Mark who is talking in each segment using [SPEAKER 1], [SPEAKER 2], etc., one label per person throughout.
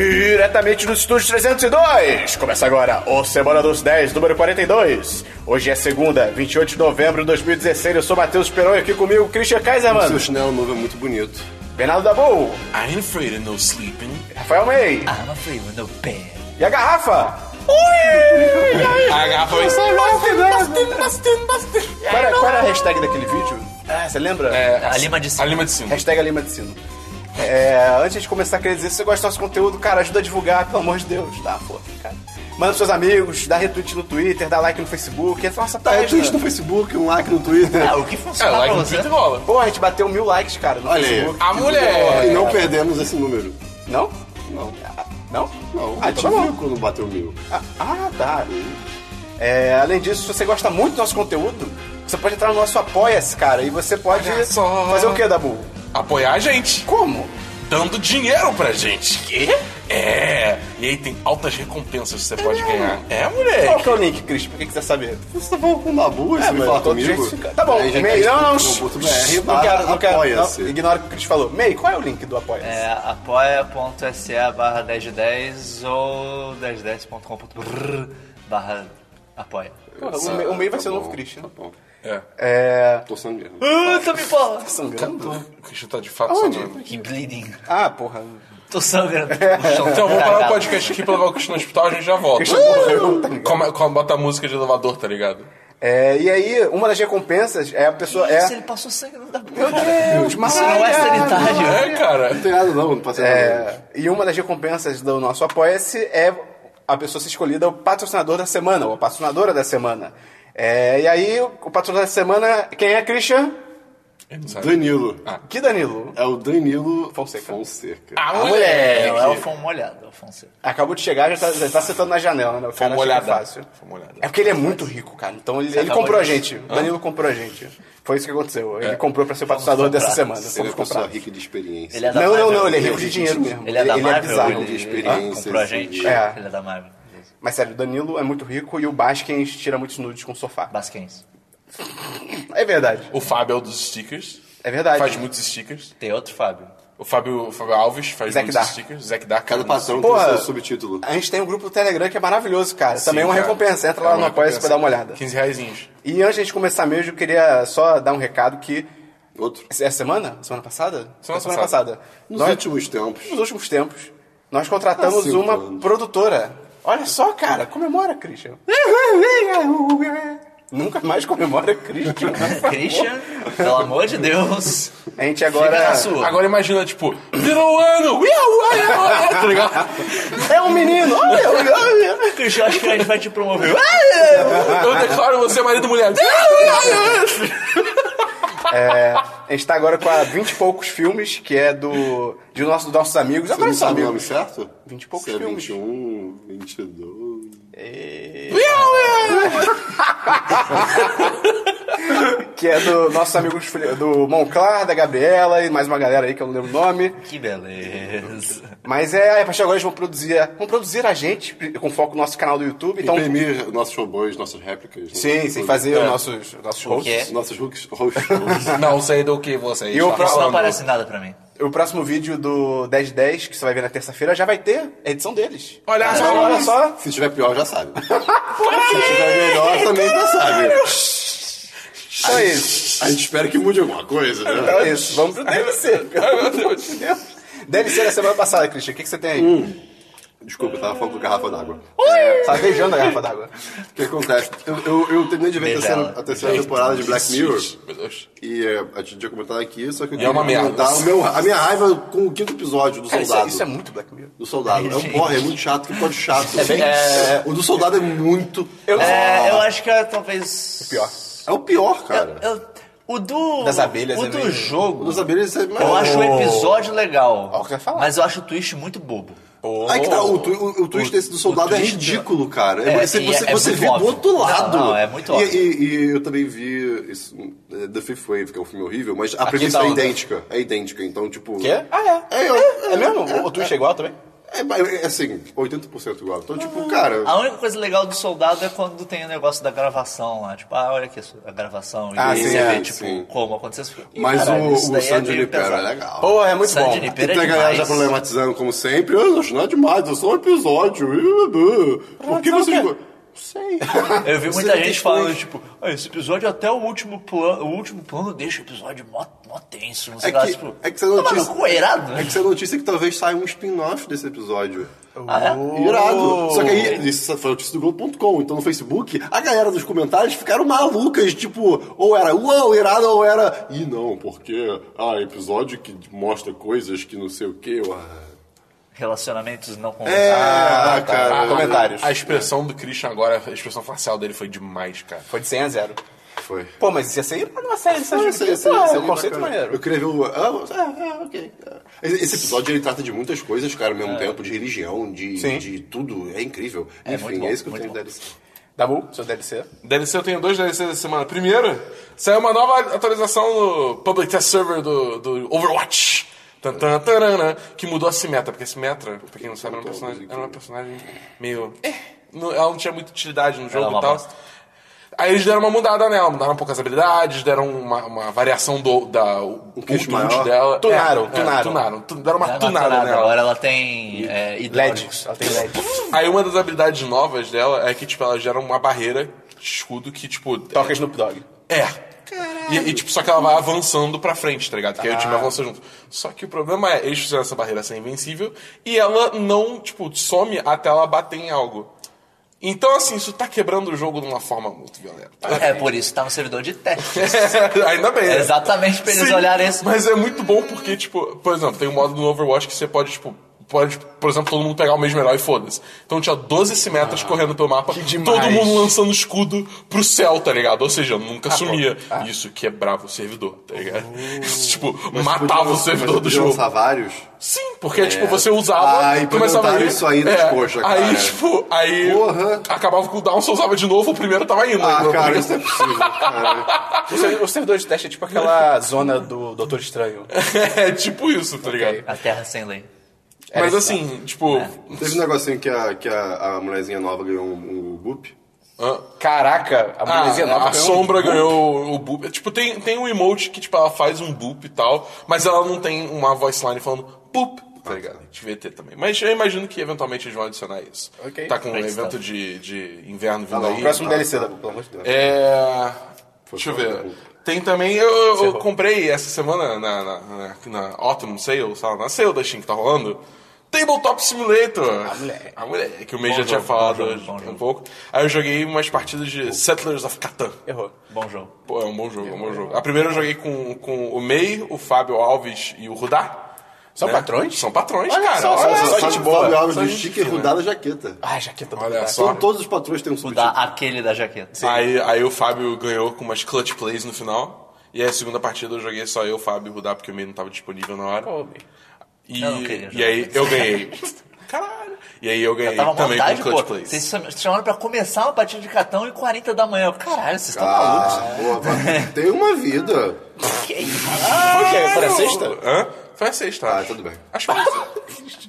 [SPEAKER 1] diretamente dos estúdios 302. Começa agora o Semana dos 10, número 42. Hoje é segunda, 28 de novembro de 2016. Eu sou Matheus Peron e aqui comigo Christian
[SPEAKER 2] O seu
[SPEAKER 1] Kaiserman,
[SPEAKER 2] chinelo novo é muito bonito.
[SPEAKER 1] Bernardo Dabu,
[SPEAKER 3] I ain't afraid of no sleeping.
[SPEAKER 1] Rafael May
[SPEAKER 4] I'm afraid with Ah, no bed.
[SPEAKER 1] e a garrafa. Ui!
[SPEAKER 3] A garrafa é isso.
[SPEAKER 1] Qual era, qual era a hashtag daquele vídeo? Ah, você lembra?
[SPEAKER 4] A lima de
[SPEAKER 3] É, A
[SPEAKER 4] cima.
[SPEAKER 3] lima de cima.
[SPEAKER 1] Hashtag a Lima de Sino. É, antes de começar, queria dizer, se você gosta do nosso conteúdo, cara, ajuda a divulgar, pelo amor de Deus, dá força, cara. Manda pros seus amigos, dá retweet no Twitter, dá like no Facebook, entra na nossa
[SPEAKER 2] Tá, é
[SPEAKER 1] página.
[SPEAKER 2] tweet no Facebook, um like no Twitter.
[SPEAKER 4] Ah, o que
[SPEAKER 3] É,
[SPEAKER 4] funciona pra
[SPEAKER 3] like no
[SPEAKER 4] você?
[SPEAKER 3] Twitter rola.
[SPEAKER 1] Porra, a gente bateu mil likes, cara, no
[SPEAKER 2] Olha aí.
[SPEAKER 1] Facebook.
[SPEAKER 3] A
[SPEAKER 2] e
[SPEAKER 1] É,
[SPEAKER 3] mulher.
[SPEAKER 2] não perdemos esse número.
[SPEAKER 1] Não?
[SPEAKER 2] Não.
[SPEAKER 1] Ah, Não?
[SPEAKER 2] Não,
[SPEAKER 1] Ah,
[SPEAKER 2] ah,
[SPEAKER 1] então
[SPEAKER 2] tá
[SPEAKER 1] tá
[SPEAKER 2] viu quando bateu mil.
[SPEAKER 1] Ah, ah, tá. É, além disso, se você gosta muito do nosso conteúdo, você pode entrar no nosso Apoia-se, cara, e você pode
[SPEAKER 3] Olha só.
[SPEAKER 1] fazer o quê, Dabu?
[SPEAKER 3] Apoiar a gente.
[SPEAKER 1] Como?
[SPEAKER 3] Dando dinheiro pra gente. Quê? É. E aí tem altas recompensas que você pode ganhar. É,
[SPEAKER 1] Qual
[SPEAKER 3] moleque.
[SPEAKER 1] que é o link, Cris, pra quem quiser saber?
[SPEAKER 2] Você tá falando com uma boa, você
[SPEAKER 1] É,
[SPEAKER 2] vai
[SPEAKER 1] mas
[SPEAKER 2] falar
[SPEAKER 1] todo jeito
[SPEAKER 2] comigo?
[SPEAKER 1] fica- Tá bom,
[SPEAKER 2] Aí já
[SPEAKER 1] MEI,
[SPEAKER 2] tá
[SPEAKER 1] não, não,
[SPEAKER 2] escrito no
[SPEAKER 1] shh,
[SPEAKER 2] .br,
[SPEAKER 1] não quero, não quero.
[SPEAKER 2] tá? apoia-se.
[SPEAKER 1] não, ignora o que o Cris falou. MEI, qual é o link do Apoia-se?
[SPEAKER 4] É apoia.se barra 1010 ou 1010.com.br barra apoia.
[SPEAKER 1] Porra, o MEI- o MEI vai ser o
[SPEAKER 2] Tá
[SPEAKER 1] novo
[SPEAKER 2] bom,
[SPEAKER 1] Christian.
[SPEAKER 2] Tá bom.
[SPEAKER 3] É.
[SPEAKER 1] É.
[SPEAKER 2] Tô sangrando.
[SPEAKER 4] Puta me porra!
[SPEAKER 1] Tá Sangrando?
[SPEAKER 3] O Christian tá de fato
[SPEAKER 1] Aonde?
[SPEAKER 3] sangrando.
[SPEAKER 4] Que bleeding.
[SPEAKER 1] Ah, porra.
[SPEAKER 4] Tô sangrando. Então
[SPEAKER 3] Então, vamos parar o podcast aqui pra levar o Christian no hospital, a gente já volta.
[SPEAKER 1] Christian morreu. tá ligado?
[SPEAKER 3] Como, como bota a música de elevador, tá ligado?
[SPEAKER 1] É, e aí, uma das recompensas é a pessoa.
[SPEAKER 4] Se
[SPEAKER 1] É.
[SPEAKER 4] ele passou sangue não dá
[SPEAKER 1] Meu
[SPEAKER 4] boca.
[SPEAKER 1] Deus, mas.
[SPEAKER 4] Isso não é sanitário.
[SPEAKER 3] É, cara.
[SPEAKER 2] Não tem nada não, não passei nada.
[SPEAKER 1] É, e uma das recompensas do nosso Apoia-se é a pessoa ser escolhida o patrocinador da semana, ou a patrocinadora da semana. É, e aí, o patrocinador da semana, quem é, Christian?
[SPEAKER 3] Ele não sabe.
[SPEAKER 2] Danilo.
[SPEAKER 1] Que Danilo?
[SPEAKER 2] É o Danilo
[SPEAKER 1] Fonseca.
[SPEAKER 2] Fonseca.
[SPEAKER 3] A
[SPEAKER 4] É, o
[SPEAKER 3] Ah, moleque.
[SPEAKER 4] Elfon molhado, Alfonso.
[SPEAKER 1] Acabou de chegar, já tá, já tá sentando na janela, né? O
[SPEAKER 3] Foi
[SPEAKER 1] cara acha
[SPEAKER 3] uma
[SPEAKER 1] que é
[SPEAKER 3] olhada.
[SPEAKER 1] fácil.
[SPEAKER 3] Foi uma olhada.
[SPEAKER 1] É porque ele é muito rico, cara. Então ele, ele
[SPEAKER 4] acabou
[SPEAKER 1] comprou a
[SPEAKER 4] de-
[SPEAKER 1] gente. O Danilo comprou a gente. Foi isso que aconteceu. Ele comprou pra ser patrocinador dessa
[SPEAKER 4] comprados.
[SPEAKER 1] semana.
[SPEAKER 2] Ele é
[SPEAKER 1] Fomos
[SPEAKER 2] uma pessoa
[SPEAKER 1] comprar.
[SPEAKER 2] rica de experiência.
[SPEAKER 4] Ele é da
[SPEAKER 1] Não, não,
[SPEAKER 4] Marvel.
[SPEAKER 1] não. Ele é rico de dinheiro mesmo.
[SPEAKER 4] Ele é da Marvel.
[SPEAKER 1] bizarro.
[SPEAKER 4] ele-
[SPEAKER 2] de
[SPEAKER 4] ele
[SPEAKER 2] experiência,
[SPEAKER 4] comprou a
[SPEAKER 2] esse
[SPEAKER 4] gente.
[SPEAKER 2] dia.
[SPEAKER 1] É.
[SPEAKER 4] Ele é da Marvel. beleza.
[SPEAKER 1] Mas sério, o Danilo é muito rico e o Baskins tira muitos nudes com o sofá.
[SPEAKER 4] Basquens.
[SPEAKER 1] É verdade.
[SPEAKER 3] O Fábio é o dos stickers.
[SPEAKER 1] É verdade.
[SPEAKER 3] Faz muitos stickers.
[SPEAKER 4] Tem outro Fábio.
[SPEAKER 3] O Fábio, o Fábio Alves faz
[SPEAKER 1] Zack
[SPEAKER 3] muitos
[SPEAKER 1] Dark.
[SPEAKER 3] stickers. Zack Dark.
[SPEAKER 2] Cada
[SPEAKER 3] cara,
[SPEAKER 2] patrão
[SPEAKER 1] Porra.
[SPEAKER 2] tem seu subtítulo.
[SPEAKER 1] A gente tem um grupo do Telegram que é maravilhoso, cara. Também é uma
[SPEAKER 3] cara.
[SPEAKER 1] recompensa. Entra
[SPEAKER 3] É
[SPEAKER 1] lá
[SPEAKER 3] uma
[SPEAKER 1] no Apoia-se pra
[SPEAKER 3] recompensa.
[SPEAKER 1] dar uma olhada.
[SPEAKER 3] 15 reaisinhos.
[SPEAKER 1] E antes de a gente começar mesmo, eu queria só dar um recado que...
[SPEAKER 2] Outro.
[SPEAKER 1] É semana? Semana passada? É
[SPEAKER 3] Semana
[SPEAKER 1] semana
[SPEAKER 3] passada.
[SPEAKER 1] passada.
[SPEAKER 2] Nos
[SPEAKER 1] Nós-
[SPEAKER 2] últimos tempos.
[SPEAKER 1] Nos últimos tempos, nós contratamos
[SPEAKER 2] Ah, sim,
[SPEAKER 1] uma
[SPEAKER 2] mano.
[SPEAKER 1] produtora. Olha só, cara, comemora, Christian. Nunca mais comemora, Christian.
[SPEAKER 4] Christian, pelo amor de Deus.
[SPEAKER 1] A gente agora.
[SPEAKER 4] Fica na sua.
[SPEAKER 3] Agora imagina, tipo, virou o ano! Uiau, uiau, uiau, tá ligado?
[SPEAKER 1] É um menino! Olha, olha, olha.
[SPEAKER 4] Christian, acho que a gente vai te promover.
[SPEAKER 3] Eu declaro você marido e mulher. um
[SPEAKER 1] É, a gente tá agora com a 20 e poucos filmes, que é do. De nosso, dos nossos amigos. Agora
[SPEAKER 2] Você
[SPEAKER 1] são
[SPEAKER 2] sabe o nome
[SPEAKER 1] amigos.
[SPEAKER 2] certo?
[SPEAKER 1] Vinte e poucos
[SPEAKER 2] Se é
[SPEAKER 1] filmes.
[SPEAKER 2] 21, 22...
[SPEAKER 1] Que é do nossos amigos fili- do Monclar, da Gabriela e mais uma galera aí que eu não lembro o nome.
[SPEAKER 4] Que beleza.
[SPEAKER 1] Mas é, a partir de agora eles vão produzir. Vão produzir a gente, com foco no nosso canal do YouTube. Então.
[SPEAKER 2] imprimir nossos robôs, nossas réplicas.
[SPEAKER 1] Sim,
[SPEAKER 2] né?
[SPEAKER 1] sim,
[SPEAKER 2] Tudo.
[SPEAKER 1] fazer
[SPEAKER 3] É.
[SPEAKER 1] os nossos, nossos
[SPEAKER 4] O que
[SPEAKER 1] hosts.
[SPEAKER 4] é?
[SPEAKER 2] Nossos hooks hosts.
[SPEAKER 3] Não sei do que você
[SPEAKER 1] E o
[SPEAKER 3] está
[SPEAKER 1] próximo
[SPEAKER 4] Isso não
[SPEAKER 3] falando.
[SPEAKER 4] parece nada pra mim.
[SPEAKER 1] O próximo vídeo do 1010, que você vai ver na terça-feira, já vai ter a edição deles.
[SPEAKER 3] Olha só.
[SPEAKER 1] Então, olha só.
[SPEAKER 2] Se tiver pior, já sabe. Se tiver melhor, também já sabe.
[SPEAKER 1] Então é isso.
[SPEAKER 2] A gente espera que mude alguma coisa,
[SPEAKER 1] Então
[SPEAKER 2] né?
[SPEAKER 1] é isso. Vamos pro DLC. Pelo amor de Deus. DLC da semana passada, Christian. O que, que você tem aí?
[SPEAKER 2] Desculpa, eu tava falando com garrafa d'água.
[SPEAKER 1] Tá beijando a garrafa d'água.
[SPEAKER 2] O que acontece? Eu, eu, eu terminei de ver a
[SPEAKER 4] Beijo
[SPEAKER 2] terceira,
[SPEAKER 4] ela.
[SPEAKER 2] a terceira temporada de Black Mirror.
[SPEAKER 3] Meu Deus.
[SPEAKER 2] E é, a gente tinha comentado aqui, só que eu
[SPEAKER 3] E é uma merda.
[SPEAKER 2] comentar o meu, a minha raiva com o quinto episódio do
[SPEAKER 1] Cara, isso, é-
[SPEAKER 2] Soldado.
[SPEAKER 1] isso é muito Black Mirror.
[SPEAKER 2] Do Soldado. É um porra, é muito chato, que episódio chato. assim.
[SPEAKER 4] bem- é-
[SPEAKER 2] O do Soldado é muito...
[SPEAKER 1] Eu-
[SPEAKER 4] É, eu acho que é talvez. O
[SPEAKER 1] Pior.
[SPEAKER 2] É o pior, cara.
[SPEAKER 4] Eu, o do.
[SPEAKER 1] Das abelhas
[SPEAKER 4] O
[SPEAKER 1] é
[SPEAKER 4] do
[SPEAKER 1] meio-
[SPEAKER 2] O
[SPEAKER 4] jogo.
[SPEAKER 2] dos abelhas é mais...
[SPEAKER 4] Eu acho o episódio legal.
[SPEAKER 1] Ó, o que eu ia falar.
[SPEAKER 4] Mas eu acho o twist muito bobo.
[SPEAKER 2] Aí que tá, o, twi- o, o twist
[SPEAKER 4] Oh, O-
[SPEAKER 2] desse do soldado
[SPEAKER 4] o
[SPEAKER 2] é
[SPEAKER 4] twist-
[SPEAKER 2] ridículo, cara. É,
[SPEAKER 4] É,
[SPEAKER 2] você
[SPEAKER 4] e
[SPEAKER 2] você,
[SPEAKER 4] é- é
[SPEAKER 2] você
[SPEAKER 4] muito
[SPEAKER 2] vê do
[SPEAKER 4] óbvio.
[SPEAKER 2] outro lado.
[SPEAKER 4] Não, não, é muito
[SPEAKER 2] E-
[SPEAKER 4] óbvio.
[SPEAKER 2] E, e eu também vi isso, é, The Fifth Wave, que é um filme horrível, mas a
[SPEAKER 4] Aqui
[SPEAKER 2] premissa
[SPEAKER 4] tá
[SPEAKER 2] é
[SPEAKER 4] onda.
[SPEAKER 2] idêntica. É idêntica, então, tipo.
[SPEAKER 1] Que é? Ah, é. É, é mesmo? O, o Twitch é igual também?
[SPEAKER 2] É, mas, é assim, 80% igual. Então, tipo, cara.
[SPEAKER 4] A única coisa legal do soldado é quando tem o negócio da gravação lá. Tipo, ah, olha aqui a gravação. E
[SPEAKER 1] Ah,
[SPEAKER 4] aí
[SPEAKER 1] sim,
[SPEAKER 4] você
[SPEAKER 1] é,
[SPEAKER 4] vê, tipo,
[SPEAKER 2] sim.
[SPEAKER 4] como aconteceu. você fica, "Ih,
[SPEAKER 2] Mas
[SPEAKER 4] caralho,
[SPEAKER 2] o,
[SPEAKER 4] isso
[SPEAKER 2] o
[SPEAKER 4] daí é
[SPEAKER 2] San
[SPEAKER 4] meio
[SPEAKER 2] Junipero é
[SPEAKER 4] pesado."
[SPEAKER 2] legal.
[SPEAKER 1] Porra, é muito
[SPEAKER 4] San
[SPEAKER 1] bom.
[SPEAKER 2] E
[SPEAKER 4] Junipero
[SPEAKER 2] tem
[SPEAKER 4] é
[SPEAKER 2] a galera já
[SPEAKER 4] demais.
[SPEAKER 2] problematizando, como sempre. Eu não acho nada demais, eu sou um episódio. ih, blá. Por que
[SPEAKER 1] Sabe
[SPEAKER 2] vocês.
[SPEAKER 1] o quê?
[SPEAKER 2] Não sei.
[SPEAKER 4] Eu vi
[SPEAKER 2] Você
[SPEAKER 4] muita
[SPEAKER 2] tem
[SPEAKER 4] gente
[SPEAKER 2] que-
[SPEAKER 4] falando, tipo, ah, esse episódio até o último plano, o último plano deixa o episódio mó, mó tenso, não sei
[SPEAKER 2] É
[SPEAKER 4] lá,
[SPEAKER 2] que-
[SPEAKER 4] tipo...
[SPEAKER 2] é que você não
[SPEAKER 4] tá
[SPEAKER 2] disse-
[SPEAKER 4] maluco, errado?
[SPEAKER 2] É que essa notícia é que talvez saia um spin-off desse episódio.
[SPEAKER 4] Ah, é?
[SPEAKER 2] Irado. Só que aí, isso foi notícia do Globo.com, então no Facebook, a galera dos comentários ficaram malucas, tipo, ou era uau, irado, ou era. Ih, não, porque. Ah, episódio que mostra coisas que não sei o quê. ué."
[SPEAKER 4] Relacionamentos não
[SPEAKER 2] É,
[SPEAKER 4] conversados.
[SPEAKER 2] cara.
[SPEAKER 1] Ah, comentários.
[SPEAKER 3] A expressão do Christian agora, a expressão facial dele foi demais, cara.
[SPEAKER 1] Foi de 100 a 0.
[SPEAKER 2] Foi. Ah,
[SPEAKER 1] Pô, mas isso ia ser irado numa série de San
[SPEAKER 2] Não,
[SPEAKER 1] Junipero.
[SPEAKER 2] isso aí- isso aí-
[SPEAKER 1] Pô,
[SPEAKER 2] isso aí
[SPEAKER 1] é um conceito
[SPEAKER 2] bacana. Eu
[SPEAKER 1] maneiro.
[SPEAKER 2] queria ver o. Ah, ah, ah, ok. Ah. Esse esse episódio ele trata de muitas coisas, cara, ao mesmo tempo, de religião, de,
[SPEAKER 1] Sim.
[SPEAKER 2] de tudo. É incrível. Enfim,
[SPEAKER 4] muito bom,
[SPEAKER 2] é isso que eu
[SPEAKER 4] muito
[SPEAKER 2] tenho
[SPEAKER 4] bom.
[SPEAKER 2] da DLC.
[SPEAKER 1] Dabu, seu DLC.
[SPEAKER 3] DLC, eu tenho dois DLCs essa semana. Primeiro, saiu uma nova atualização no Public Test Server do, do Overwatch. Tan, tan, tarana, que mudou a Symmetra, porque a Symmetra, pra quem não sabe, era uma personagem, era uma personagem meio. eh, não- Ela não tinha muita utilidade no jogo
[SPEAKER 4] uma
[SPEAKER 3] e tal.
[SPEAKER 4] bosta.
[SPEAKER 3] Aí eles deram uma mudada nela, mudaram um pouco as habilidades, deram uma, uma variação do, da, o, o
[SPEAKER 2] queixo
[SPEAKER 3] ult
[SPEAKER 2] maior.
[SPEAKER 3] dela.
[SPEAKER 1] Tunaram,
[SPEAKER 3] É, é,
[SPEAKER 1] tunaram.
[SPEAKER 3] tunaram. tu- Deram uma
[SPEAKER 4] Ela é
[SPEAKER 3] tunada
[SPEAKER 4] maturada,
[SPEAKER 3] nela.
[SPEAKER 4] Agora ela tem é,
[SPEAKER 1] LED.
[SPEAKER 4] hidrônicos.
[SPEAKER 1] Ela tem LED.
[SPEAKER 3] Aí uma das habilidades novas dela é que, tipo, ela gera uma barreira de escudo que, tipo,
[SPEAKER 1] Toca Snoop Dogg.
[SPEAKER 3] é. E, e, tipo, só que ela vai avançando pra frente, tá ligado? Porque aí o time avança junto. Só que o problema é, eles fizeram essa barreira ser invencível e ela não, tipo, some até ela bater em algo. Então, assim, isso tá quebrando o jogo de uma forma muito violenta.
[SPEAKER 4] É por isso que tá no servidor de teste.
[SPEAKER 3] Ainda bem. né?
[SPEAKER 4] Exatamente pra eles
[SPEAKER 3] Sim,
[SPEAKER 4] olharem esse.
[SPEAKER 3] Mas é muito bom porque, tipo, por exemplo, tem um modo no Overwatch que você pode, tipo, pode, por exemplo, todo mundo pegar o mesmo herói e foda-se. Então tinha 12 simetras
[SPEAKER 2] Ah,
[SPEAKER 3] correndo pelo mapa, todo mundo lançando escudo pro céu, tá ligado? Ou seja, nunca sumia.
[SPEAKER 2] Ah.
[SPEAKER 3] Isso quebrava o servidor, tá ligado?
[SPEAKER 2] Oh.
[SPEAKER 3] Isso, tipo, matava o servidor
[SPEAKER 2] Mas
[SPEAKER 3] do
[SPEAKER 2] podia
[SPEAKER 3] jogo.
[SPEAKER 2] lançar vários.
[SPEAKER 3] Sim, porque, tipo, você usava
[SPEAKER 2] Ah,
[SPEAKER 3] e começava
[SPEAKER 2] implementaram
[SPEAKER 3] ir- É,
[SPEAKER 2] isso aí nas coxas, cara.
[SPEAKER 3] Aí, tipo, aí
[SPEAKER 2] Porra.
[SPEAKER 3] acabava o cooldown, você usava de novo, o primeiro tava indo.
[SPEAKER 2] Ah,
[SPEAKER 3] entendeu?
[SPEAKER 2] cara,
[SPEAKER 3] Porque-
[SPEAKER 2] isso é possível, cara.
[SPEAKER 1] O ser- O servidor de teste é tipo aquela zona do Doutor Estranho.
[SPEAKER 3] é tipo isso, tá ligado?
[SPEAKER 4] A Terra Sem Lei.
[SPEAKER 3] Mas
[SPEAKER 2] né?
[SPEAKER 3] assim, tipo.
[SPEAKER 2] Teve um negocinho que a, que a, a mulherzinha nova ganhou um, um boop.
[SPEAKER 3] hã?
[SPEAKER 1] Caraca, a
[SPEAKER 3] Ah,
[SPEAKER 1] burguesia nova
[SPEAKER 3] a
[SPEAKER 1] ganhou um
[SPEAKER 3] Sombra
[SPEAKER 1] boop.
[SPEAKER 3] ganhou o boop. Tipo, tem, tem um emote que, tipo, ela faz um boop e tal, mas ela não tem uma voice line falando boop, tá ligado? Devia ter também. Mas eu imagino que eventualmente eles vão adicionar isso.
[SPEAKER 1] Ok.
[SPEAKER 3] Tá com um
[SPEAKER 4] Great
[SPEAKER 3] evento
[SPEAKER 4] stuff.
[SPEAKER 3] de, de inverno vindo
[SPEAKER 2] Ah, não,
[SPEAKER 3] aí.
[SPEAKER 1] Próximo
[SPEAKER 2] Tá,
[SPEAKER 1] DLC,
[SPEAKER 2] tá.
[SPEAKER 1] Dabu, pelo amor de Deus.
[SPEAKER 3] É. Deixa eu ver. Tem também, eu, eu
[SPEAKER 1] Cerrou.
[SPEAKER 3] comprei essa semana na, na, na, na Autumn Sale, sei lá, na Sale da Steam que tá rolando, Tabletop Simulator. A
[SPEAKER 1] mulher.
[SPEAKER 3] A mulher, que o mês já
[SPEAKER 4] jogo,
[SPEAKER 3] tinha
[SPEAKER 4] bom
[SPEAKER 3] falado
[SPEAKER 4] jogo, bom
[SPEAKER 3] um
[SPEAKER 4] jogo.
[SPEAKER 3] pouco. Aí eu joguei umas partidas de Settlers of Catan.
[SPEAKER 1] Errou.
[SPEAKER 4] Bom jogo.
[SPEAKER 3] Pô, é um bom jogo, é um bom jogo. A primeira eu joguei com, com o May, o Fábio Alves e o Rudá. Né?
[SPEAKER 1] São patrões?
[SPEAKER 3] São patrões,
[SPEAKER 1] Olha
[SPEAKER 3] cara.
[SPEAKER 1] só,
[SPEAKER 3] olha
[SPEAKER 1] só-
[SPEAKER 3] só,
[SPEAKER 1] só gente boa,
[SPEAKER 2] Fábio Alves
[SPEAKER 3] só
[SPEAKER 2] do
[SPEAKER 3] gente
[SPEAKER 2] Stick e
[SPEAKER 3] fina.
[SPEAKER 2] Rudada Jaqueta.
[SPEAKER 1] Ai, jaqueta do
[SPEAKER 3] Olha
[SPEAKER 1] cara.
[SPEAKER 3] só.
[SPEAKER 2] Então, todos os patrões têm um
[SPEAKER 4] Da,
[SPEAKER 2] subtítulo.
[SPEAKER 4] aquele da jaqueta.
[SPEAKER 3] Aí, aí o Fábio ganhou com umas clutch plays no final. E aí a segunda partida eu joguei só eu, Fábio e Rudá, porque o May não tava disponível na hora.
[SPEAKER 1] Pô, é, meu.
[SPEAKER 3] E,
[SPEAKER 4] Eu não queria
[SPEAKER 3] e
[SPEAKER 4] jogar.
[SPEAKER 3] aí eu ganhei. Caralho. E aí eu ganhei
[SPEAKER 4] Ah, Tava à
[SPEAKER 3] também com
[SPEAKER 4] vontade,
[SPEAKER 3] clutch
[SPEAKER 4] pô.
[SPEAKER 3] plays.
[SPEAKER 4] Vocês cham- chamaram pra começar uma partida de catão e 40 da manhã. Eu, Caralho, vocês estão malucos.
[SPEAKER 3] Tipo-
[SPEAKER 2] Ah, boa, vai. tem uma vida.
[SPEAKER 4] Que isso?
[SPEAKER 1] Foi o quê? Foi na sexta?
[SPEAKER 3] Hã? Foi a sexta.
[SPEAKER 2] Ah,
[SPEAKER 3] acho.
[SPEAKER 2] tudo bem.
[SPEAKER 3] Acho que foi a sexta.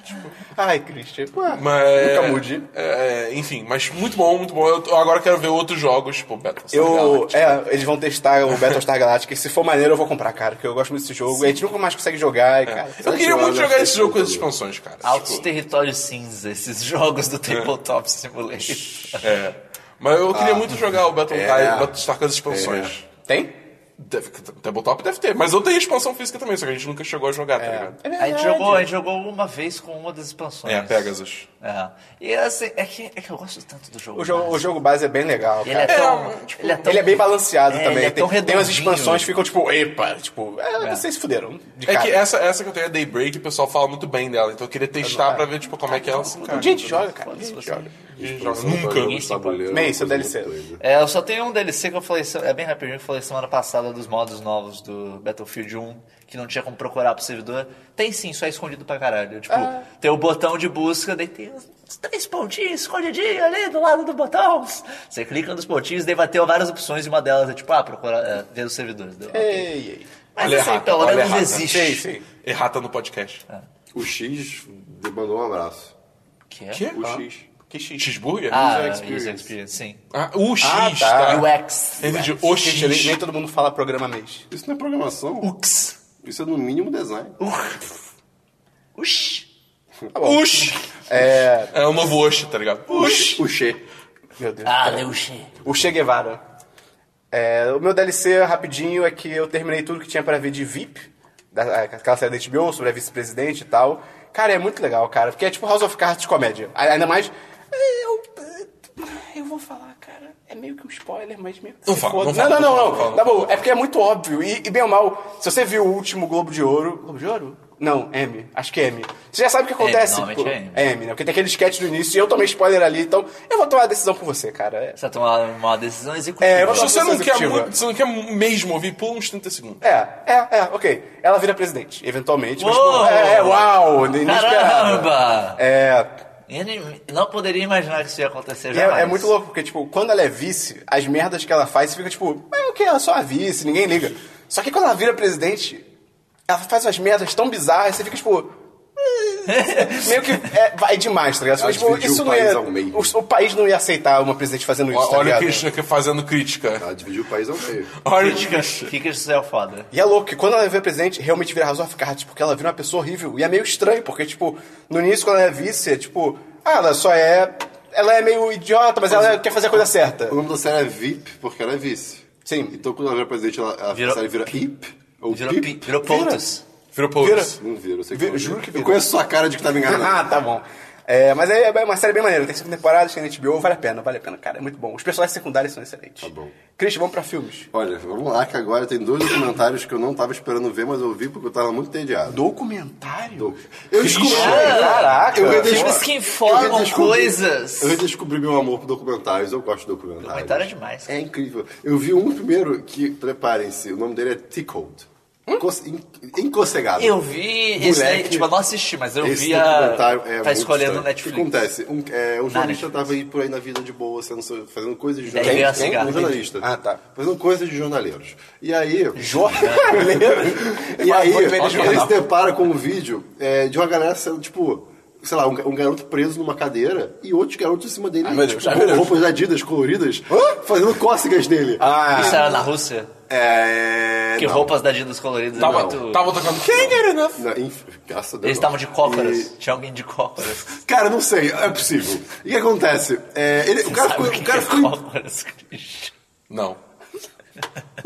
[SPEAKER 1] Ai, Christian. Ué,
[SPEAKER 3] Mas,
[SPEAKER 1] Nunca mude.
[SPEAKER 3] é, é, enfim, mas muito bom, muito bom. Eu tô- agora quero ver outros jogos, tipo Battlestar
[SPEAKER 1] Eu,
[SPEAKER 3] Galactica.
[SPEAKER 1] é, eles vão testar o Battlestar Galactica e se for maneiro eu vou comprar, cara, porque eu gosto muito desse jogo. A gente nunca mais consegue jogar. E,
[SPEAKER 4] É.
[SPEAKER 1] cara,
[SPEAKER 3] Eu queria
[SPEAKER 2] Batman
[SPEAKER 3] muito
[SPEAKER 1] né?
[SPEAKER 3] jogar
[SPEAKER 2] Batman
[SPEAKER 3] esse jogo com as
[SPEAKER 2] Batman.
[SPEAKER 3] expansões, cara.
[SPEAKER 4] Altos
[SPEAKER 3] Tipo,
[SPEAKER 4] territórios cinza, esses jogos do Tabletop Simulator.
[SPEAKER 3] é. Mas eu
[SPEAKER 1] Ah,
[SPEAKER 3] queria muito jogar o Battle,
[SPEAKER 2] É.
[SPEAKER 3] ah, Battlestar com as expansões.
[SPEAKER 1] Tem?
[SPEAKER 3] Deve, Tabletop deve ter, mas eu tenho expansão física também, só que a gente nunca chegou a jogar, tá ligado?
[SPEAKER 1] É
[SPEAKER 4] A
[SPEAKER 1] verdade.
[SPEAKER 4] gente, jogou, a gente jogou uma vez com uma das expansões.
[SPEAKER 3] É, Pegasus.
[SPEAKER 4] É. E assim, é que, é que eu gosto tanto do jogo.
[SPEAKER 1] O jogo,
[SPEAKER 4] cara.
[SPEAKER 1] o jogo base é bem legal,
[SPEAKER 4] Ele é,
[SPEAKER 1] cara.
[SPEAKER 4] tão,
[SPEAKER 3] mas, tipo,
[SPEAKER 4] ele é tão-
[SPEAKER 1] Ele é bem balanceado
[SPEAKER 4] É,
[SPEAKER 1] também.
[SPEAKER 4] ele é tão
[SPEAKER 1] tem, tem umas
[SPEAKER 4] redondinho. né?
[SPEAKER 1] expansões que ficam tipo, epa, tipo, é, vocês se fuderam. De
[SPEAKER 3] É
[SPEAKER 1] cara.
[SPEAKER 3] que essa, essa que eu tenho é Daybreak, o pessoal fala muito bem dela, então eu queria testar pra ver, tipo, como é que ela se encaixa.
[SPEAKER 1] Um dia a gente joga, cara. Um dia a gente
[SPEAKER 4] Foda-se,
[SPEAKER 1] joga.
[SPEAKER 3] A gente joga Nunca.
[SPEAKER 4] se
[SPEAKER 2] Tabuleiro,
[SPEAKER 1] Bem, isso é
[SPEAKER 2] uma coisa
[SPEAKER 1] DLC.
[SPEAKER 2] muito doida.
[SPEAKER 4] É, eu só tenho um DLC que eu falei, se- é bem rapidinho, que eu falei semana passada dos modos novos do Battlefield 1, que não tinha como procurar pro servidor. Tem sim, só é escondido pra caralho. Tipo, tem o botão de busca, daí tem os os três pontinhos escondidinhos ali do lado do botão. Você clica nos pontinhos, daí vai ter várias opções e uma delas é tipo, ah, procurar, é, ver os servidores. Daí, ok.
[SPEAKER 1] Ei, ei.
[SPEAKER 4] Mas
[SPEAKER 1] é
[SPEAKER 3] Olha
[SPEAKER 4] assim,
[SPEAKER 3] errado,
[SPEAKER 4] pelo
[SPEAKER 3] olha
[SPEAKER 4] menos É.
[SPEAKER 3] errado.
[SPEAKER 4] existe.
[SPEAKER 1] Sim, sim.
[SPEAKER 3] Errata no podcast.
[SPEAKER 2] O X mandou um abraço.
[SPEAKER 4] Que é?
[SPEAKER 3] Quê?
[SPEAKER 2] O X.
[SPEAKER 1] Que X.
[SPEAKER 3] Cheeseburger?
[SPEAKER 4] Ah,
[SPEAKER 1] User
[SPEAKER 4] user
[SPEAKER 1] experience.
[SPEAKER 4] experience. sim.
[SPEAKER 3] Ah, o X,
[SPEAKER 1] Ah, tá.
[SPEAKER 3] tá.
[SPEAKER 4] UX.
[SPEAKER 3] Entendi. O X.
[SPEAKER 1] Gente, nem, nem todo mundo fala programa mês.
[SPEAKER 2] Isso não é programação.
[SPEAKER 3] Ux.
[SPEAKER 2] Isso é no mínimo design.
[SPEAKER 4] Ush.
[SPEAKER 1] Tá bom. É,
[SPEAKER 3] É o novo Osh, tá ligado? Osh.
[SPEAKER 2] O X.
[SPEAKER 1] meu Deus.
[SPEAKER 4] Ah, Leuxi.
[SPEAKER 1] O Che Guevara. É, o meu DLC, rapidinho, é que eu terminei tudo que tinha pra ver de VIP, da, aquela série da HBO sobre a vice-presidente e tal. Cara, é muito legal, cara, porque é tipo House of Cards comédia. A- Ainda mais... é, Eu, eu vou falar, cara, é meio que um spoiler, mas meio que
[SPEAKER 3] Não
[SPEAKER 1] se
[SPEAKER 3] fala,
[SPEAKER 1] foda.
[SPEAKER 3] não fala,
[SPEAKER 1] não, não,
[SPEAKER 3] não
[SPEAKER 1] não,
[SPEAKER 3] fala, não
[SPEAKER 1] Tá
[SPEAKER 3] fala.
[SPEAKER 1] bom, é porque é muito óbvio. E, e bem ou mal, se você viu o último Globo de Ouro... Globo de Ouro? Não, M. Acho que é M. Você já sabe o que acontece.
[SPEAKER 4] normalmente
[SPEAKER 1] pô.
[SPEAKER 4] é M.
[SPEAKER 1] É M, né? Porque tem aquele sketch do início e eu tomei spoiler ali, então eu vou tomar a decisão por você, cara. É-
[SPEAKER 4] Você vai tomar uma decisão executiva.
[SPEAKER 1] É, eu vou
[SPEAKER 3] Se você não, quer
[SPEAKER 1] executiva.
[SPEAKER 3] muito, se não quer mesmo ouvir, pula uns 30 segundos.
[SPEAKER 1] É, é, é, ok. Ela vira presidente, eventualmente. Mas,
[SPEAKER 4] Uou!
[SPEAKER 1] tipo, é, é, uau, inesperado.
[SPEAKER 4] Caramba!
[SPEAKER 1] É,
[SPEAKER 4] Ele não poderia imaginar que isso ia acontecer
[SPEAKER 1] e é,
[SPEAKER 4] jamais.
[SPEAKER 1] é muito louco, porque, tipo, quando ela é vice, as merdas que ela faz, você fica, tipo, é o que? Ela é só a vice, ninguém liga. Só que quando ela vira presidente, ela faz umas merdas tão bizarras, você fica, tipo... "Eh", Meio que é, vai demais, tá ligado? Você
[SPEAKER 2] Ela
[SPEAKER 1] fica, tipo,
[SPEAKER 2] dividiu
[SPEAKER 1] isso
[SPEAKER 2] o
[SPEAKER 1] não
[SPEAKER 2] país
[SPEAKER 1] ia,
[SPEAKER 2] ao meio.
[SPEAKER 1] o, o país não ia aceitar uma presidente fazendo isso, tá
[SPEAKER 3] Olha o
[SPEAKER 1] ligado?
[SPEAKER 3] Christian aqui fazendo crítica.
[SPEAKER 2] Ela Tá, dividiu o país ao meio.
[SPEAKER 3] Olha o
[SPEAKER 4] Críticas.
[SPEAKER 3] Christian.
[SPEAKER 4] Críticas do céu foda.
[SPEAKER 1] E é louco que quando ela vira presidente, realmente vira House of Cards, porque ela vira uma pessoa horrível. E é meio estranho, porque, tipo, no início, quando ela é vice, é tipo, ah, ela só é. Ela é meio idiota, mas ela quer fazer a coisa certa.
[SPEAKER 2] O nome da série é VIP, porque ela é vice.
[SPEAKER 1] Sim.
[SPEAKER 2] Então quando ela vira presidente, ela, a
[SPEAKER 4] Virou-
[SPEAKER 2] série vira IP. Ou
[SPEAKER 4] Virou,
[SPEAKER 2] PIP.
[SPEAKER 4] pi- virou pontos.
[SPEAKER 3] Virou Poulos.
[SPEAKER 2] Não vira, eu sei que
[SPEAKER 1] Vira,
[SPEAKER 2] não
[SPEAKER 1] juro que
[SPEAKER 2] Eu
[SPEAKER 1] vira.
[SPEAKER 2] conheço sua cara de que tava enganado.
[SPEAKER 1] ah, tá bom. É, mas é é uma série bem maneira, tem cinco temporadas, tem na HBO, vale a pena, vale a pena, cara, é muito bom. Os personagens secundários são excelentes. Tá
[SPEAKER 2] bom.
[SPEAKER 1] Christian, vamos pra filmes.
[SPEAKER 2] Olha, vamos lá que agora tem dois documentários que eu não tava esperando ver, mas eu vi porque eu tava muito entediado.
[SPEAKER 1] Documentário?
[SPEAKER 2] Eu descobri.
[SPEAKER 1] Caraca!
[SPEAKER 2] Eu redescobri-
[SPEAKER 4] Filmes que informam
[SPEAKER 2] eu redescobri-
[SPEAKER 4] Tipo assim, coisas.
[SPEAKER 2] Eu descobri meu amor por documentários, eu gosto de documentários.
[SPEAKER 4] Documentário é demais.
[SPEAKER 2] É incrível. Eu vi um primeiro que, preparem-se, o nome dele é Tickled. Encoce- en- Encossegado.
[SPEAKER 4] Hum? Eu vi
[SPEAKER 2] Moleque,
[SPEAKER 4] esse daí, tipo, eu não assisti, mas eu
[SPEAKER 2] Esse
[SPEAKER 4] vi a.
[SPEAKER 2] documentário é
[SPEAKER 4] tá
[SPEAKER 2] muito
[SPEAKER 4] escolhendo
[SPEAKER 2] estranho.
[SPEAKER 4] o Netflix.
[SPEAKER 2] O que acontece? Um, é, um jornalista
[SPEAKER 4] Netflix.
[SPEAKER 2] tava aí por aí na vida de boa, sendo, fazendo coisas de
[SPEAKER 4] Daí veio a
[SPEAKER 2] jornalistas.
[SPEAKER 4] cigarra.
[SPEAKER 2] Um jornalista.
[SPEAKER 1] Ah, tá.
[SPEAKER 2] Fazendo coisas de jornaleiros. E aí... E
[SPEAKER 1] Mas
[SPEAKER 2] aí,
[SPEAKER 1] vou ver de
[SPEAKER 2] ele
[SPEAKER 1] jornal.
[SPEAKER 2] se depara com um vídeo é, de uma galera sendo, tipo, sei lá, um, um garoto preso numa cadeira e outros garotos em cima dele,
[SPEAKER 1] Ah, meu Deus,
[SPEAKER 2] tipo,
[SPEAKER 1] ai, meu Deus.
[SPEAKER 2] roupas adidas coloridas, fazendo cócegas dele.
[SPEAKER 1] Ah,
[SPEAKER 4] Isso era na Rússia?
[SPEAKER 2] É. Tá
[SPEAKER 4] que
[SPEAKER 2] não.
[SPEAKER 4] roupas da Dinos coloridas
[SPEAKER 3] Tava,
[SPEAKER 4] é muito-
[SPEAKER 3] tava tocando. Can't get
[SPEAKER 1] né?
[SPEAKER 3] enough.
[SPEAKER 2] Não, inf- graças a Deus,
[SPEAKER 4] Eles
[SPEAKER 2] não.
[SPEAKER 4] estavam de cócoras.
[SPEAKER 2] E-
[SPEAKER 4] Tinha alguém de cócoras.
[SPEAKER 2] Cara, não sei, é possível. E o que acontece? É, ele- o cara
[SPEAKER 4] Sabe
[SPEAKER 2] ficou.
[SPEAKER 4] que
[SPEAKER 2] O cara
[SPEAKER 4] é
[SPEAKER 2] ficou.
[SPEAKER 4] cócoras, Christian?
[SPEAKER 3] Não.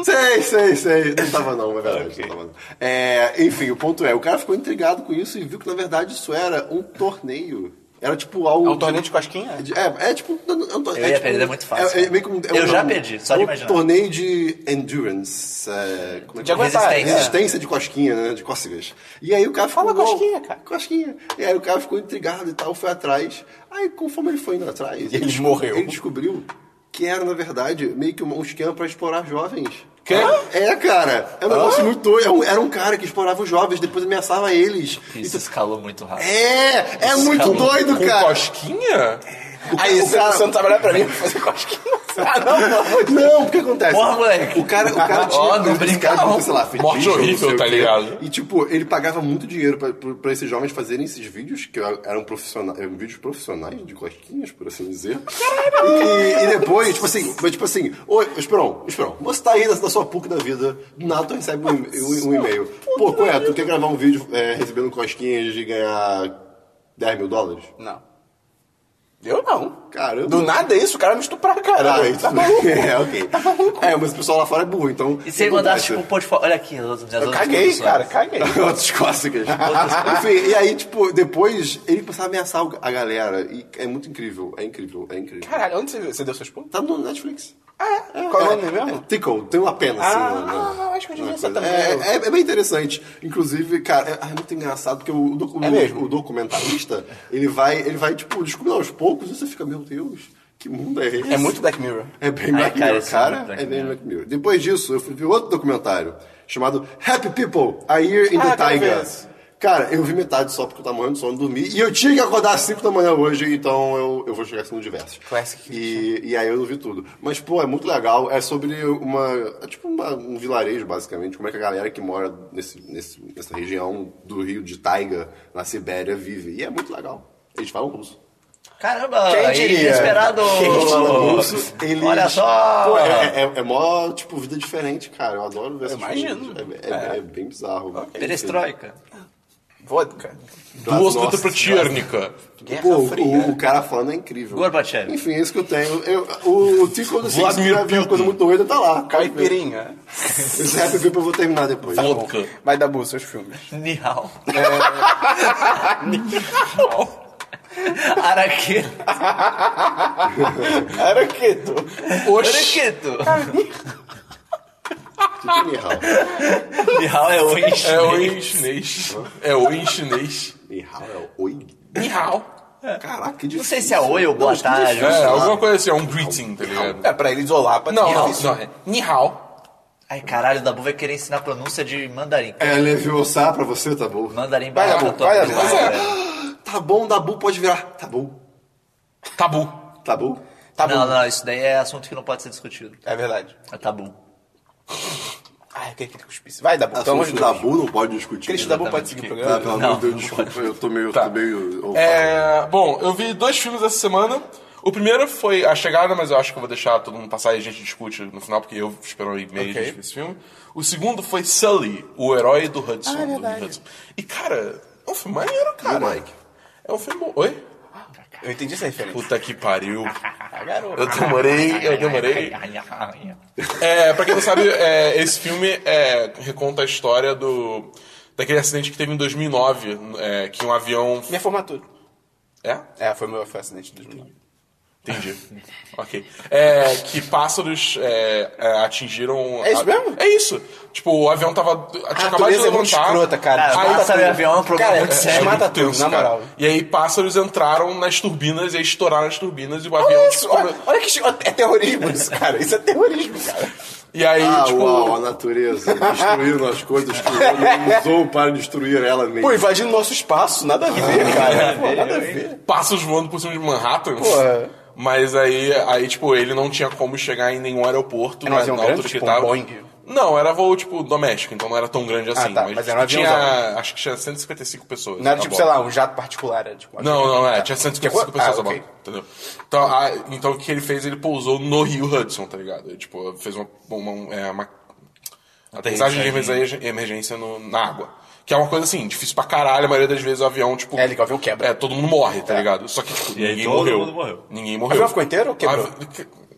[SPEAKER 2] Sei, sei, sei. Não tava não, é verdade. Não tava, não. É, enfim, o ponto é, o cara ficou intrigado com isso e viu que na verdade isso era um torneio. Era tipo algo.
[SPEAKER 1] é um torneio de cosquinha?
[SPEAKER 2] De- É, é tipo. não, não, é um tor-
[SPEAKER 4] Eu ia
[SPEAKER 2] tipo-
[SPEAKER 4] perder, é muito fácil.
[SPEAKER 2] é- é meio que um- é
[SPEAKER 4] Eu
[SPEAKER 2] um-
[SPEAKER 4] já perdi, só
[SPEAKER 2] é um
[SPEAKER 4] de imaginar.
[SPEAKER 2] torneio de endurance. É, como é que
[SPEAKER 1] De aguentar.
[SPEAKER 4] Resistência.
[SPEAKER 1] é.
[SPEAKER 2] Resistência de cosquinha, né? De cócegas. E aí o cara fala
[SPEAKER 1] Uou.
[SPEAKER 2] cosquinha, cara. Cosquinha. E aí o cara ficou intrigado e tal, foi atrás. Aí conforme ele foi indo atrás.
[SPEAKER 1] ele
[SPEAKER 2] desco-
[SPEAKER 1] morreu.
[SPEAKER 2] Ele descobriu que era, na verdade, meio que um um esquema pra explorar jovens.
[SPEAKER 3] Quê?
[SPEAKER 2] É, cara. É um negócio muito doido. Era um- Era um cara que explorava os jovens, depois ameaçava eles.
[SPEAKER 4] Isso escalou muito rápido.
[SPEAKER 2] É! É
[SPEAKER 4] Isso é
[SPEAKER 2] muito
[SPEAKER 4] um-
[SPEAKER 2] doido,
[SPEAKER 3] Com
[SPEAKER 2] cara!
[SPEAKER 3] cosquinha?
[SPEAKER 2] O ca-
[SPEAKER 1] Aí,
[SPEAKER 2] o
[SPEAKER 1] você,
[SPEAKER 2] cara-
[SPEAKER 1] você não trabalhar pra mim pra fazer cosquinha? Ah, não, não.
[SPEAKER 2] Não, o que acontece?
[SPEAKER 4] Porra, moleque.
[SPEAKER 2] O cara, o cara tinha.
[SPEAKER 4] Ó, não
[SPEAKER 2] esse
[SPEAKER 4] brinca,
[SPEAKER 2] cara
[SPEAKER 4] não.
[SPEAKER 2] tinha, sei lá, fetiche,
[SPEAKER 3] Morte
[SPEAKER 2] ou não
[SPEAKER 3] horrível,
[SPEAKER 2] sei o
[SPEAKER 3] tá
[SPEAKER 2] quê.
[SPEAKER 3] ligado?
[SPEAKER 2] E, tipo, ele pagava muito dinheiro pra, pra- pra esses jovens fazerem esses vídeos, que eram profissionais, eram vídeos profissionais de cosquinhas, por assim dizer. E, e depois, tipo assim, mas, tipo assim, ô, Esperão, Esperão, você tá aí na, na sua PUC da vida, do nada tu recebe um, um- um e-mail. Pô, qual é? Tu quer gravar um vídeo é, recebendo cosquinhas de ganhar 10 mil dólares?
[SPEAKER 1] Não. Eu não.
[SPEAKER 2] Caramba.
[SPEAKER 1] Do nada é isso, o cara um me estuprar, cara.
[SPEAKER 2] Ah, isso-
[SPEAKER 1] tá maluco.
[SPEAKER 2] É, ok. É, mas o pessoal lá fora é burro, então.
[SPEAKER 4] E se ele
[SPEAKER 2] não acontece.
[SPEAKER 4] mandasse, tipo, um portfólio. Olha aqui, as outras as
[SPEAKER 1] Eu
[SPEAKER 4] outras
[SPEAKER 1] caguei,
[SPEAKER 4] produções.
[SPEAKER 1] cara, caguei.
[SPEAKER 2] Outras cócegas. Enfim, e aí, tipo, depois ele começava a ameaçar o- a galera. E é muito incrível, é incrível, é incrível.
[SPEAKER 1] Caralho, onde você, viu? você deu seus pontos?
[SPEAKER 2] Tá no Netflix.
[SPEAKER 1] Ah, é? Qual é o nome mesmo?
[SPEAKER 2] Tickle, tem uma pena, assim.
[SPEAKER 1] Ah,
[SPEAKER 2] né, né?
[SPEAKER 1] ah, acho que eu devia
[SPEAKER 2] Uma
[SPEAKER 1] ser
[SPEAKER 2] coisa.
[SPEAKER 1] também.
[SPEAKER 2] É, é- é bem interessante. Inclusive, cara, é, ah, é muito engraçado, porque o, docu-
[SPEAKER 1] É mesmo?
[SPEAKER 2] o documentarista, ele vai, ele vai, tipo, descobrindo aos poucos, e você fica, meu Deus, que mundo é esse?
[SPEAKER 1] É muito Black Mirror.
[SPEAKER 2] É bem
[SPEAKER 4] Ai,
[SPEAKER 2] Black
[SPEAKER 4] cara,
[SPEAKER 2] Mirror,
[SPEAKER 4] isso é
[SPEAKER 2] cara.
[SPEAKER 4] muito Black
[SPEAKER 2] É bem
[SPEAKER 4] Mirror.
[SPEAKER 2] Black Mirror. Depois disso, eu fui ver outro documentário chamado Happy People, A Year in
[SPEAKER 1] Ah,
[SPEAKER 2] the
[SPEAKER 1] eu quero ver
[SPEAKER 2] Tiger.
[SPEAKER 1] esse.
[SPEAKER 2] Cara, eu vi metade só porque eu tava morrendo de sono, dormi. E eu tinha que acordar às 5 da manhã hoje, então eu, eu vou chegar sendo diversos.
[SPEAKER 1] Classic
[SPEAKER 2] E, e aí eu não vi tudo. Mas, pô, é muito legal. É sobre uma... É tipo uma- um vilarejo, basicamente. Como é que a galera que mora nesse, nesse- nessa região do rio de Taiga, na Sibéria, vive. E é muito legal. Eles falam russo.
[SPEAKER 4] Caramba,
[SPEAKER 1] Quem
[SPEAKER 4] aí,
[SPEAKER 1] diria?
[SPEAKER 4] inesperado.
[SPEAKER 2] Isso, eles-
[SPEAKER 4] Olha só.
[SPEAKER 2] Pô, é, é, é mó, tipo, vida diferente, cara. Eu adoro ver essas
[SPEAKER 5] imagino.
[SPEAKER 2] coisas. É, é- é bem bizarro.
[SPEAKER 4] Perestroika.
[SPEAKER 5] Vodka.
[SPEAKER 3] Duas
[SPEAKER 2] Nossa,
[SPEAKER 3] contra pro Tiernica.
[SPEAKER 5] Guerra
[SPEAKER 2] Pô,
[SPEAKER 5] Fria.
[SPEAKER 2] o, o cara falando é incrível.
[SPEAKER 4] Gorbachev.
[SPEAKER 2] Enfim, é isso que eu tenho. Eu, o o Tico quando você
[SPEAKER 3] Vladimir
[SPEAKER 2] escreve uma
[SPEAKER 3] Putin.
[SPEAKER 2] coisa muito doida, tá lá.
[SPEAKER 5] Caipirinha.
[SPEAKER 2] Esse rap grip eu vou terminar depois.
[SPEAKER 3] Vodka.
[SPEAKER 1] Vai dar boa seus filmes.
[SPEAKER 4] Nihal. Araqueto.
[SPEAKER 5] Araqueto.
[SPEAKER 3] Oxi.
[SPEAKER 4] Araqueto.
[SPEAKER 2] Tá Nihao.
[SPEAKER 4] Nihal é o enche.
[SPEAKER 3] É oi em chinês. É oi em chinês.
[SPEAKER 2] Nihao é o oi.
[SPEAKER 3] Ni hao.
[SPEAKER 2] Caraca, que difícil.
[SPEAKER 4] Não sei se é oi ou boa
[SPEAKER 2] Não,
[SPEAKER 4] tarde.
[SPEAKER 3] É, alguma coisa assim, é um greeting, tá ligado?
[SPEAKER 5] É, pra ele isolar, pra
[SPEAKER 3] Não,
[SPEAKER 5] ter
[SPEAKER 3] não,
[SPEAKER 5] isso.
[SPEAKER 3] não. É Ni hao.
[SPEAKER 4] Ai, caralho, o Dabu vai querer ensinar a pronúncia de mandarim.
[SPEAKER 2] É, Leviosa pra você, tá bom.
[SPEAKER 4] Mandarim
[SPEAKER 1] Vai,
[SPEAKER 4] barato.
[SPEAKER 1] Dabu, vai, Dabu.
[SPEAKER 4] atualizado,
[SPEAKER 3] Mas é.
[SPEAKER 4] velho.
[SPEAKER 2] Tá bom, Dabu pode virar. Tá bom.
[SPEAKER 3] Tabu.
[SPEAKER 2] Tá bom.
[SPEAKER 1] Tá bom.
[SPEAKER 4] Não, não, isso daí é assunto que não pode ser discutido.
[SPEAKER 1] É verdade.
[SPEAKER 4] É tabu.
[SPEAKER 1] Ai, eu queria que ele cuspisse. Vai, Dabu. Então,
[SPEAKER 2] Assunto
[SPEAKER 1] hoje Dabu.
[SPEAKER 2] Dabu não pode discutir.
[SPEAKER 1] Cristo
[SPEAKER 2] né?
[SPEAKER 1] Dabu pode seguir o programa.
[SPEAKER 2] Ah, pelo
[SPEAKER 4] Não.
[SPEAKER 2] amor de Deus, desculpa. Eu tô meio.
[SPEAKER 3] Tá.
[SPEAKER 2] Tô meio
[SPEAKER 3] É, bom, eu vi dois filmes essa semana. O primeiro foi A Chegada, mas eu acho que eu vou deixar todo mundo passar e a gente discute no final, porque eu espero um e-mail e a gente vê esse filme. O segundo foi Sully, o herói do Hudson. do Hudson. E, cara, é um filme maneiro, cara. É um filme bom. Oi?
[SPEAKER 1] Eu entendi essa referência.
[SPEAKER 3] Puta que pariu. Eu demorei, eu demorei. É, pra quem não sabe, é, esse filme é, reconta a história do daquele acidente que teve em 2009, é, que um avião...
[SPEAKER 1] Minha formatura.
[SPEAKER 3] É?
[SPEAKER 1] É, foi meu foi um acidente de 2009.
[SPEAKER 3] Entendi. ok. É, que pássaros é, é, atingiram...
[SPEAKER 1] É isso
[SPEAKER 3] a-
[SPEAKER 1] mesmo?
[SPEAKER 3] É isso. Tipo, o avião tava... Tinha acabado de
[SPEAKER 1] natureza é
[SPEAKER 3] levantar...
[SPEAKER 1] muito escrota, cara.
[SPEAKER 4] Cara,
[SPEAKER 1] Desmata
[SPEAKER 4] pássaro e avião é um problema
[SPEAKER 1] Cara,
[SPEAKER 4] muito
[SPEAKER 1] é-
[SPEAKER 4] sério.
[SPEAKER 1] Mata
[SPEAKER 3] muito
[SPEAKER 1] tudo,
[SPEAKER 3] tenso,
[SPEAKER 1] na
[SPEAKER 3] cara.
[SPEAKER 1] moral.
[SPEAKER 3] E aí pássaros entraram nas turbinas e aí estouraram as turbinas e o avião...
[SPEAKER 1] Olha
[SPEAKER 3] tipo,
[SPEAKER 1] isso, olha, olha que... chi- É terrorismo isso, cara. Isso é terrorismo, cara.
[SPEAKER 3] E aí,
[SPEAKER 2] Ah,
[SPEAKER 3] tipo...
[SPEAKER 2] uau, a natureza. Destruindo as coisas que o homem usou para destruir ela mesma.
[SPEAKER 1] Pô, invadindo nosso espaço. Nada a ver, cara. Pô, Ah, nada a ver.
[SPEAKER 3] passos voando por cima de Manhattan.
[SPEAKER 1] Porra.
[SPEAKER 3] Mas aí, aí, tipo, ele não tinha como chegar em nenhum aeroporto
[SPEAKER 1] Era um
[SPEAKER 3] na,
[SPEAKER 1] avião
[SPEAKER 3] na altura
[SPEAKER 1] grande,
[SPEAKER 3] que
[SPEAKER 1] tipo um
[SPEAKER 3] tava.
[SPEAKER 1] Boeing?
[SPEAKER 3] Não, era voo, tipo, doméstico, então não era tão grande assim.
[SPEAKER 1] tá, mas era um
[SPEAKER 3] tinha,
[SPEAKER 1] aviãozão.
[SPEAKER 3] acho que tinha 155 pessoas.
[SPEAKER 1] Não
[SPEAKER 3] a
[SPEAKER 1] era tipo,
[SPEAKER 3] bordo.
[SPEAKER 1] sei lá, um jato particular. Era, tipo,
[SPEAKER 3] Não, não, é.
[SPEAKER 1] Tinha
[SPEAKER 3] Tinha 155
[SPEAKER 1] quanto?
[SPEAKER 3] pessoas
[SPEAKER 1] Ah,
[SPEAKER 3] a bordo,
[SPEAKER 1] ok.
[SPEAKER 3] entendeu? Então, a- então o que ele fez, ele pousou no Rio Hudson, tá ligado? Ele, tipo, fez uma, uma, é, uma aterrissagem de emergência- emergência no- na água. Que é uma coisa assim, difícil pra caralho, a maioria das vezes o avião, tipo.
[SPEAKER 1] É, o avião quebra.
[SPEAKER 3] É, todo mundo morre, tá ligado? Só que, tipo,
[SPEAKER 4] E aí
[SPEAKER 3] ninguém
[SPEAKER 4] todo
[SPEAKER 3] morreu.
[SPEAKER 4] mundo morreu.
[SPEAKER 3] Ninguém morreu.
[SPEAKER 1] O avião ficou inteiro ou quebrou?
[SPEAKER 3] O avi-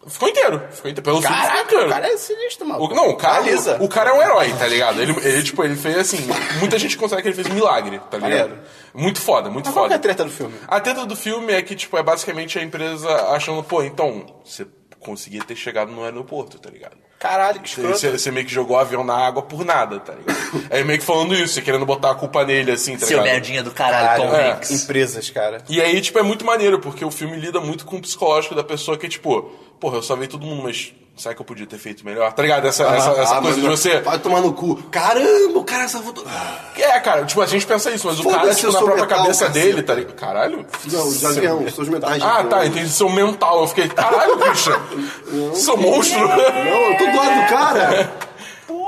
[SPEAKER 3] Ficou inteiro. Ficou inteiro. Pelo filme, ficou
[SPEAKER 1] Caraca,
[SPEAKER 3] inteiro.
[SPEAKER 1] o né, cara é sinistro, mano.
[SPEAKER 3] O- não, o cara,
[SPEAKER 1] Alisa.
[SPEAKER 3] o, o cara é um herói, tá ligado? Ele, ele, tipo, ele fez assim. Muita gente considera que ele fez um milagre, tá ligado?
[SPEAKER 1] Maneiro.
[SPEAKER 3] Muito foda, muito
[SPEAKER 1] Mas qual que
[SPEAKER 3] foda.
[SPEAKER 1] é a treta do filme?
[SPEAKER 3] A tenta do filme é que, tipo, é basicamente a empresa achando, pô, então, você conseguia ter chegado no aeroporto, tá ligado?
[SPEAKER 1] Caralho, que escroto.
[SPEAKER 3] Você, você meio que jogou o avião na água por nada, tá ligado? Aí meio que falando isso, e querendo botar a culpa nele, assim, tá
[SPEAKER 4] Seu
[SPEAKER 3] ligado?
[SPEAKER 4] merdinha do caralho,
[SPEAKER 1] Caralho,
[SPEAKER 4] Tom
[SPEAKER 3] é.
[SPEAKER 4] Hanks.
[SPEAKER 1] Empresas, cara.
[SPEAKER 3] E aí, tipo, é muito maneiro, porque o filme lida muito com o psicológico da pessoa que é tipo, porra, eu salvei todo mundo, mas será que eu podia ter feito melhor? Tá ligado? Essa, essa, essa
[SPEAKER 2] Ah,
[SPEAKER 3] coisa de
[SPEAKER 2] mas
[SPEAKER 3] você.
[SPEAKER 2] Vai tomar no cu. Caramba, o cara salvou. to- Ah,
[SPEAKER 3] É, cara, tipo, a gente pensa isso, mas o cara,
[SPEAKER 2] Foda-se,
[SPEAKER 3] tipo,
[SPEAKER 2] eu
[SPEAKER 3] na
[SPEAKER 2] sou
[SPEAKER 3] própria
[SPEAKER 2] metal,
[SPEAKER 3] cabeça
[SPEAKER 2] caceta.
[SPEAKER 3] dele, tá ligado? Caralho.
[SPEAKER 2] Não, de avião, seus mentais. de
[SPEAKER 3] Ah,
[SPEAKER 2] avião.
[SPEAKER 3] tá, entendi. Seu mental. Eu fiquei, caralho, bicho. Sou monstro.
[SPEAKER 2] Não, eu tô do lado do cara.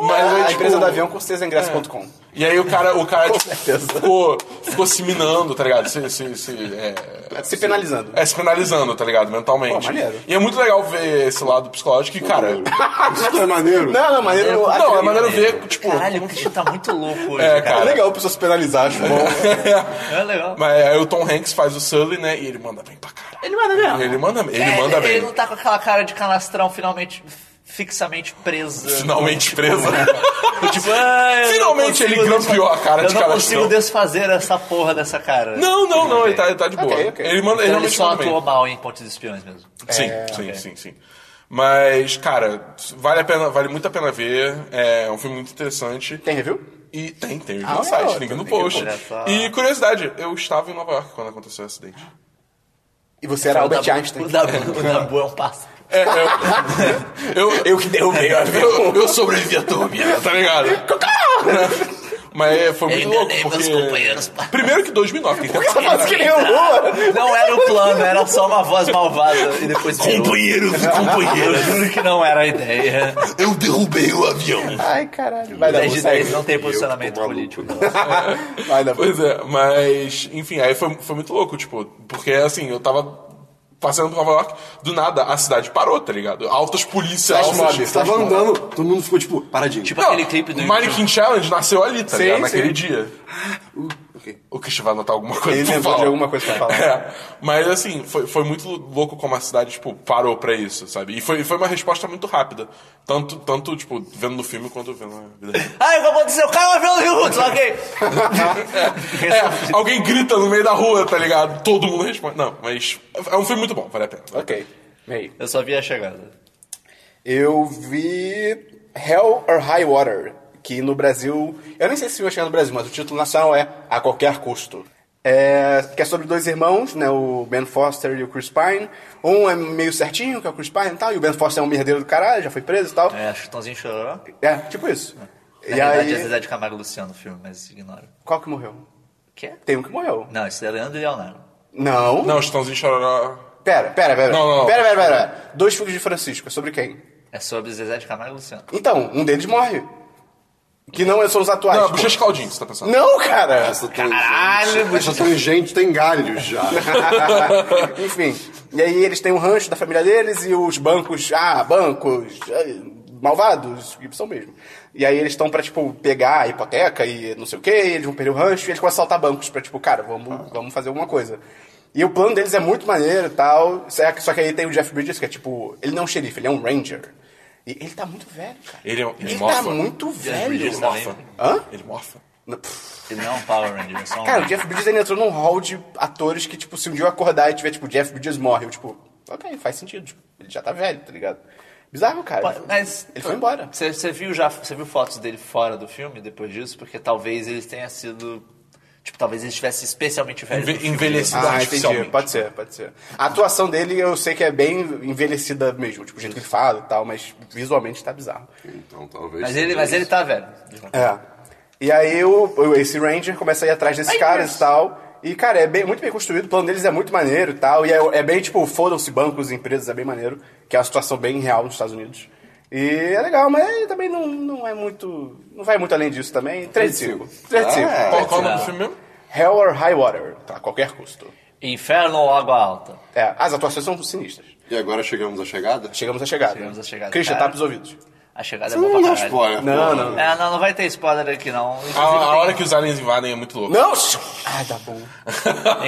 [SPEAKER 3] Mas aí,
[SPEAKER 1] a
[SPEAKER 3] tipo,
[SPEAKER 1] empresa do avião com certeza ingresso.com.
[SPEAKER 3] E aí o cara, o cara tipo, ficou, ficou se minando, tá ligado? Se, se, se, é,
[SPEAKER 1] Tá Se penalizando.
[SPEAKER 3] é, se penalizando, tá ligado? Mentalmente.
[SPEAKER 1] Pô, maneiro.
[SPEAKER 3] E é muito legal ver esse lado psicológico e, cara.
[SPEAKER 2] Isso não é maneiro.
[SPEAKER 1] Não, não, mas eu,
[SPEAKER 3] Não, é maneiro ver, tipo.
[SPEAKER 4] Caralho, o Christian tá muito louco hoje,
[SPEAKER 3] É,
[SPEAKER 1] É
[SPEAKER 3] cara.
[SPEAKER 4] cara.
[SPEAKER 1] legal pessoas se penalizar, acho bom.
[SPEAKER 4] É legal.
[SPEAKER 3] Mas aí o Tom Hanks faz o Sully, né? E ele manda bem pra caralho.
[SPEAKER 1] Ele manda mesmo.
[SPEAKER 3] Ele manda, ele
[SPEAKER 4] É,
[SPEAKER 3] manda
[SPEAKER 4] ele
[SPEAKER 3] bem.
[SPEAKER 4] não tá com aquela cara de canastrão finalmente fixamente presa.
[SPEAKER 3] Finalmente presa.
[SPEAKER 4] Tipo, ah, eu não
[SPEAKER 3] Finalmente
[SPEAKER 4] consigo
[SPEAKER 3] ele grampeou a cara
[SPEAKER 4] eu
[SPEAKER 3] de
[SPEAKER 4] não
[SPEAKER 3] canastrão.
[SPEAKER 4] consigo desfazer essa porra dessa cara.
[SPEAKER 3] Não, não, não, ele tá, ele tá de boa.
[SPEAKER 1] Ok, ok.
[SPEAKER 3] Ele manda, ele
[SPEAKER 4] Então ele
[SPEAKER 3] realmente
[SPEAKER 4] só
[SPEAKER 3] manda bem.
[SPEAKER 4] atuou mal em Pontes Espiões mesmo.
[SPEAKER 3] Sim,
[SPEAKER 1] É,
[SPEAKER 3] sim, sim, sim. Mas, cara, vale, a pena, vale muito a pena ver. É um filme muito interessante.
[SPEAKER 1] Tem review?
[SPEAKER 3] E tem, tem
[SPEAKER 1] Ah,
[SPEAKER 3] no site,
[SPEAKER 1] ótimo,
[SPEAKER 3] link no
[SPEAKER 1] link no
[SPEAKER 3] post.
[SPEAKER 4] post.
[SPEAKER 3] E curiosidade, eu estava em Nova York quando aconteceu o acidente.
[SPEAKER 1] E você era Albert
[SPEAKER 4] Tá, o Dabu-
[SPEAKER 1] Einstein.
[SPEAKER 4] O Dabu, o Dabu é um pássaro.
[SPEAKER 3] É, eu, eu, eu que derrubei o avião. Eu, eu sobrevivi à turbina, tá ligado? Mas foi
[SPEAKER 4] Eu
[SPEAKER 3] muito louco,
[SPEAKER 4] enganei meus companheiros.
[SPEAKER 3] porque... Primeiro que 2009, quem
[SPEAKER 1] Você
[SPEAKER 3] tem
[SPEAKER 1] faz que nem o Lua.
[SPEAKER 4] Não era o plano, era só uma voz malvada e depois virou.
[SPEAKER 6] Companheiros,
[SPEAKER 4] Eu
[SPEAKER 6] companheiras,
[SPEAKER 4] juro que não era a ideia.
[SPEAKER 6] eu derrubei o avião.
[SPEAKER 1] Ai, caralho. Vai dar
[SPEAKER 4] 10
[SPEAKER 1] bom,
[SPEAKER 4] de
[SPEAKER 1] segue.
[SPEAKER 4] 10 não tem posicionamento político.
[SPEAKER 1] Vai dar bom.
[SPEAKER 3] Pois é, mas, enfim, aí foi, foi muito louco, tipo, porque assim, eu tava passeando por Nova York, do nada a cidade parou, tá ligado? Altas polícias,
[SPEAKER 1] Flash
[SPEAKER 3] altas.
[SPEAKER 1] mob.
[SPEAKER 2] Você tava andando, todo mundo ficou tipo, paradinho.
[SPEAKER 4] Tipo
[SPEAKER 3] Não,
[SPEAKER 4] aquele clipe do YouTube.
[SPEAKER 3] Mannequin Challenge nasceu ali, tá
[SPEAKER 1] Sim,
[SPEAKER 3] ligado?
[SPEAKER 1] sim. Ah,
[SPEAKER 3] Naquele dia. O Christian vai anotar alguma coisa
[SPEAKER 1] Ele
[SPEAKER 3] pra
[SPEAKER 1] lembrou
[SPEAKER 3] falar.
[SPEAKER 1] de alguma coisa pra falar.
[SPEAKER 3] É, mas assim, foi, foi muito louco como a cidade, tipo, parou pra isso, sabe? E foi, foi uma resposta muito rápida. Tanto, tanto, tipo, vendo no filme quanto vendo na vida real.
[SPEAKER 4] Ai, acabou de ser o cara, meu Deus, ok.
[SPEAKER 3] É, alguém grita no meio da rua, tá ligado? Todo mundo responde. Não, mas é um filme muito bom, vale a pena.
[SPEAKER 1] Ok. Meio.
[SPEAKER 4] Eu só vi a chegada.
[SPEAKER 1] Eu vi Hell or High Water, que no Brasil. Eu nem sei se vai chegar no Brasil, mas o título nacional é A Qualquer Custo. É, que é sobre dois irmãos, né? O Ben Foster e o Chris Pine. Um é meio certinho, que é o Chris Pine e tal, e o Ben Foster é um merdeiro do caralho, já foi preso e tal.
[SPEAKER 4] É, Chutãozinho chorou.
[SPEAKER 1] É, tipo isso.
[SPEAKER 4] Na
[SPEAKER 1] e
[SPEAKER 4] verdade, é
[SPEAKER 1] aí.
[SPEAKER 4] Zezé de Camargo e Luciano no filme, mas ignora.
[SPEAKER 3] é-
[SPEAKER 1] Qual que morreu?
[SPEAKER 4] Quê?
[SPEAKER 1] Tem um que morreu.
[SPEAKER 4] Não, esse é Leandro e Leonardo.
[SPEAKER 1] Não.
[SPEAKER 3] Não, Chitãozinho e Chororó.
[SPEAKER 1] Pera, pera, pera.
[SPEAKER 3] Não, não.
[SPEAKER 1] Pera, pera, pera. pera. Dois filhos de Francisco, é sobre quem?
[SPEAKER 4] É sobre Zezé de Camargo e Luciano.
[SPEAKER 1] Então, um deles morre. Que não é são os atuais.
[SPEAKER 3] Não,
[SPEAKER 1] pô.
[SPEAKER 3] Bochecha Caldinho, você tá pensando.
[SPEAKER 1] Ah, tipo, Não, cara!
[SPEAKER 2] Essa tangente, essa tangente tem galhos já.
[SPEAKER 1] Enfim. E aí eles têm um rancho da família deles e os bancos. Ah, bancos. eh, Malvados, e são mesmo. E aí eles estão pra, tipo, pegar a hipoteca e não sei o que, eles vão perder o rancho e eles vão assaltar bancos pra, tipo, cara, vamos,
[SPEAKER 3] Ah.
[SPEAKER 1] vamos fazer alguma coisa. E o plano deles é muito maneiro e tal. Só que- Só que aí tem o Jeff Bridges, que é tipo, ele não é um xerife, ele é um ranger. E ele tá muito velho, cara.
[SPEAKER 3] Ele é um- ele
[SPEAKER 1] Ele tá
[SPEAKER 3] morfa.
[SPEAKER 1] muito
[SPEAKER 3] Ele
[SPEAKER 1] velho.
[SPEAKER 3] morfa.
[SPEAKER 1] Hã?
[SPEAKER 3] Ele morfa.
[SPEAKER 1] Não, pff.
[SPEAKER 4] Ele não é um Power Ranger, é só um.
[SPEAKER 1] Cara, o Jeff Bridges ele entrou num hall de atores que, tipo, se um dia eu acordar e tiver, tipo, Jeff Bridges morre, eu, tipo, ok, faz sentido. tipo, ele já tá velho, tá ligado? Bizarro,
[SPEAKER 4] é,
[SPEAKER 1] cara. Ah,
[SPEAKER 4] Mas-
[SPEAKER 1] ele foi embora.
[SPEAKER 4] Você você viu já, você viu fotos dele fora do filme depois disso? Porque talvez ele tenha sido. Tipo, talvez ele estivesse especialmente velho.
[SPEAKER 3] Enve-
[SPEAKER 4] pro filme.
[SPEAKER 3] envelhecido.
[SPEAKER 1] Ah, entendi.
[SPEAKER 3] artificialmente.
[SPEAKER 1] Pode ser, pode ser. A atuação dele eu sei que é bem envelhecida mesmo, tipo, o jeito que ele fala e tal, mas visualmente tá bizarro.
[SPEAKER 2] Então talvez.
[SPEAKER 4] Mas ele, mas ele tá velho.
[SPEAKER 1] É. E aí o, o- esse Ranger começa a ir atrás desses caras e tal. E, cara, é bem, muito bem construído, o plano deles é muito maneiro e tal. E é, é bem tipo, fodam-se bancos e empresas, é bem maneiro. Que é uma situação bem real nos Estados Unidos. E é legal, mas também não, não é muito. Não vai muito além disso também. 3 de Ah. 5. 3 de 5.
[SPEAKER 3] Qual, qual é o nome do filme mesmo?
[SPEAKER 1] Hell or High Water, a qualquer custo.
[SPEAKER 4] Inferno ou Água Alta?
[SPEAKER 1] É, as atuações são sinistras.
[SPEAKER 2] E agora chegamos à chegada?
[SPEAKER 1] Chegamos à chegada.
[SPEAKER 4] Chegamos à chegada,
[SPEAKER 1] Christian,
[SPEAKER 4] cara.
[SPEAKER 1] tapa os ouvidos.
[SPEAKER 4] A chegada é
[SPEAKER 2] Não,
[SPEAKER 4] boa pra
[SPEAKER 2] dá
[SPEAKER 4] caralho.
[SPEAKER 2] spoiler.
[SPEAKER 1] Não, não. não.
[SPEAKER 4] É, não, não vai ter spoiler aqui não. Inclusive,
[SPEAKER 3] A, a
[SPEAKER 4] tem-
[SPEAKER 3] hora que os aliens invadem é muito louco.
[SPEAKER 1] Ah, Não! Ah, tá bom.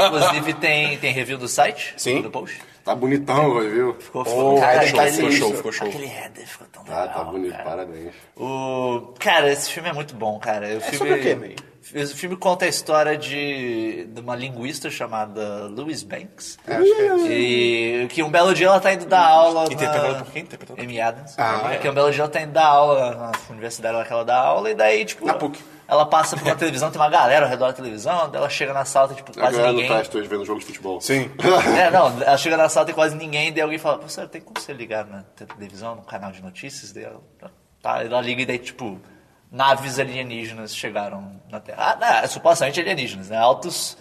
[SPEAKER 4] Inclusive tem, tem review do site?
[SPEAKER 1] Sim.
[SPEAKER 4] Do post?
[SPEAKER 2] Tá bonitão, vai, viu?
[SPEAKER 4] Ficou,
[SPEAKER 1] Oh,
[SPEAKER 4] cara,
[SPEAKER 1] tá
[SPEAKER 4] aquele,
[SPEAKER 1] sinistro.
[SPEAKER 3] Ficou show, ficou show.
[SPEAKER 4] aquele header ficou tão legal.
[SPEAKER 2] Ah, tá bonito,
[SPEAKER 4] cara.
[SPEAKER 2] parabéns.
[SPEAKER 4] O... Cara, esse filme é muito bom, cara. O filme...
[SPEAKER 1] sobre o quê, Ney?
[SPEAKER 4] Esse filme conta a história de, de uma linguista chamada Louise Banks.
[SPEAKER 1] É,
[SPEAKER 4] E que um belo dia ela tá indo dar aula.
[SPEAKER 3] Interpretada
[SPEAKER 4] na-
[SPEAKER 3] por quem? Interpretada por
[SPEAKER 4] Amy Adams.
[SPEAKER 1] Ah,
[SPEAKER 4] que um belo dia ela tá indo dar aula na universidade lá que ela dá aula, e daí, tipo.
[SPEAKER 1] Na PUC.
[SPEAKER 4] Ela passa por uma televisão, tem uma galera ao redor da televisão, daí ela chega na sala, tem, tipo,
[SPEAKER 2] A
[SPEAKER 4] quase
[SPEAKER 2] galera
[SPEAKER 4] ninguém.
[SPEAKER 2] não tá estou vendo jogo de futebol.
[SPEAKER 1] Sim.
[SPEAKER 4] É, não, ela chega na sala, tem quase ninguém, daí alguém fala, professor, tem como você ligar na televisão, no canal de notícias? Daí ela, tá, ela liga e daí, tipo, naves alienígenas chegaram na Terra. Ah, não, supostamente alienígenas, né? Altos,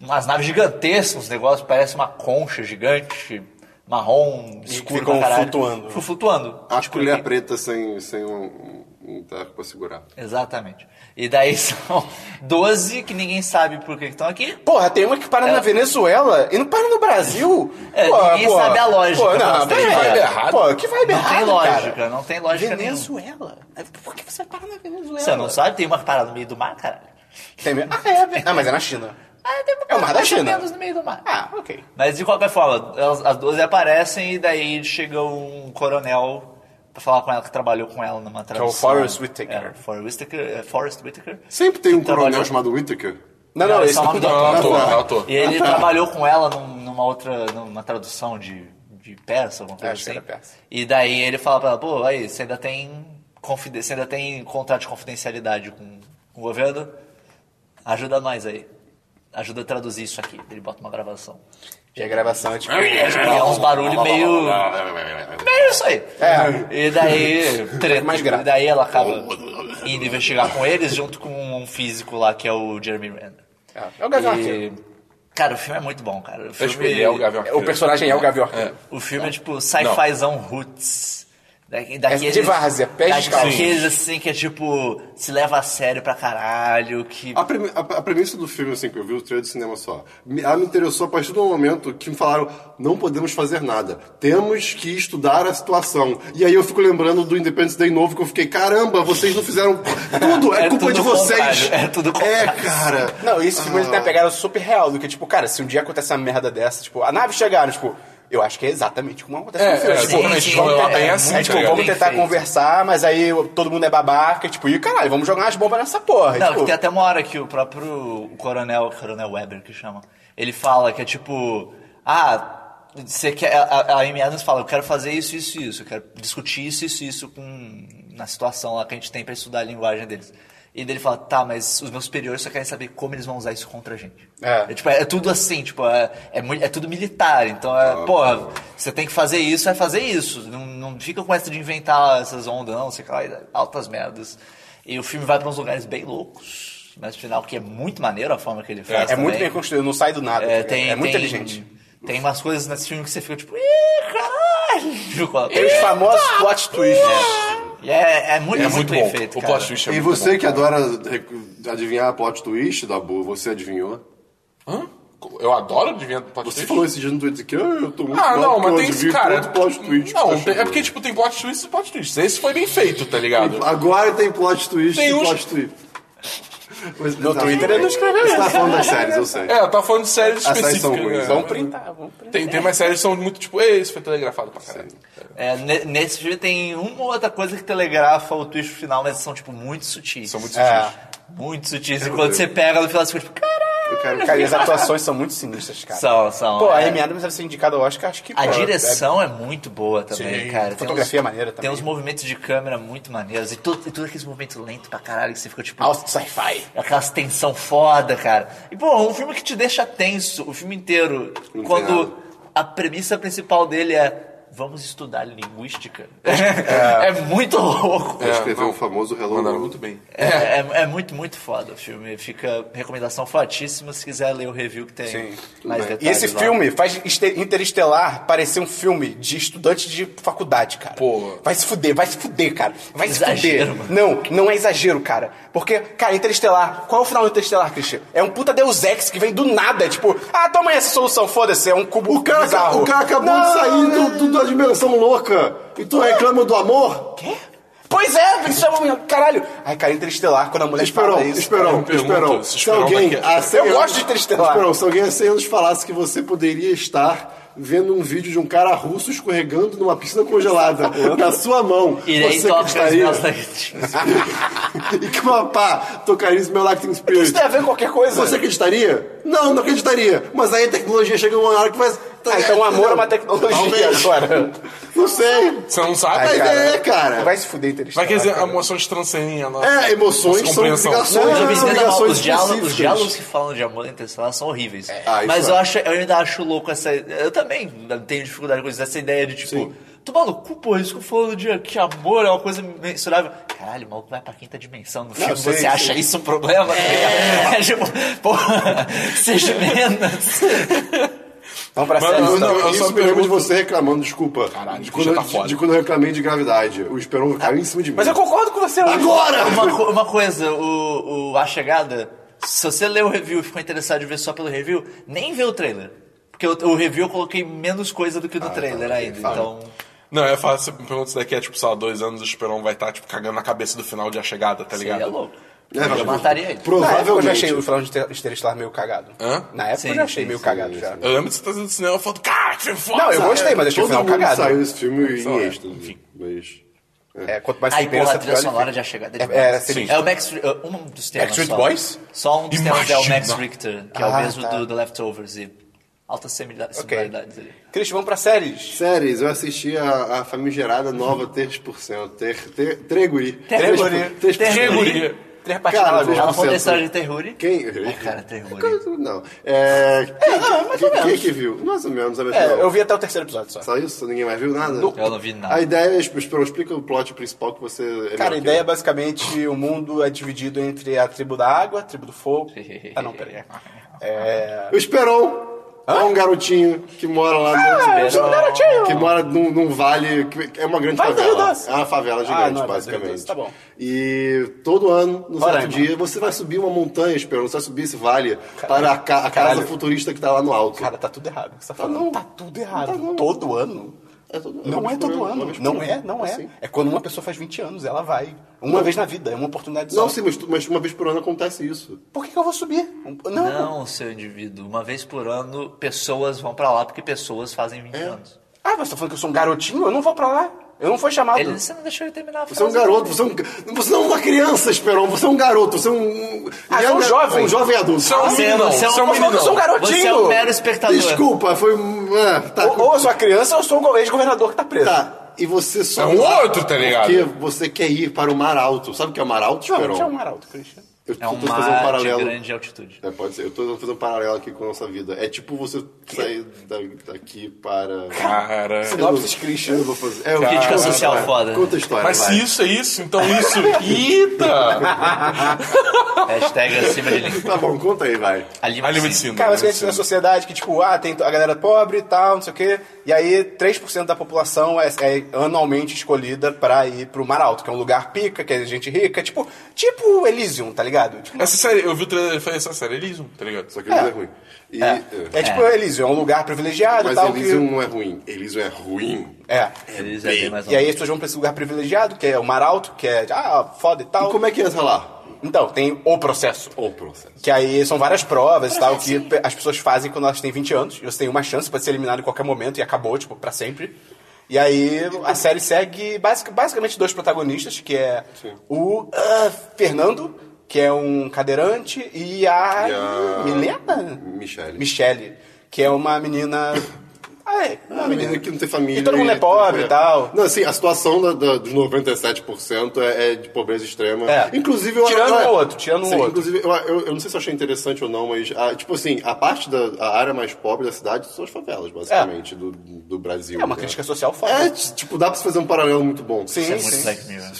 [SPEAKER 4] umas naves gigantescas, uns negócios, parece uma concha gigante, marrom, escuro
[SPEAKER 1] ficam
[SPEAKER 4] pra caralho.
[SPEAKER 1] flutuando.
[SPEAKER 4] Fu- Flutuando.
[SPEAKER 2] A
[SPEAKER 4] Tipo,
[SPEAKER 2] colher
[SPEAKER 4] e-
[SPEAKER 2] preta sem, sem um, um, um taco pra segurar.
[SPEAKER 4] Exatamente. E daí são 12 que ninguém sabe por que que estão aqui.
[SPEAKER 1] Porra, tem uma que para na Venezuela e não para no Brasil.
[SPEAKER 4] É, ninguém sabe a lógica,
[SPEAKER 1] Pô,
[SPEAKER 4] pra
[SPEAKER 1] não,
[SPEAKER 4] você
[SPEAKER 1] pera
[SPEAKER 4] ter
[SPEAKER 1] aí.
[SPEAKER 4] ideia.
[SPEAKER 1] errado. Pô, que vibe
[SPEAKER 4] Não
[SPEAKER 1] errada,
[SPEAKER 4] tem lógica,
[SPEAKER 1] cara?
[SPEAKER 4] não tem lógica nenhuma.
[SPEAKER 1] Venezuela? É, Por que você para na Venezuela?
[SPEAKER 4] Você não sabe, tem uma parada no meio do mar, caralho.
[SPEAKER 1] Tem mesmo? Ah, é, velho. Ah, mas é na China.
[SPEAKER 4] Ah, tem uma
[SPEAKER 1] É o mar da
[SPEAKER 4] mais ou
[SPEAKER 1] China.
[SPEAKER 4] menos no meio do mar.
[SPEAKER 1] Ah, ok.
[SPEAKER 4] Mas de qualquer forma, elas- as 12 aparecem e daí chega um coronel pra falar com ela, que trabalhou com ela numa tradução.
[SPEAKER 1] Forrest Whitaker.
[SPEAKER 4] É, Forrest Whitaker. é, Forrest Whitaker.
[SPEAKER 2] Sempre tem
[SPEAKER 4] Que
[SPEAKER 2] um coronel
[SPEAKER 4] trabalhou-
[SPEAKER 2] chamado Whittaker.
[SPEAKER 1] Não,
[SPEAKER 4] Não,
[SPEAKER 1] não,
[SPEAKER 4] esse
[SPEAKER 1] esse um tipo
[SPEAKER 4] é o nome do
[SPEAKER 3] Não,
[SPEAKER 4] ator.
[SPEAKER 3] não, ator, não, ator.
[SPEAKER 4] E ele trabalhou com ela num- numa outra, numa tradução de, de peça, alguma coisa
[SPEAKER 1] Acho que
[SPEAKER 4] assim.
[SPEAKER 1] era peça.
[SPEAKER 4] E daí ele fala pra ela, pô, aí, você ainda tem, confide- você ainda tem contrato de confidencialidade com, com o governo? Ajuda nós aí. Ajuda a traduzir isso aqui. Ele bota uma gravação.
[SPEAKER 1] E a gravação é tipo...
[SPEAKER 4] É uns barulhos meio... Meio isso aí.
[SPEAKER 1] É.
[SPEAKER 4] E daí... Treta.
[SPEAKER 1] mais grave.
[SPEAKER 4] E daí ela acaba... indo investigar com eles, junto com um físico lá que é o Jeremy Renner.
[SPEAKER 1] É, é o Gavião
[SPEAKER 4] E,
[SPEAKER 1] Arqueiro.
[SPEAKER 4] cara, o filme é muito bom, cara. O
[SPEAKER 3] Eu acho que
[SPEAKER 4] filme,
[SPEAKER 3] ele é o Gavião Arqueiro.
[SPEAKER 1] O personagem é o Gavião Arqueiro.
[SPEAKER 4] o filme é tipo sci-fizão roots. Da- Daqueles,
[SPEAKER 1] de várzea, pés descalços.
[SPEAKER 4] Daqueles assim que é tipo, se leva a sério pra caralho, que...
[SPEAKER 2] A, premi- a- a premissa do filme, assim, que eu vi o trailer do cinema só, me- ela me interessou a partir do momento que me falaram não podemos fazer nada, temos que estudar a situação. E aí eu fico lembrando do Independence Day novo, que eu fiquei, caramba, vocês não fizeram tudo, é,
[SPEAKER 4] É
[SPEAKER 2] culpa
[SPEAKER 4] tudo
[SPEAKER 2] de
[SPEAKER 4] o
[SPEAKER 2] vocês.
[SPEAKER 4] contrário, é tudo o
[SPEAKER 2] É,
[SPEAKER 4] contrário.
[SPEAKER 2] cara.
[SPEAKER 1] Não, esse filme ele tem a
[SPEAKER 4] Ah.
[SPEAKER 1] pegada super real, do que, tipo, cara, se um dia acontece uma merda dessa, tipo, a nave chegaram, tipo, eu acho que é exatamente como acontece no
[SPEAKER 3] É,
[SPEAKER 1] filme.
[SPEAKER 3] é,
[SPEAKER 1] tipo,
[SPEAKER 3] tipo,
[SPEAKER 4] sim,
[SPEAKER 3] a
[SPEAKER 4] sim,
[SPEAKER 3] gente não
[SPEAKER 4] é,
[SPEAKER 3] é bem
[SPEAKER 4] é
[SPEAKER 3] assim,
[SPEAKER 1] É,
[SPEAKER 4] muito
[SPEAKER 1] tipo,
[SPEAKER 3] tá ligado?
[SPEAKER 1] vamos tentar
[SPEAKER 4] Bem feito.
[SPEAKER 1] conversar, mas aí eu- todo mundo é babaca, tipo, e caralho, vamos jogar umas bombas nessa porra. e,
[SPEAKER 4] Não,
[SPEAKER 1] tipo,
[SPEAKER 4] tem até uma hora que o próprio coronel, coronel Weber que chama, ele fala que é tipo, ah, você quer, a, a Amy Adams fala, eu quero fazer isso, isso, isso, eu quero discutir isso, isso, isso com na situação lá que a gente tem pra estudar a linguagem deles. E dele fala, tá, mas os meus superiores só querem saber como eles vão usar isso contra a gente.
[SPEAKER 1] É.
[SPEAKER 4] tipo, é, tudo assim, tipo, é, é, mui- é tudo militar, então é, porra, você tem que fazer isso, é fazer isso. Não, não fica com essa de inventar essas ondas, não, sei lá, altas merdas. E o filme vai pra uns lugares bem loucos, mas no final que é muito maneiro a forma que ele faz.
[SPEAKER 1] é muito
[SPEAKER 4] também.
[SPEAKER 1] bem construído, não sai do nada.
[SPEAKER 4] É,
[SPEAKER 1] tá ligado?
[SPEAKER 4] tem,
[SPEAKER 1] é muito
[SPEAKER 4] tem-
[SPEAKER 1] inteligente.
[SPEAKER 4] Tem umas coisas nesse filme que você fica tipo, ih, caralho! Quando
[SPEAKER 1] Tem os
[SPEAKER 4] tem-
[SPEAKER 1] famosos plot twists.
[SPEAKER 4] E é, é muito,
[SPEAKER 3] É
[SPEAKER 4] é
[SPEAKER 3] muito
[SPEAKER 4] muito bem
[SPEAKER 3] bom.
[SPEAKER 4] feito.
[SPEAKER 3] O
[SPEAKER 4] cara.
[SPEAKER 3] plot twist é
[SPEAKER 2] E
[SPEAKER 3] muito
[SPEAKER 2] você
[SPEAKER 3] bom.
[SPEAKER 2] que adora rec- adivinhar plot twist, Dabu, você adivinhou?
[SPEAKER 3] Hã? Eu adoro adivinhar plot twist.
[SPEAKER 2] Você falou esse dia no Twitter que "Ah, eu tô muito
[SPEAKER 3] Ah,
[SPEAKER 2] mal
[SPEAKER 3] não,
[SPEAKER 2] porque eu
[SPEAKER 3] mas tem esse
[SPEAKER 2] adivinho
[SPEAKER 3] cara.
[SPEAKER 2] todo plot twist. que
[SPEAKER 3] não,
[SPEAKER 2] tá
[SPEAKER 3] tem- é
[SPEAKER 2] chegando."
[SPEAKER 3] porque, tipo, tem plot twist e plot twist. Esse foi bem feito, tá ligado?
[SPEAKER 2] Agora tem plot twist
[SPEAKER 3] Tem
[SPEAKER 2] e
[SPEAKER 3] uns-
[SPEAKER 2] plot twist. Mas-
[SPEAKER 1] No
[SPEAKER 2] tá,
[SPEAKER 1] Twitter ele não escreveu
[SPEAKER 2] Você
[SPEAKER 1] isso.
[SPEAKER 2] tá falando das séries, eu sei.
[SPEAKER 3] É, eu tava falando de séries
[SPEAKER 2] As séries
[SPEAKER 3] específicas.
[SPEAKER 2] são ruins,
[SPEAKER 3] né?
[SPEAKER 1] Vamos printar, vamos printar.
[SPEAKER 3] Tem, tem mais séries que são muito tipo, "Ei, isso foi telegrafado pra caralho.
[SPEAKER 4] É, ne- nesse filme tem uma ou outra coisa que telegrafa o twist final, mas são, tipo, muito sutis.
[SPEAKER 3] São muito
[SPEAKER 1] É.
[SPEAKER 3] sutis.
[SPEAKER 4] Muito sutis. E quando você pega no final, você fica tipo, caralho!
[SPEAKER 2] Eu quero...
[SPEAKER 1] Cara, e as atuações são muito sinistras, cara.
[SPEAKER 4] São, são.
[SPEAKER 1] Pô,
[SPEAKER 4] é.
[SPEAKER 1] a Amy Adams deve ser indicada ao Oscar, acho que...
[SPEAKER 4] A
[SPEAKER 1] pô,
[SPEAKER 4] direção é muito boa também,
[SPEAKER 3] Sim,
[SPEAKER 4] cara. Tem
[SPEAKER 1] fotografia
[SPEAKER 4] uns-
[SPEAKER 1] é maneira também.
[SPEAKER 4] Tem uns movimentos de câmera muito maneiros. E tudo, e tudo aqueles movimentos lentos pra caralho que você fica tipo.
[SPEAKER 1] É... Alto sci-fi.
[SPEAKER 4] Aquelas tensão foda, cara. E, pô, é um filme que te deixa tenso o filme inteiro.
[SPEAKER 2] Não tem nada.
[SPEAKER 4] quando a premissa principal dele é. Vamos estudar linguística. É, muito louco.
[SPEAKER 2] Eu escrevi
[SPEAKER 3] É, não.
[SPEAKER 2] o famoso Hello
[SPEAKER 3] Mandaram
[SPEAKER 2] World.
[SPEAKER 3] muito bem.
[SPEAKER 4] É, é- é muito, muito foda o filme. Fica recomendação fortíssima se quiser ler o review que tem
[SPEAKER 1] Sim, tudo
[SPEAKER 4] mais
[SPEAKER 2] bem.
[SPEAKER 4] detalhes.
[SPEAKER 1] E esse
[SPEAKER 4] lá.
[SPEAKER 1] filme faz este- Interestelar parecer um filme de estudante de faculdade, cara.
[SPEAKER 3] Pô.
[SPEAKER 1] Vai se fuder, vai se fuder, cara. Vai se
[SPEAKER 4] Exagero, mano.
[SPEAKER 1] fuder. Não, não é exagero, cara. Porque, cara, Interestelar, qual é o final do Interestelar, Christian? É um puta Deus Ex que vem do nada. É tipo, ah, toma essa solução, foda-se, é um cubo
[SPEAKER 2] O cara,
[SPEAKER 1] bizarro.
[SPEAKER 2] o cara acabou de
[SPEAKER 1] Não,
[SPEAKER 2] sair
[SPEAKER 3] é.
[SPEAKER 2] do, do- da dimensão louca. E tu reclama do amor?
[SPEAKER 1] Quê? Pois é, isso é um... Caralho. Ai, cara, Interestelar, quando a mulher
[SPEAKER 2] Esperão,
[SPEAKER 1] fala isso...
[SPEAKER 2] esperão,
[SPEAKER 3] pergunto
[SPEAKER 2] esperão.
[SPEAKER 3] se
[SPEAKER 2] Se
[SPEAKER 3] Esperão
[SPEAKER 2] alguém
[SPEAKER 3] daqui a-
[SPEAKER 2] há 100
[SPEAKER 1] Eu
[SPEAKER 2] anos-
[SPEAKER 1] gosto de Interestelar.
[SPEAKER 2] Esperão, se alguém há 100 anos falasse que você poderia estar vendo um vídeo de um cara russo escorregando numa piscina congelada na sua mão,
[SPEAKER 4] E nem
[SPEAKER 2] você
[SPEAKER 4] toca
[SPEAKER 2] acreditaria?
[SPEAKER 4] as minhas-
[SPEAKER 2] e que uma pá tocaria esse meu Lacting Spirit.
[SPEAKER 1] Isso tem a ver com qualquer coisa.
[SPEAKER 2] Você acreditaria? Não, não acreditaria. Mas aí a tecnologia chega numa hora que vai.
[SPEAKER 1] Ah, então o amor é uma tecnologia
[SPEAKER 2] Talvez.
[SPEAKER 1] agora.
[SPEAKER 2] Não sei.
[SPEAKER 3] Você não sabe?
[SPEAKER 2] Mas
[SPEAKER 1] Ai, cara.
[SPEAKER 2] é, cara.
[SPEAKER 1] Vai se fuder, Interestelar.
[SPEAKER 3] Vai quer dizer,
[SPEAKER 1] cara.
[SPEAKER 3] emoções transcendem a nossa.
[SPEAKER 2] É, emoções são
[SPEAKER 3] nossa compreensão.
[SPEAKER 2] obrigações.
[SPEAKER 4] Os
[SPEAKER 2] são
[SPEAKER 4] ouvintes ainda falam-
[SPEAKER 2] obrigações
[SPEAKER 4] os, diálogos, os
[SPEAKER 2] específicas.
[SPEAKER 4] diálogos que falam de amor interestelar são horríveis.
[SPEAKER 2] ah, isso
[SPEAKER 4] Mas
[SPEAKER 2] é.
[SPEAKER 4] eu, acho, eu ainda acho louco essa. Eu também tenho dificuldade com isso, essa ideia de tipo. Tomar no cu, porra, isso que eu falo no dia que amor é uma coisa mensurável. Caralho, o maluco vai pra quinta dimensão no filme.
[SPEAKER 1] sei,
[SPEAKER 4] você
[SPEAKER 1] sei.
[SPEAKER 4] acha isso um problema? É, tipo, porra, seja menos.
[SPEAKER 1] Vamos pra
[SPEAKER 3] Mas-
[SPEAKER 1] série.
[SPEAKER 2] Não,
[SPEAKER 3] Não,
[SPEAKER 2] não,
[SPEAKER 3] eu
[SPEAKER 2] isso
[SPEAKER 3] só
[SPEAKER 2] me lembro de
[SPEAKER 3] pergunto-
[SPEAKER 2] você reclamando, desculpa.
[SPEAKER 3] Caralho,
[SPEAKER 2] de,
[SPEAKER 3] já
[SPEAKER 2] quando,
[SPEAKER 3] tá
[SPEAKER 2] eu-
[SPEAKER 3] foda.
[SPEAKER 2] de quando eu reclamei de gravidade. O Esperon caiu em cima de mim.
[SPEAKER 1] Mas eu concordo com você. Hugo.
[SPEAKER 2] Agora!
[SPEAKER 4] Uma, co- uma coisa, o, o A Chegada, se você ler o review e ficou interessado em ver só pelo review, nem vê o trailer. Porque o, o review eu coloquei menos coisa do que no trailer ainda. Então,
[SPEAKER 3] Não, eu ia falar, você me pergunta se daqui a, tipo, sei lá, dois anos o Esperão vai estar, tipo, cagando na cabeça do final de A Chegada, tá ligado?
[SPEAKER 4] seria louco.
[SPEAKER 2] É,
[SPEAKER 4] eu mataria ele.
[SPEAKER 1] Na época eu já achei
[SPEAKER 2] Provavelmente.
[SPEAKER 1] o final de Inter- Interestelar meio cagado.
[SPEAKER 3] Hã?
[SPEAKER 1] Na época eu
[SPEAKER 4] Sim,
[SPEAKER 1] já achei
[SPEAKER 4] sim,
[SPEAKER 1] meio
[SPEAKER 4] sim,
[SPEAKER 1] cagado já.
[SPEAKER 3] Eu lembro de você trazer do cinema e falando, cara, que filme foda! é
[SPEAKER 1] Não, eu gostei, mas achei o
[SPEAKER 2] Todo
[SPEAKER 1] final
[SPEAKER 2] mundo
[SPEAKER 1] cagado.
[SPEAKER 2] saiu desse filme
[SPEAKER 3] Só,
[SPEAKER 2] em
[SPEAKER 3] é,
[SPEAKER 2] êxtase.
[SPEAKER 3] enfim.
[SPEAKER 2] Mas...
[SPEAKER 1] É, quanto mais
[SPEAKER 4] Aí,
[SPEAKER 1] você
[SPEAKER 4] porra,
[SPEAKER 1] pensa,
[SPEAKER 4] a trilha
[SPEAKER 1] pior ele
[SPEAKER 4] sonora
[SPEAKER 1] fica.
[SPEAKER 4] já chegada
[SPEAKER 1] É, é,
[SPEAKER 4] demais.
[SPEAKER 1] sim.
[SPEAKER 4] É, o Max... Ri- uh, Um dos temas
[SPEAKER 1] Backstreet
[SPEAKER 4] só.
[SPEAKER 1] Boys?
[SPEAKER 4] Só um dos temas é o
[SPEAKER 3] Imagina.
[SPEAKER 4] Max Richter, que é o
[SPEAKER 1] Ah,
[SPEAKER 4] mesmo
[SPEAKER 1] tá.
[SPEAKER 4] do, do Leftovers e altas simila- similaridades ali.
[SPEAKER 1] Christian, vamos pra séries.
[SPEAKER 2] Séries, eu assisti a, a famigerada nova 3%. Ter, ter, treguri.
[SPEAKER 4] Treguri.
[SPEAKER 2] 3%.
[SPEAKER 4] Treguri.
[SPEAKER 3] Categoria.
[SPEAKER 5] Três partidas
[SPEAKER 2] Cara,
[SPEAKER 1] um
[SPEAKER 5] na
[SPEAKER 2] veja-
[SPEAKER 5] lua.
[SPEAKER 4] Ela conta a
[SPEAKER 2] 100%.
[SPEAKER 4] história de Terruri.
[SPEAKER 2] Quem?
[SPEAKER 4] Ai, É cara, Terruri.
[SPEAKER 2] Não. É. Quem,
[SPEAKER 5] não, mais ou
[SPEAKER 2] quem-
[SPEAKER 5] menos.
[SPEAKER 2] quem que viu? Mais ou menos, é mais
[SPEAKER 5] É,
[SPEAKER 2] ou menos.
[SPEAKER 5] eu vi até o terceiro episódio só.
[SPEAKER 2] Só isso? Ninguém mais viu nada?
[SPEAKER 4] Eu não vi nada.
[SPEAKER 2] A ideia é, Esperão, explica o plot principal que você.
[SPEAKER 1] Cara, a ideia é basicamente o mundo é dividido entre a tribo da água, a tribo do fogo. Ah, não, peraí. É.
[SPEAKER 2] O Esperon é um garotinho que mora lá
[SPEAKER 1] Ah,
[SPEAKER 5] Eu
[SPEAKER 1] é
[SPEAKER 5] sou um garotinho.
[SPEAKER 2] Que mora num, num vale. que é uma grande
[SPEAKER 5] Vale do Rio
[SPEAKER 2] favela.
[SPEAKER 5] Doce.
[SPEAKER 2] É uma favela gigante,
[SPEAKER 1] Ah, não, é Vale do Rio
[SPEAKER 2] basicamente.
[SPEAKER 1] Doce, tá bom.
[SPEAKER 2] E todo ano, no certo
[SPEAKER 5] Roraima.
[SPEAKER 2] dia, você vai subir uma montanha, Esperon. Você vai subir esse vale para a, ca- a casa
[SPEAKER 5] Caralho.
[SPEAKER 2] futurista que tá lá no alto.
[SPEAKER 5] Cara, tá tudo errado. o que Você tá, falando.
[SPEAKER 2] não.
[SPEAKER 5] tá tudo errado.
[SPEAKER 2] Tá não.
[SPEAKER 5] Todo ano.
[SPEAKER 2] É todo ano,
[SPEAKER 1] Não é
[SPEAKER 2] uma vez por
[SPEAKER 1] todo
[SPEAKER 2] ano, uma
[SPEAKER 1] ano.
[SPEAKER 2] vez por
[SPEAKER 1] Não é, não é.
[SPEAKER 2] Assim.
[SPEAKER 1] É quando uma pessoa faz 20 anos, ela vai. Uma vez na vida, é uma oportunidade só.
[SPEAKER 2] Não, sim, mas, tu- mas uma vez por ano acontece isso.
[SPEAKER 1] Por que, que eu vou subir? Um- Não.
[SPEAKER 4] Não, seu indivíduo. Uma vez por ano, pessoas vão pra lá porque pessoas fazem 20 anos.
[SPEAKER 1] Ah, mas você tá falando que eu sou um garotinho? Eu não vou pra lá. Eu não fui chamado.
[SPEAKER 4] Ele, você não deixou ele terminar a frase.
[SPEAKER 2] Você é um garoto, você, é um, você não é uma criança, Esperon, você é um garoto, você é um.
[SPEAKER 1] Ah, sou um jovem.
[SPEAKER 2] Um jovem adulto.
[SPEAKER 3] Você é um
[SPEAKER 4] Você,
[SPEAKER 3] meninão,
[SPEAKER 4] você é um,
[SPEAKER 3] você é um meninão.
[SPEAKER 4] você é um garotinho. Você é um mero
[SPEAKER 2] Ah,
[SPEAKER 4] espectador.
[SPEAKER 2] Desculpa, foi. um- ah, tá,
[SPEAKER 1] Ou, ou eu sou a criança ou eu sou o ex-governador que tá preso.
[SPEAKER 2] tá. E você só.
[SPEAKER 3] É um outro, tá ligado?
[SPEAKER 2] Porque você quer ir para o Mar Alto. Sabe o que é o Mar Alto,
[SPEAKER 1] Não,
[SPEAKER 2] Esperon?
[SPEAKER 1] não tinha um arauto, Cristiano.
[SPEAKER 2] Eu
[SPEAKER 4] É um
[SPEAKER 2] tô fazendo um
[SPEAKER 4] mar de
[SPEAKER 2] paralelo.
[SPEAKER 4] grande altitude.
[SPEAKER 2] É, pode ser. Eu tô fazendo um paralelo aqui com a nossa vida. É tipo você sair da- daqui para.
[SPEAKER 3] Cara.
[SPEAKER 1] Sinopsis, Christian.
[SPEAKER 2] Eu não vou fazer. É,
[SPEAKER 4] Crítica
[SPEAKER 2] conta a
[SPEAKER 4] social
[SPEAKER 2] história.
[SPEAKER 4] foda, né?
[SPEAKER 2] Conta a história.
[SPEAKER 3] Mas
[SPEAKER 2] vai.
[SPEAKER 3] se isso é isso, então isso. Eita!
[SPEAKER 4] Hashtag acima de linha.
[SPEAKER 2] Tá bom, conta aí, vai.
[SPEAKER 4] Ali
[SPEAKER 3] A
[SPEAKER 4] vai
[SPEAKER 3] medicina.
[SPEAKER 1] Cara, basicamente na sociedade que, tipo, ah, tem a galera pobre e tal, não sei o quê. E aí, 3% da população é, é anualmente escolhida pra ir pro Mar Alto, que é um lugar pica, que é gente rica. Tipo, tipo Elysium, tá ligado? Tipo,
[SPEAKER 3] Essa série, eu vi o trailer e falei, essa série é Elysium, tá ligado?
[SPEAKER 2] Só que Elysium é, ruim. E,
[SPEAKER 1] é tipo Elysium, é um lugar privilegiado e
[SPEAKER 2] Mas
[SPEAKER 4] tá,
[SPEAKER 1] tal.
[SPEAKER 2] Elysium não é ruim. Elysium é ruim.
[SPEAKER 1] Que, é.
[SPEAKER 4] Eles é bem mais
[SPEAKER 1] E aí as
[SPEAKER 4] alto.
[SPEAKER 1] pessoas vão pra esse lugar privilegiado, que é o Mar Alto, que é, ah, foda e
[SPEAKER 2] E
[SPEAKER 1] tal.
[SPEAKER 2] como é que entra lá?
[SPEAKER 1] Então, tem o processo.
[SPEAKER 2] O processo.
[SPEAKER 1] Que aí são várias provas e tal que pe- as pessoas fazem quando elas têm 20 anos. E você tem uma chance, pode ser eliminado em qualquer momento e acabou, tipo, pra sempre. E aí a série segue basic- basicamente dois protagonistas, que é o ah, Fernando, que é um cadeirante, e a,
[SPEAKER 2] E a-
[SPEAKER 1] Milena?
[SPEAKER 2] Michele.
[SPEAKER 1] Michele, que é uma menina... Ah, é,
[SPEAKER 2] Uma menina que não tem família.
[SPEAKER 1] E todo mundo é pobre e tal.
[SPEAKER 2] Não, assim, a situação da, da, dos 97% é, é de pobreza extrema.
[SPEAKER 1] É.
[SPEAKER 2] Inclusive, eu
[SPEAKER 1] Tirando
[SPEAKER 2] eu-
[SPEAKER 1] um outro, tirando um
[SPEAKER 2] Sim,
[SPEAKER 1] outro.
[SPEAKER 2] Inclusive, eu, eu, eu não sei se eu achei interessante ou não, mas, ah, tipo assim, a parte da a área mais pobre da cidade são as favelas, basicamente, do, do Brasil.
[SPEAKER 1] É uma
[SPEAKER 2] né?
[SPEAKER 1] crítica social foda.
[SPEAKER 2] É, t- tipo, dá pra você fazer um paralelo muito bom.
[SPEAKER 1] Sim,
[SPEAKER 4] Isso é muito
[SPEAKER 1] sim.
[SPEAKER 4] Black Mirror.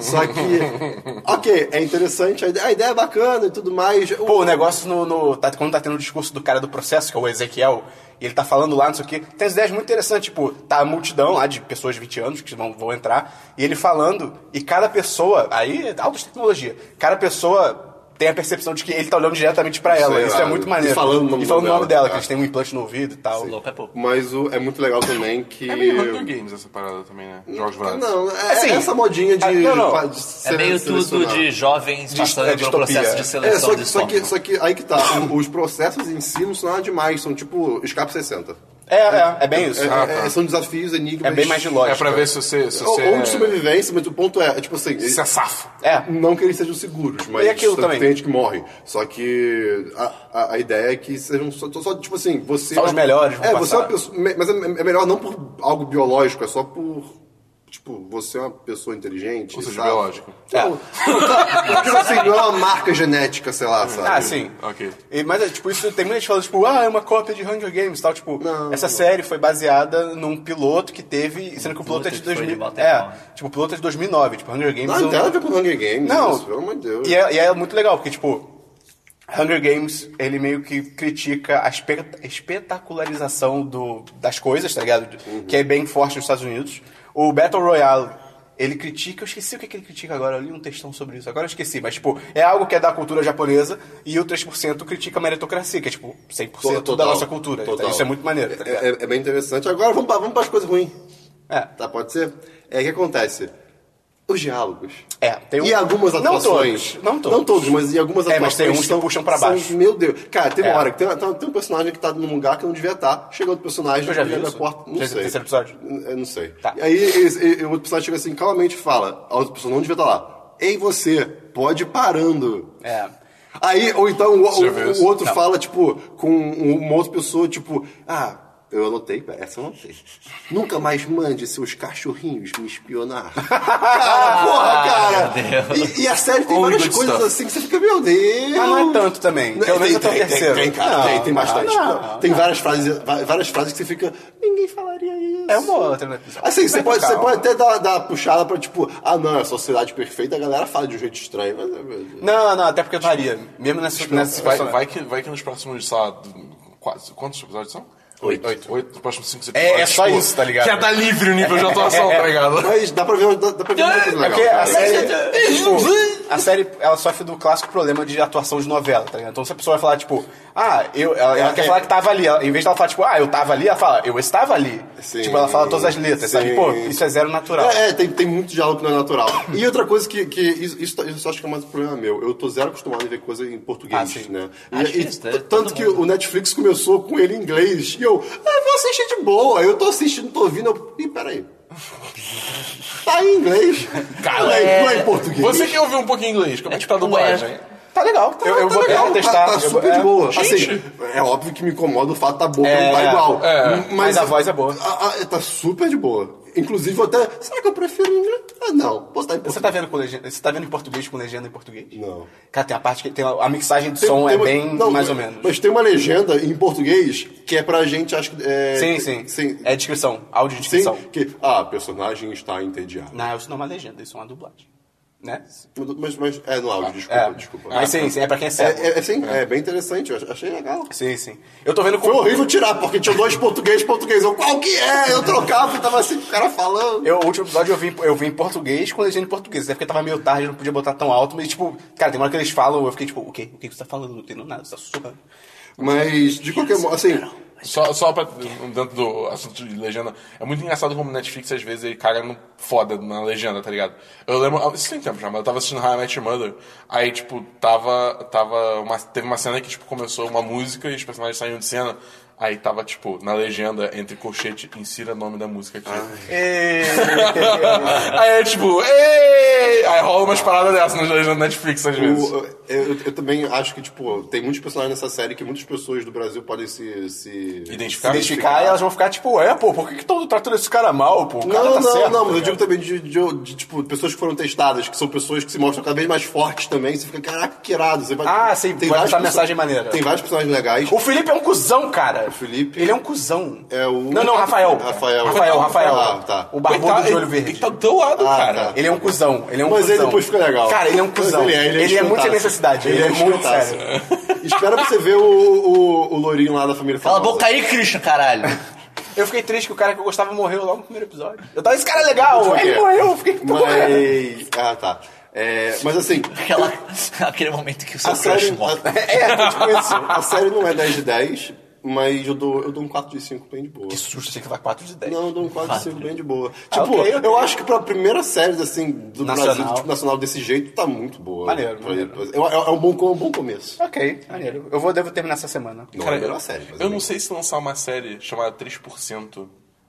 [SPEAKER 2] Só que, ok, é interessante, a ideia, a ideia é bacana e tudo mais. O-
[SPEAKER 1] Pô, o negócio no. no- tá- quando tá tendo o discurso do cara do processo, que é o Ezequiel, e ele tá falando lá, não sei o quê, tem as ideias muito interessantes, tipo, tá a multidão lá de pessoas de 20 anos que vão, vão entrar, e ele falando, e cada pessoa. Aí, é alta tecnologia. Cada pessoa tem a percepção de que ele tá olhando diretamente pra ela.
[SPEAKER 2] é
[SPEAKER 1] Isso é
[SPEAKER 2] irado.
[SPEAKER 1] muito maneiro.
[SPEAKER 2] E falando o nome
[SPEAKER 1] E falando o
[SPEAKER 2] dela,
[SPEAKER 1] nome dela,
[SPEAKER 2] é.
[SPEAKER 1] que eles têm um implante no ouvido e tal.
[SPEAKER 4] Louco é pouco.
[SPEAKER 2] Mas o, é muito legal também que.
[SPEAKER 3] É meio
[SPEAKER 1] né?
[SPEAKER 3] Hunger Games essa parada também, né? Jogos Vorazes.
[SPEAKER 2] Não, é
[SPEAKER 1] Assim,
[SPEAKER 2] essa modinha de.
[SPEAKER 1] ah, não, não.
[SPEAKER 2] de
[SPEAKER 4] É
[SPEAKER 2] sele-
[SPEAKER 4] meio tudo
[SPEAKER 2] selecionar.
[SPEAKER 4] de jovens passando
[SPEAKER 1] é
[SPEAKER 4] pelo
[SPEAKER 1] distopia.
[SPEAKER 4] processo de
[SPEAKER 2] É,
[SPEAKER 4] seleção
[SPEAKER 2] só
[SPEAKER 4] de
[SPEAKER 2] que, só, que,
[SPEAKER 4] estômago.
[SPEAKER 2] só que aí que tá. o- Os processos em si não são nada demais, são tipo escape 60.
[SPEAKER 1] É, é, é bem isso.
[SPEAKER 2] É,
[SPEAKER 3] Ah,
[SPEAKER 2] é-
[SPEAKER 3] tá.
[SPEAKER 2] são desafios, enigmas.
[SPEAKER 1] É bem mais de
[SPEAKER 3] É
[SPEAKER 1] lógica.
[SPEAKER 3] pra ver se você. Se
[SPEAKER 2] Ou,
[SPEAKER 3] você é
[SPEAKER 2] ou de sobrevivência, mas o ponto é, tipo assim.
[SPEAKER 3] se é safo.
[SPEAKER 1] É.
[SPEAKER 2] Não que eles sejam seguros, mas
[SPEAKER 1] E aquilo
[SPEAKER 2] tanto que
[SPEAKER 1] também.
[SPEAKER 2] tem gente que morre. Só que a, a, a ideia é que sejam só, só, tipo assim, você.
[SPEAKER 1] Só os melhores vão
[SPEAKER 2] É, você é
[SPEAKER 1] passar.
[SPEAKER 2] uma pessoa. me- Mas é, é melhor não por algo biológico, é só por. Tipo, você é uma pessoa inteligente.
[SPEAKER 3] Ou seja,
[SPEAKER 2] sabe?
[SPEAKER 3] biológico.
[SPEAKER 1] É.
[SPEAKER 2] Tipo assim, não é uma marca genética, sei lá, sabe?
[SPEAKER 1] Ah, sim.
[SPEAKER 3] Ok.
[SPEAKER 1] E- mas, é, tipo, isso tem muita gente falando, tipo, ah, é uma cópia de Hunger Games e tal. Tipo,
[SPEAKER 2] Não,
[SPEAKER 1] essa
[SPEAKER 2] não.
[SPEAKER 1] série foi baseada num piloto que teve, sendo que o piloto é de
[SPEAKER 4] Um piloto que foi
[SPEAKER 1] 2000.
[SPEAKER 4] de Walter
[SPEAKER 1] É,
[SPEAKER 4] Palmer.
[SPEAKER 1] tipo, o piloto é de 2009. Tipo, Hunger Games.
[SPEAKER 2] Não, então, não tem
[SPEAKER 1] eu-
[SPEAKER 2] nada a ver com Hunger Games.
[SPEAKER 1] Não.
[SPEAKER 2] isso, pelo amor de Deus.
[SPEAKER 1] E é, e é muito legal, porque, tipo, Hunger Games, ele meio que critica a espe- espetacularização do, das coisas, tá ligado?
[SPEAKER 2] Uhum.
[SPEAKER 1] Que é bem forte nos Estados Unidos. O Battle Royale, ele critica... Eu esqueci o que, que ele critica agora. Eu li um textão sobre isso. Agora eu esqueci. Mas, tipo, é algo que é da cultura japonesa. E o 3% critica a meritocracia, que é, tipo, 100% da
[SPEAKER 2] Total,
[SPEAKER 1] nossa cultura.
[SPEAKER 2] total.
[SPEAKER 1] Isso é muito maneiro, tá ligado?
[SPEAKER 2] É, é- é bem interessante. Agora vamos para vamos as coisas ruins.
[SPEAKER 1] É.
[SPEAKER 2] Tá, pode ser? É o que acontece. Os diálogos.
[SPEAKER 1] É, tem um-
[SPEAKER 2] E algumas
[SPEAKER 1] Não
[SPEAKER 2] atuações.
[SPEAKER 1] todos, não todos.
[SPEAKER 2] mas e algumas
[SPEAKER 1] É,
[SPEAKER 2] atuações.
[SPEAKER 1] mas tem uns que
[SPEAKER 2] são-
[SPEAKER 1] puxam pra
[SPEAKER 2] são-
[SPEAKER 1] baixo.
[SPEAKER 2] meu Deus. Cara, tem uma
[SPEAKER 1] É.
[SPEAKER 2] hora que tem, tem- tem um personagem que tá num lugar que não devia estar. Chega outro personagem.
[SPEAKER 1] Eu já vi
[SPEAKER 2] chega
[SPEAKER 1] isso?
[SPEAKER 2] quarta- não
[SPEAKER 1] Já-
[SPEAKER 2] sei.
[SPEAKER 1] terceiro episódio?
[SPEAKER 2] Eu não sei.
[SPEAKER 1] Tá.
[SPEAKER 2] E aí esse- e- e o outro personagem chega assim, calmamente e fala. A outra pessoa não devia estar lá. Ei, você, pode ir parando.
[SPEAKER 1] É.
[SPEAKER 2] Aí, ou então o,
[SPEAKER 3] Você já viu
[SPEAKER 2] o-
[SPEAKER 3] isso?
[SPEAKER 2] o outro fala, tipo, com um- uma outra pessoa, tipo, ah, Eu anotei, essa eu anotei. Nunca mais mande seus cachorrinhos me espionar. cara, porra, cara!
[SPEAKER 4] meu Deus.
[SPEAKER 2] E, e a série tem
[SPEAKER 3] Only
[SPEAKER 2] várias
[SPEAKER 3] good
[SPEAKER 2] coisas
[SPEAKER 3] stuff.
[SPEAKER 2] assim que você fica, meu Deus!
[SPEAKER 1] Mas não é tanto também.
[SPEAKER 2] um- Não,
[SPEAKER 1] Pelo menos até o
[SPEAKER 2] tem,
[SPEAKER 1] terceiro. Ah.
[SPEAKER 2] Tem, cara,
[SPEAKER 1] Não,
[SPEAKER 2] tem, tem bastante.
[SPEAKER 1] não,
[SPEAKER 2] Não, tem várias frases, va- várias frases que você fica, ninguém falaria isso.
[SPEAKER 1] É uma outra, né?
[SPEAKER 2] Assim, você
[SPEAKER 1] Vai
[SPEAKER 2] pode,
[SPEAKER 1] com
[SPEAKER 2] você
[SPEAKER 1] calma.
[SPEAKER 2] pode até dar, dar uma puxada pra tipo, ah não, é a sociedade perfeita, a galera fala de um jeito estranho, mas é verdade.
[SPEAKER 1] Não, não, até porque varia. Mesmo nessa, nessa
[SPEAKER 3] Vai,
[SPEAKER 1] situação.
[SPEAKER 3] vai, que, vai que nos próximos, sei lá, quase, quantos episódios são?
[SPEAKER 2] Oito.
[SPEAKER 3] Oito. Oito, nos próximos cinco
[SPEAKER 1] É,
[SPEAKER 3] episódios.
[SPEAKER 1] é só isso, tá ligado?
[SPEAKER 3] Que é dar livre o nível de atuação, tá ligado?
[SPEAKER 2] Mas dá pra ver, dá, dá pra ver uma coisa
[SPEAKER 1] É
[SPEAKER 2] legal.
[SPEAKER 1] porque a
[SPEAKER 2] cara.
[SPEAKER 1] série,
[SPEAKER 2] é,
[SPEAKER 1] tipo, a série, ela sofre do clássico problema de atuação de novela, tá ligado? Então se a pessoa vai falar, tipo, ah, eu, ela, ela
[SPEAKER 2] É,
[SPEAKER 1] quer falar que tava ali. Ela- em vez de ela falar, tipo, ah, eu tava ali, ela fala, eu estava ali.
[SPEAKER 2] Sim.
[SPEAKER 1] tipo, ela fala todas as letras,
[SPEAKER 2] Sim.
[SPEAKER 1] sabe? Pô, isso é zero natural.
[SPEAKER 2] É, é, tem, tem muito diálogo que não é natural. E outra coisa que, que isso, isso, tá- isso eu acho que é mais um problema meu. Eu tô zero acostumado a ver coisa em português,
[SPEAKER 1] Ah, sim.
[SPEAKER 2] né? E-
[SPEAKER 4] Acho que
[SPEAKER 2] e
[SPEAKER 4] isso, é
[SPEAKER 2] t- tanto
[SPEAKER 4] todo
[SPEAKER 2] que
[SPEAKER 4] mundo.
[SPEAKER 2] o Netflix começou com ele em inglês. E eu, ah, vou assistir de boa. Eu tô assistindo, tô ouvindo. Eu, Ih, peraí. Tá em inglês.
[SPEAKER 3] Cara,
[SPEAKER 2] não é, não é em português.
[SPEAKER 3] Você que ouviu um pouquinho inglês, como é que tá a dublagem?
[SPEAKER 1] Tá legal, tá,
[SPEAKER 2] Eu, eu vou
[SPEAKER 1] legal testar.
[SPEAKER 2] testar. Tá, tá
[SPEAKER 1] Eu-
[SPEAKER 2] super
[SPEAKER 1] é.
[SPEAKER 2] de boa.
[SPEAKER 3] Gente.
[SPEAKER 2] Assim, é óbvio que me incomoda o fato da boca
[SPEAKER 1] É,
[SPEAKER 2] não tá igual.
[SPEAKER 3] é.
[SPEAKER 1] Mas a voz é boa.
[SPEAKER 2] a- a- tá super de boa. Inclusive, eu até. Será que eu prefiro em inglês? Ah, não. Posso estar em
[SPEAKER 1] Você
[SPEAKER 2] português.
[SPEAKER 1] tá, vendo com legenda, você tá vendo em português com legenda em português?
[SPEAKER 2] Não.
[SPEAKER 1] Cara, tem a parte que tem a, a mixagem de
[SPEAKER 2] Tem-
[SPEAKER 1] som
[SPEAKER 2] tem
[SPEAKER 1] é
[SPEAKER 2] uma-
[SPEAKER 1] bem
[SPEAKER 2] não,
[SPEAKER 1] mais ou
[SPEAKER 2] mas-
[SPEAKER 1] menos.
[SPEAKER 2] Mas tem uma legenda em português que é pra gente, acho que. É,
[SPEAKER 1] sim, sim,
[SPEAKER 2] Sim.
[SPEAKER 1] É descrição, áudio de
[SPEAKER 2] sim
[SPEAKER 1] descrição.
[SPEAKER 2] que, ah, a personagem está entediada.
[SPEAKER 1] Não, isso não é uma legenda, isso é uma dublagem. Né?
[SPEAKER 2] Mas, mas é no áudio, desculpa,
[SPEAKER 1] É,
[SPEAKER 2] desculpa.
[SPEAKER 1] Mas sim, sim, é pra quem é
[SPEAKER 2] É,
[SPEAKER 1] cego.
[SPEAKER 2] é, é, sim, é bem interessante, eu ach- achei legal.
[SPEAKER 1] Sim, sim. Eu tô vendo
[SPEAKER 2] Foi
[SPEAKER 1] com.
[SPEAKER 2] horrível tirar, porque tinha dois português, português. Eu, qual que é? Eu trocava e tava assim, o cara falando.
[SPEAKER 1] Eu, o último episódio eu vi, em- eu vi em português com legenda em português. Até porque tava meio tarde, eu não podia botar tão alto, mas tipo, cara, tem uma hora que eles falam, eu fiquei tipo, o quê? O que que você tá falando? Não entendo nada, você tá sussurrando.
[SPEAKER 2] Mas, de qualquer modo, assim,
[SPEAKER 3] Só, só pra, dentro do assunto de legenda, é muito engraçado como o Netflix às vezes ele caga no foda na legenda, tá ligado? Eu lembro, isso tem tempo já, mas eu tava assistindo How I Met Your Mother, aí tipo, tava, tava uma, teve uma cena que tipo, começou uma música e os personagens saíram de cena, aí tava tipo, na legenda, entre colchete, insira o nome da música aqui.
[SPEAKER 1] Ah,
[SPEAKER 3] aí é tipo, ei! Aí rola umas paradas dessas nas legendas do Netflix às vezes.
[SPEAKER 2] o- eu, eu- eu também acho que, tipo, tem muitos personagens nessa série que muitas pessoas do Brasil podem se. se
[SPEAKER 1] Se
[SPEAKER 3] Identificar?
[SPEAKER 1] identificar e elas vão ficar tipo, é, pô, por que que estão tratando esse cara mal, pô? O cara
[SPEAKER 2] Não,
[SPEAKER 1] tá
[SPEAKER 2] não,
[SPEAKER 1] certo.
[SPEAKER 2] não, mas
[SPEAKER 1] tá
[SPEAKER 2] eu digo também de, de- de, tipo, pessoas que foram testadas, que são pessoas que se mostram cada vez mais fortes também, você fica, caraca, que irado. Você vai,
[SPEAKER 1] Ah, sim, vai
[SPEAKER 2] várias
[SPEAKER 1] botar
[SPEAKER 2] perso-
[SPEAKER 1] mensagem maneira.
[SPEAKER 2] Tem vários personagens legais.
[SPEAKER 1] O Felipe é um cuzão, cara. O
[SPEAKER 2] Felipe-
[SPEAKER 1] Ele é um cuzão.
[SPEAKER 2] É o-
[SPEAKER 1] Não, não, Rafael.
[SPEAKER 2] Rafael.
[SPEAKER 1] Rafael, Rafael.
[SPEAKER 2] Ah, tá.
[SPEAKER 1] O barbudo de olho
[SPEAKER 3] ele-
[SPEAKER 1] verde.
[SPEAKER 3] Ele tá do teu lado,
[SPEAKER 2] Ah,
[SPEAKER 3] cara.
[SPEAKER 2] tá.
[SPEAKER 1] Ele é um cuzão, ele é um
[SPEAKER 2] Mas
[SPEAKER 1] cuzão.
[SPEAKER 2] ele depois fica legal.
[SPEAKER 1] Cara, ele é um
[SPEAKER 2] Mas
[SPEAKER 1] cuzão.
[SPEAKER 2] Ele é, ele é,
[SPEAKER 1] Ele é muito sem
[SPEAKER 2] escrotaço.
[SPEAKER 1] necessidade, ele é muito
[SPEAKER 2] escrotaço.
[SPEAKER 1] sério.
[SPEAKER 2] Espera pra você ver o, o, o loirinho lá da família
[SPEAKER 4] Cala a
[SPEAKER 2] famosa.
[SPEAKER 4] boca aí, Christian, caralho.
[SPEAKER 1] Eu fiquei triste que o cara que eu gostava morreu logo no primeiro episódio. Eu tava, esse cara é legal, ele morreu, eu fiquei puto.
[SPEAKER 2] Mas... Ah, tá. É, mas assim,
[SPEAKER 4] Aquela, aquele momento que o seu
[SPEAKER 2] a
[SPEAKER 4] crush
[SPEAKER 2] série...
[SPEAKER 4] morre.
[SPEAKER 2] A, é, foi tipo isso. A série não é 10 de 10, mas eu dou, eu dou um 4 de 5 bem de boa.
[SPEAKER 1] Que susto, achei que vai 4 de 10.
[SPEAKER 2] Não, eu dou um 4 de 5 bem de boa.
[SPEAKER 1] Ah,
[SPEAKER 2] tipo,
[SPEAKER 1] ok, ok.
[SPEAKER 2] eu acho que pra primeira série, assim, do
[SPEAKER 1] Nacional.
[SPEAKER 2] Brasil, tipo, nacional desse jeito, tá muito boa.
[SPEAKER 1] Maneiro,
[SPEAKER 2] Pra-
[SPEAKER 1] maneiro.
[SPEAKER 2] É, é- é um bom, é um bom começo.
[SPEAKER 1] Ok, maneiro. Eu vou, devo terminar essa semana.
[SPEAKER 2] Não é a melhor série, mas
[SPEAKER 3] eu
[SPEAKER 2] é
[SPEAKER 3] não
[SPEAKER 2] bem-
[SPEAKER 3] sei se lançar uma série chamada 3%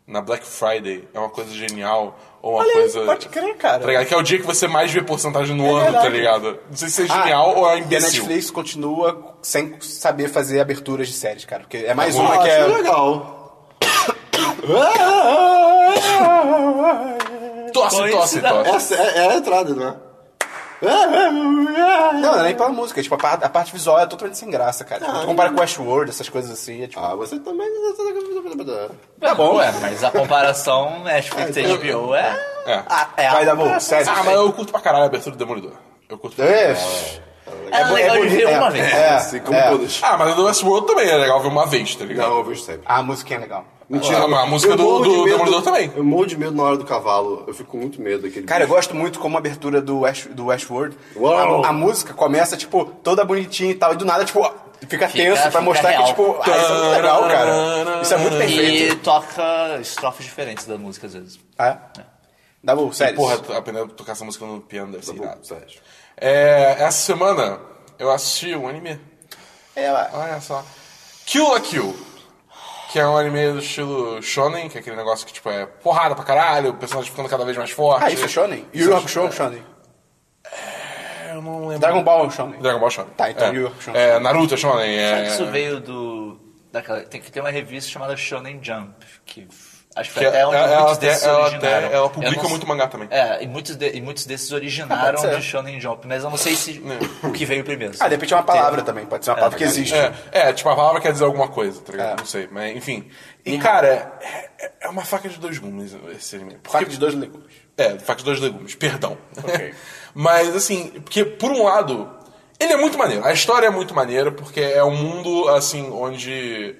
[SPEAKER 3] na Black Friday é uma coisa genial ou uma
[SPEAKER 1] Olha aí,
[SPEAKER 3] coisa.
[SPEAKER 1] pode crer, cara.
[SPEAKER 3] Tá ligado? Que é o dia que você mais vê porcentagem no ano,
[SPEAKER 1] verdade. Ah,
[SPEAKER 3] tá ligado? Não sei se é genial ou é
[SPEAKER 1] E a
[SPEAKER 3] imbecil.
[SPEAKER 1] Netflix continua sem saber fazer aberturas de séries, cara. Porque é mais
[SPEAKER 3] bom.
[SPEAKER 1] uma que
[SPEAKER 2] Ah,
[SPEAKER 1] é...
[SPEAKER 2] isso legal.
[SPEAKER 3] Tosse, tosse,
[SPEAKER 4] Coincidência.
[SPEAKER 3] tosse.
[SPEAKER 2] Essa é, é a entrada, né?
[SPEAKER 1] Não, não é nem pela música. Tipo, a parte, a parte visual é totalmente sem graça, cara. Tipo, tu compara com Westworld, essas coisas assim, é tipo...
[SPEAKER 2] Ah, você também.
[SPEAKER 4] Tá bom, ué, mas a comparação Netflix e HBO é...
[SPEAKER 3] É.
[SPEAKER 4] Ah, é
[SPEAKER 1] Vai
[SPEAKER 4] a-
[SPEAKER 1] dar bom, sério.
[SPEAKER 3] Ah, mas eu curto pra caralho a abertura do Demolidor. Eu curto pra
[SPEAKER 1] É,
[SPEAKER 3] caralho.
[SPEAKER 4] Era
[SPEAKER 1] bo-
[SPEAKER 4] legal de
[SPEAKER 1] bonito,
[SPEAKER 4] ver
[SPEAKER 1] é.
[SPEAKER 4] uma vez.
[SPEAKER 1] É,
[SPEAKER 2] Assim como
[SPEAKER 1] é.
[SPEAKER 2] todos.
[SPEAKER 3] Ah, mas a do Westworld também é legal ver uma vez, tá ligado?
[SPEAKER 2] Não, eu vejo sempre.
[SPEAKER 1] A musiquinha é legal.
[SPEAKER 3] Ah, mas a música
[SPEAKER 2] Eu
[SPEAKER 3] do,
[SPEAKER 2] morro de
[SPEAKER 3] do
[SPEAKER 2] medo-
[SPEAKER 3] Demolidor também.
[SPEAKER 2] Eu morro de medo na hora do cavalo. Eu fico com muito medo daquele.
[SPEAKER 1] Cara, eu
[SPEAKER 2] bicho.
[SPEAKER 1] gosto muito como a abertura do, West, do Westworld.
[SPEAKER 2] Uau!
[SPEAKER 1] A, a música começa, tipo, toda bonitinha e tal, e do nada, tipo, ó, fica, tenso pra
[SPEAKER 4] fica
[SPEAKER 1] mostrar
[SPEAKER 4] real.
[SPEAKER 1] que, tipo, ah, isso é muito legal, cara. Isso é muito perfeito.
[SPEAKER 4] E toca estrofes diferentes da música, às vezes.
[SPEAKER 1] É. Dá bom, sério.
[SPEAKER 3] Porra, aprender a tocar essa música no piano
[SPEAKER 1] Tá
[SPEAKER 3] deve ser irado.
[SPEAKER 2] Sérgio.
[SPEAKER 3] É, essa semana eu assisti um anime.
[SPEAKER 1] É, ué.
[SPEAKER 3] Olha só. Kill la Kill. Que é um anime do estilo shonen, que é aquele negócio que, tipo, é porrada pra caralho, o personagem ficando cada vez mais forte.
[SPEAKER 1] ah, isso é shonen? Yu Yu Hakusho é um shonen.
[SPEAKER 3] É, Eu não lembro.
[SPEAKER 1] Dragon Ball é um shonen.
[SPEAKER 3] Dragon Ball shonen.
[SPEAKER 1] Tá, então
[SPEAKER 3] é.
[SPEAKER 1] Yu Yu Hakusho.
[SPEAKER 3] É, Naruto é shonen.
[SPEAKER 4] Será
[SPEAKER 3] É...
[SPEAKER 4] que isso veio do daquela, tem que ter uma revista chamada Shonen Jump, que f- acho
[SPEAKER 3] Que
[SPEAKER 4] que, foi até onde
[SPEAKER 3] ela- ela
[SPEAKER 4] muitos
[SPEAKER 3] até-
[SPEAKER 4] desses
[SPEAKER 3] ela até-
[SPEAKER 4] originaram.
[SPEAKER 3] ela
[SPEAKER 4] Eu
[SPEAKER 3] publica
[SPEAKER 4] não s-
[SPEAKER 3] muito mangá também.
[SPEAKER 4] É, e muitos, de- e muitos desses
[SPEAKER 1] Ah,
[SPEAKER 4] originaram
[SPEAKER 1] pode ser.
[SPEAKER 4] de Shonen Jump, mas eu não sei se o que veio primeiro. um
[SPEAKER 1] Ah, de repente é uma palavra também, pode ser uma palavra que existe.
[SPEAKER 3] É, é, tipo, a palavra quer dizer alguma coisa, tá ligado?
[SPEAKER 1] É. Uhum.
[SPEAKER 3] Não sei, mas enfim. E, cara, é- é, é uma faca de dois gumes esse anime. Porque-
[SPEAKER 1] Faca de dois legumes.
[SPEAKER 3] É, faca de dois legumes, perdão. Mas assim, porque por um lado, ele é muito maneiro. A história é muito maneira, porque é um mundo assim onde.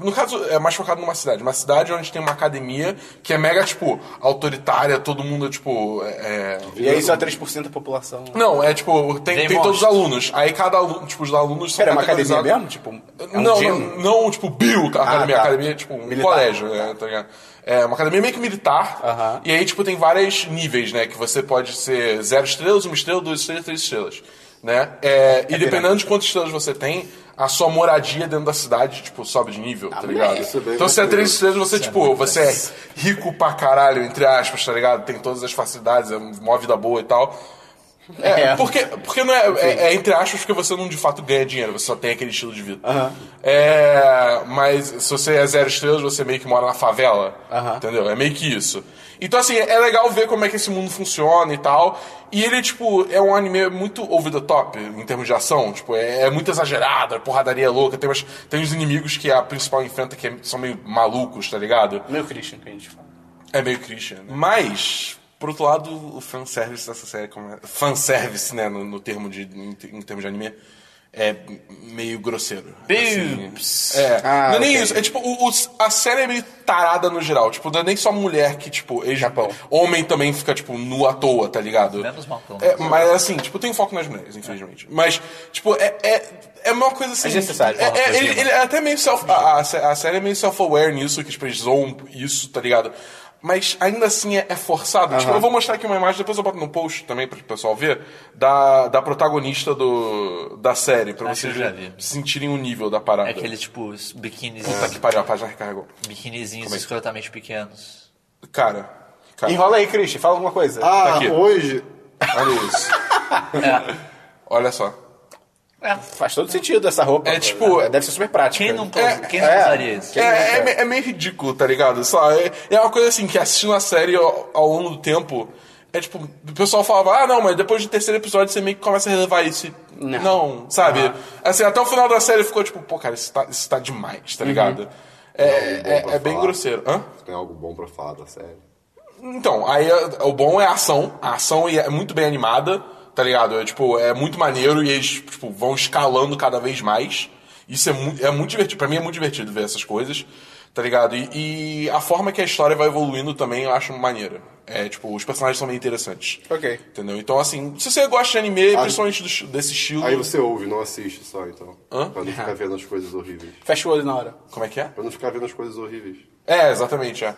[SPEAKER 3] No caso, é mais focado numa cidade. Uma cidade onde tem uma academia que é mega, tipo, autoritária, todo mundo é, tipo. é-
[SPEAKER 1] E aí só 3% da população.
[SPEAKER 3] Não, é tipo, tem,
[SPEAKER 4] Vem
[SPEAKER 3] tem todos os
[SPEAKER 4] monstros.
[SPEAKER 3] alunos. Aí cada aluno, tipo, os alunos são
[SPEAKER 1] Pera, é uma academia
[SPEAKER 3] categorizados-
[SPEAKER 1] mesmo? Tipo, é um
[SPEAKER 3] não,
[SPEAKER 1] gym?
[SPEAKER 3] não, não, tipo, Bill, a academia,
[SPEAKER 1] tá.
[SPEAKER 3] academia é tipo um
[SPEAKER 1] Militar.
[SPEAKER 3] colégio, né, tá ligado? É uma academia meio que militar,
[SPEAKER 1] Aham.
[SPEAKER 3] e aí, tipo, tem vários níveis, né, que você pode ser zero estrelas, uma estrela, duas estrelas, três estrelas, né? É, e dependendo de quantas estrelas você tem, a sua moradia dentro da cidade, tipo, sobe de nível, tá ligado?
[SPEAKER 2] isso é bem
[SPEAKER 3] então, se é
[SPEAKER 2] maneiro.
[SPEAKER 3] três estrelas, você, tipo, você é rico pra caralho, entre aspas, tá ligado? Tem todas as facilidades, é uma vida boa e tal. É,
[SPEAKER 4] É.
[SPEAKER 3] porque, porque não é, é, é entre aspas porque você não de fato ganha dinheiro, você só tem aquele estilo de vida. É, mas se você é zero estrelas, você meio que mora na favela. Entendeu? É meio que isso. Então, assim, é legal ver como é que esse mundo funciona e tal. E ele, tipo, é um anime muito over the top em termos de ação. Tipo, é, é muito exagerado, a porradaria é louca. Tem, umas, tem uns inimigos que a principal enfrenta que é- são meio malucos, tá ligado?
[SPEAKER 1] Meu é Christian, que a gente fala.
[SPEAKER 3] É meio Christian. Né? Mas, por outro lado, o fanservice dessa série. Como é? Fanservice, né? No, no termo de, em, te- em termo de anime. É meio grosseiro.
[SPEAKER 4] Boobs.
[SPEAKER 3] é.
[SPEAKER 1] Ah,
[SPEAKER 3] não é nem
[SPEAKER 1] ok.
[SPEAKER 3] isso. É tipo, o- o- a série é meio tarada no geral. Tipo, não é nem só mulher que, tipo, ex
[SPEAKER 1] Japão.
[SPEAKER 3] homem também fica, tipo, nu à toa, tá ligado?
[SPEAKER 4] Menos mal, pelo
[SPEAKER 3] É,
[SPEAKER 4] menos.
[SPEAKER 3] mas assim, tipo, tem foco nas mulheres, infelizmente. Mas, tipo, é, é, é uma coisa assim.
[SPEAKER 1] É necessário
[SPEAKER 3] É,
[SPEAKER 1] falar
[SPEAKER 3] é-
[SPEAKER 1] uma coisinha,
[SPEAKER 3] ele, ele é até meio self. A, a sé- a série é meio self-aware nisso, que tipo, eles zoam isso, tá ligado? Mas ainda assim é, é forçado. Tipo, eu vou mostrar aqui uma imagem, depois eu boto no post também pro pessoal ver, da, da protagonista do, da série, pra
[SPEAKER 4] Acho
[SPEAKER 3] vocês
[SPEAKER 4] que Ah, eu já vi.
[SPEAKER 3] sentirem o nível da parada.
[SPEAKER 4] É aquele tipo, os biquínis,
[SPEAKER 3] Puta Tá que pariu, a página recarregou. é
[SPEAKER 4] biquinizinhos escrotamente pequenos.
[SPEAKER 3] Cara, cara,
[SPEAKER 1] Tá. Enrola aí, Christian, fala alguma coisa.
[SPEAKER 2] Ah,
[SPEAKER 3] aqui.
[SPEAKER 2] hoje.
[SPEAKER 3] olha isso.
[SPEAKER 4] É.
[SPEAKER 3] Olha só.
[SPEAKER 1] Faz todo sentido essa roupa.
[SPEAKER 3] É tipo-
[SPEAKER 1] né? Deve ser super prática.
[SPEAKER 4] Quem não,
[SPEAKER 3] É,
[SPEAKER 4] quem não
[SPEAKER 1] é.
[SPEAKER 4] usaria isso?
[SPEAKER 3] É, é, me- é meio ridículo, tá ligado? Sei lá, é, é uma coisa assim que assistindo a série ao, ao longo do tempo. É tipo, o pessoal falava, ah, não, mas depois do terceiro episódio você meio que começa a relevar isso. e Não, sabe? Assim, até o final da série ficou tipo, pô, cara, isso tá, isso tá demais, tá ligado? É,
[SPEAKER 2] bom
[SPEAKER 3] é,
[SPEAKER 2] Uhum. pra
[SPEAKER 3] é bem
[SPEAKER 2] falar.
[SPEAKER 3] grosseiro. Hã?
[SPEAKER 2] Tem algo bom pra falar da série?
[SPEAKER 3] Então, aí é- o bom é a ação. A ação é muito bem animada, tá ligado? É, tipo, é muito maneiro e eles tipo, vão escalando cada vez mais. Isso é, mu é muito divertido. Pra mim é muito divertido ver essas coisas, tá ligado? E, e a forma que a história vai evoluindo também eu acho maneira. É, tipo, os personagens são bem interessantes.
[SPEAKER 1] Ok.
[SPEAKER 3] Entendeu? Então, assim, se você gosta de anime, principalmente do esti- desse estilo.
[SPEAKER 2] Aí você ouve, não assiste só, então.
[SPEAKER 3] Hã?
[SPEAKER 2] Pra não ficar vendo as coisas horríveis.
[SPEAKER 1] Fecha o olho na hora.
[SPEAKER 3] Como é que é?
[SPEAKER 2] Pra não ficar vendo as coisas horríveis.
[SPEAKER 3] É, exatamente, é.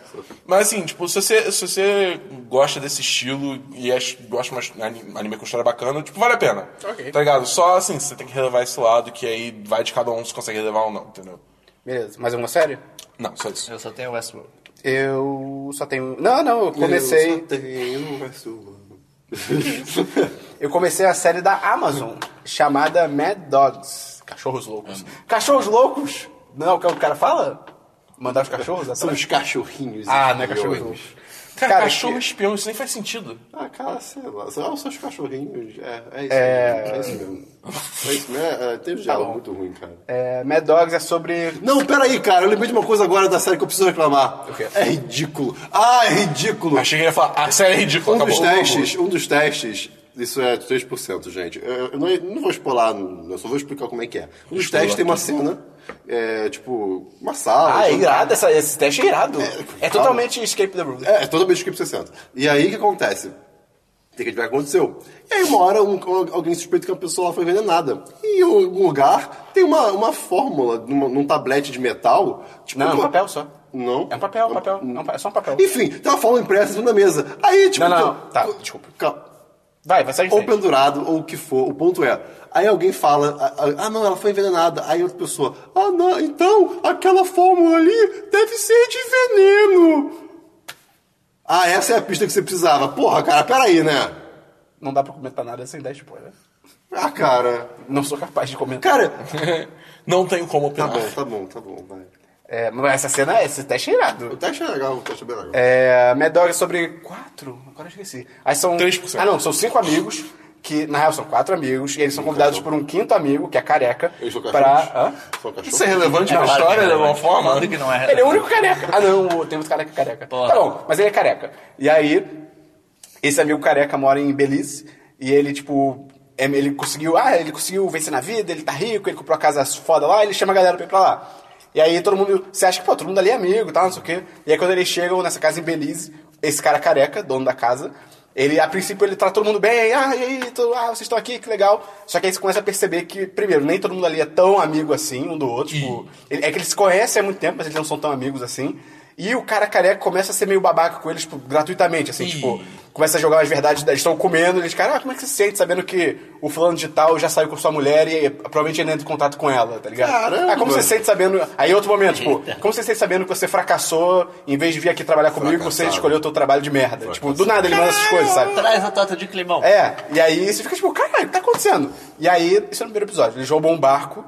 [SPEAKER 3] Mas assim, tipo, se você, se você gosta desse estilo e ach- gosta de uma ani- anime com história bacana, tipo, vale a pena.
[SPEAKER 1] Ok.
[SPEAKER 3] Tá ligado? Só assim, você tem que relevar esse lado, que aí vai de cada um se consegue relevar ou não, entendeu?
[SPEAKER 1] Beleza, mais alguma série?
[SPEAKER 3] Não, só isso.
[SPEAKER 4] Eu só tenho Westworld.
[SPEAKER 1] Eu só um tenho. um. Não, não, eu comecei.
[SPEAKER 2] Eu só tenho uma sua.
[SPEAKER 1] Eu comecei a série da Amazon, chamada Mad Dogs. Cachorros loucos. Cachorros loucos? Não é o que o cara fala? Mandar os cachorros
[SPEAKER 2] São
[SPEAKER 1] atrás?
[SPEAKER 2] os cachorrinhos.
[SPEAKER 1] Ah, não é
[SPEAKER 2] espanhóis.
[SPEAKER 1] cachorros loucos.
[SPEAKER 3] Cara,
[SPEAKER 1] Cara,
[SPEAKER 3] cachorro
[SPEAKER 1] que-
[SPEAKER 3] espião, isso nem faz sentido.
[SPEAKER 2] Ah, cara, sei lá. São só os cachorrinhos. É, é isso é... mesmo. É isso mesmo. É isso mesmo. É, é, tem um diálogo muito ruim, cara.
[SPEAKER 1] É, Mad Dogs é sobre.
[SPEAKER 2] Não, peraí, cara. Eu lembrei de uma coisa agora da série que eu preciso reclamar.
[SPEAKER 1] quê?
[SPEAKER 2] É ridículo. Ah, é ridículo.
[SPEAKER 3] Achei que ele ia falar, a série é ridícula,
[SPEAKER 2] Um dos
[SPEAKER 3] acabou.
[SPEAKER 2] testes, um dos testes, isso é 3%, gente. Eu, eu não, eu não vou explorar, eu só vou explicar como é que é. Um dos testes tem uma cena, é, tipo, uma sala.
[SPEAKER 1] Ah, é
[SPEAKER 2] tipo,
[SPEAKER 1] irado, essa, esse teste é irado. É,
[SPEAKER 2] calma.
[SPEAKER 1] totalmente Escape the Room.
[SPEAKER 2] é, é totalmente script 60. E aí o que acontece? Tem que ver o que aconteceu. E aí uma hora um- alguém suspeita que uma pessoa lá foi envenenada. E em algum lugar tem uma, uma fórmula numa- num tablete de metal. Tipo,
[SPEAKER 1] Não, é um
[SPEAKER 2] uma-
[SPEAKER 1] papel só.
[SPEAKER 2] Não?
[SPEAKER 1] É um papel, um papel. É, um pa- é só um papel.
[SPEAKER 2] Enfim, tem uma fórmula impressa em cima da mesa. Aí, tipo.
[SPEAKER 1] Não, não,
[SPEAKER 2] tu-
[SPEAKER 1] não. Tá,
[SPEAKER 2] tu-
[SPEAKER 1] desculpa.
[SPEAKER 2] Calma.
[SPEAKER 1] Vai, vai sair de
[SPEAKER 2] ou
[SPEAKER 1] frente.
[SPEAKER 2] pendurado, ou o que for. O ponto é, aí alguém fala, ah, ah, ah não, ela foi envenenada. Aí outra pessoa, ah não, então aquela fórmula ali deve ser de veneno. Ah, essa é a pista que você precisava. Porra, cara, peraí, né?
[SPEAKER 1] Não dá pra comentar nada sem dar spoiler.
[SPEAKER 2] Ah, cara.
[SPEAKER 1] né? Não sou capaz de comentar.
[SPEAKER 2] Cara,
[SPEAKER 3] Não tenho como
[SPEAKER 2] tá
[SPEAKER 3] opinar.
[SPEAKER 2] bom, tá bom, tá bom, vai.
[SPEAKER 1] É, mas essa cena, esse teste é irado.
[SPEAKER 2] O teste é legal, o teste é bem legal.
[SPEAKER 1] É, Mad Dog é sobre quatro? Agora eu esqueci. Aí são...
[SPEAKER 3] 3%.
[SPEAKER 1] Ah, não, são cinco amigos, que na real são quatro amigos, e eles são convidados por um quinto amigo, que é careca,
[SPEAKER 2] Eu sou
[SPEAKER 1] pra...
[SPEAKER 2] cachorro.
[SPEAKER 1] Hã?
[SPEAKER 2] Sou cachorro.
[SPEAKER 3] Isso é relevante pra
[SPEAKER 4] Claro que
[SPEAKER 3] história
[SPEAKER 4] não
[SPEAKER 3] de
[SPEAKER 4] é
[SPEAKER 3] alguma
[SPEAKER 4] relevante.
[SPEAKER 3] forma?
[SPEAKER 4] Falando que não é
[SPEAKER 1] Ele é o
[SPEAKER 4] relevante.
[SPEAKER 1] único careca. Ah, não, tem muito careca careca.
[SPEAKER 4] Porra.
[SPEAKER 1] Tá bom, mas ele é careca. E aí, esse amigo careca mora em Belize e ele, tipo, é- ele conseguiu, ah, ele conseguiu vencer na vida, ele tá rico, ele comprou a casa foda lá, ele chama a galera pra ir pra lá. E aí todo mundo, você acha que, pô, todo mundo ali é amigo e tal, não sei o quê. E aí quando eles chegam nessa casa em Belize, esse cara careca, dono da casa, ele, a princípio, ele trata todo mundo bem, ah, e aí, tu- ah, vocês estão aqui, que legal. Só que aí você começa a perceber que, primeiro, nem todo mundo ali é tão amigo assim, um do outro. Tipo, ele- é que eles se conhecem há muito tempo, mas eles não são tão amigos assim. E o cara careca começa a ser meio babaca com eles, tipo, gratuitamente, assim,
[SPEAKER 3] Ih.
[SPEAKER 1] tipo, começa a jogar umas verdades, eles estão comendo, eles, cara, ah, como é que você se sente sabendo que o fulano de tal já saiu com sua mulher e eh, provavelmente ele entra em contato com ela, tá ligado?
[SPEAKER 2] Caramba!
[SPEAKER 1] Ah, como você se sente sabendo. Aí outro momento, tipo, como você se sente sabendo que você fracassou, em vez de vir aqui trabalhar comigo, você
[SPEAKER 2] Fracassado.
[SPEAKER 1] escolheu o teu trabalho de merda. Tipo, do nada ele manda essas coisas, sabe?
[SPEAKER 4] Traz a torta de climão.
[SPEAKER 1] É, e aí você fica tipo, caralho, o que tá acontecendo? E aí, isso é no primeiro episódio, eles roubam um barco,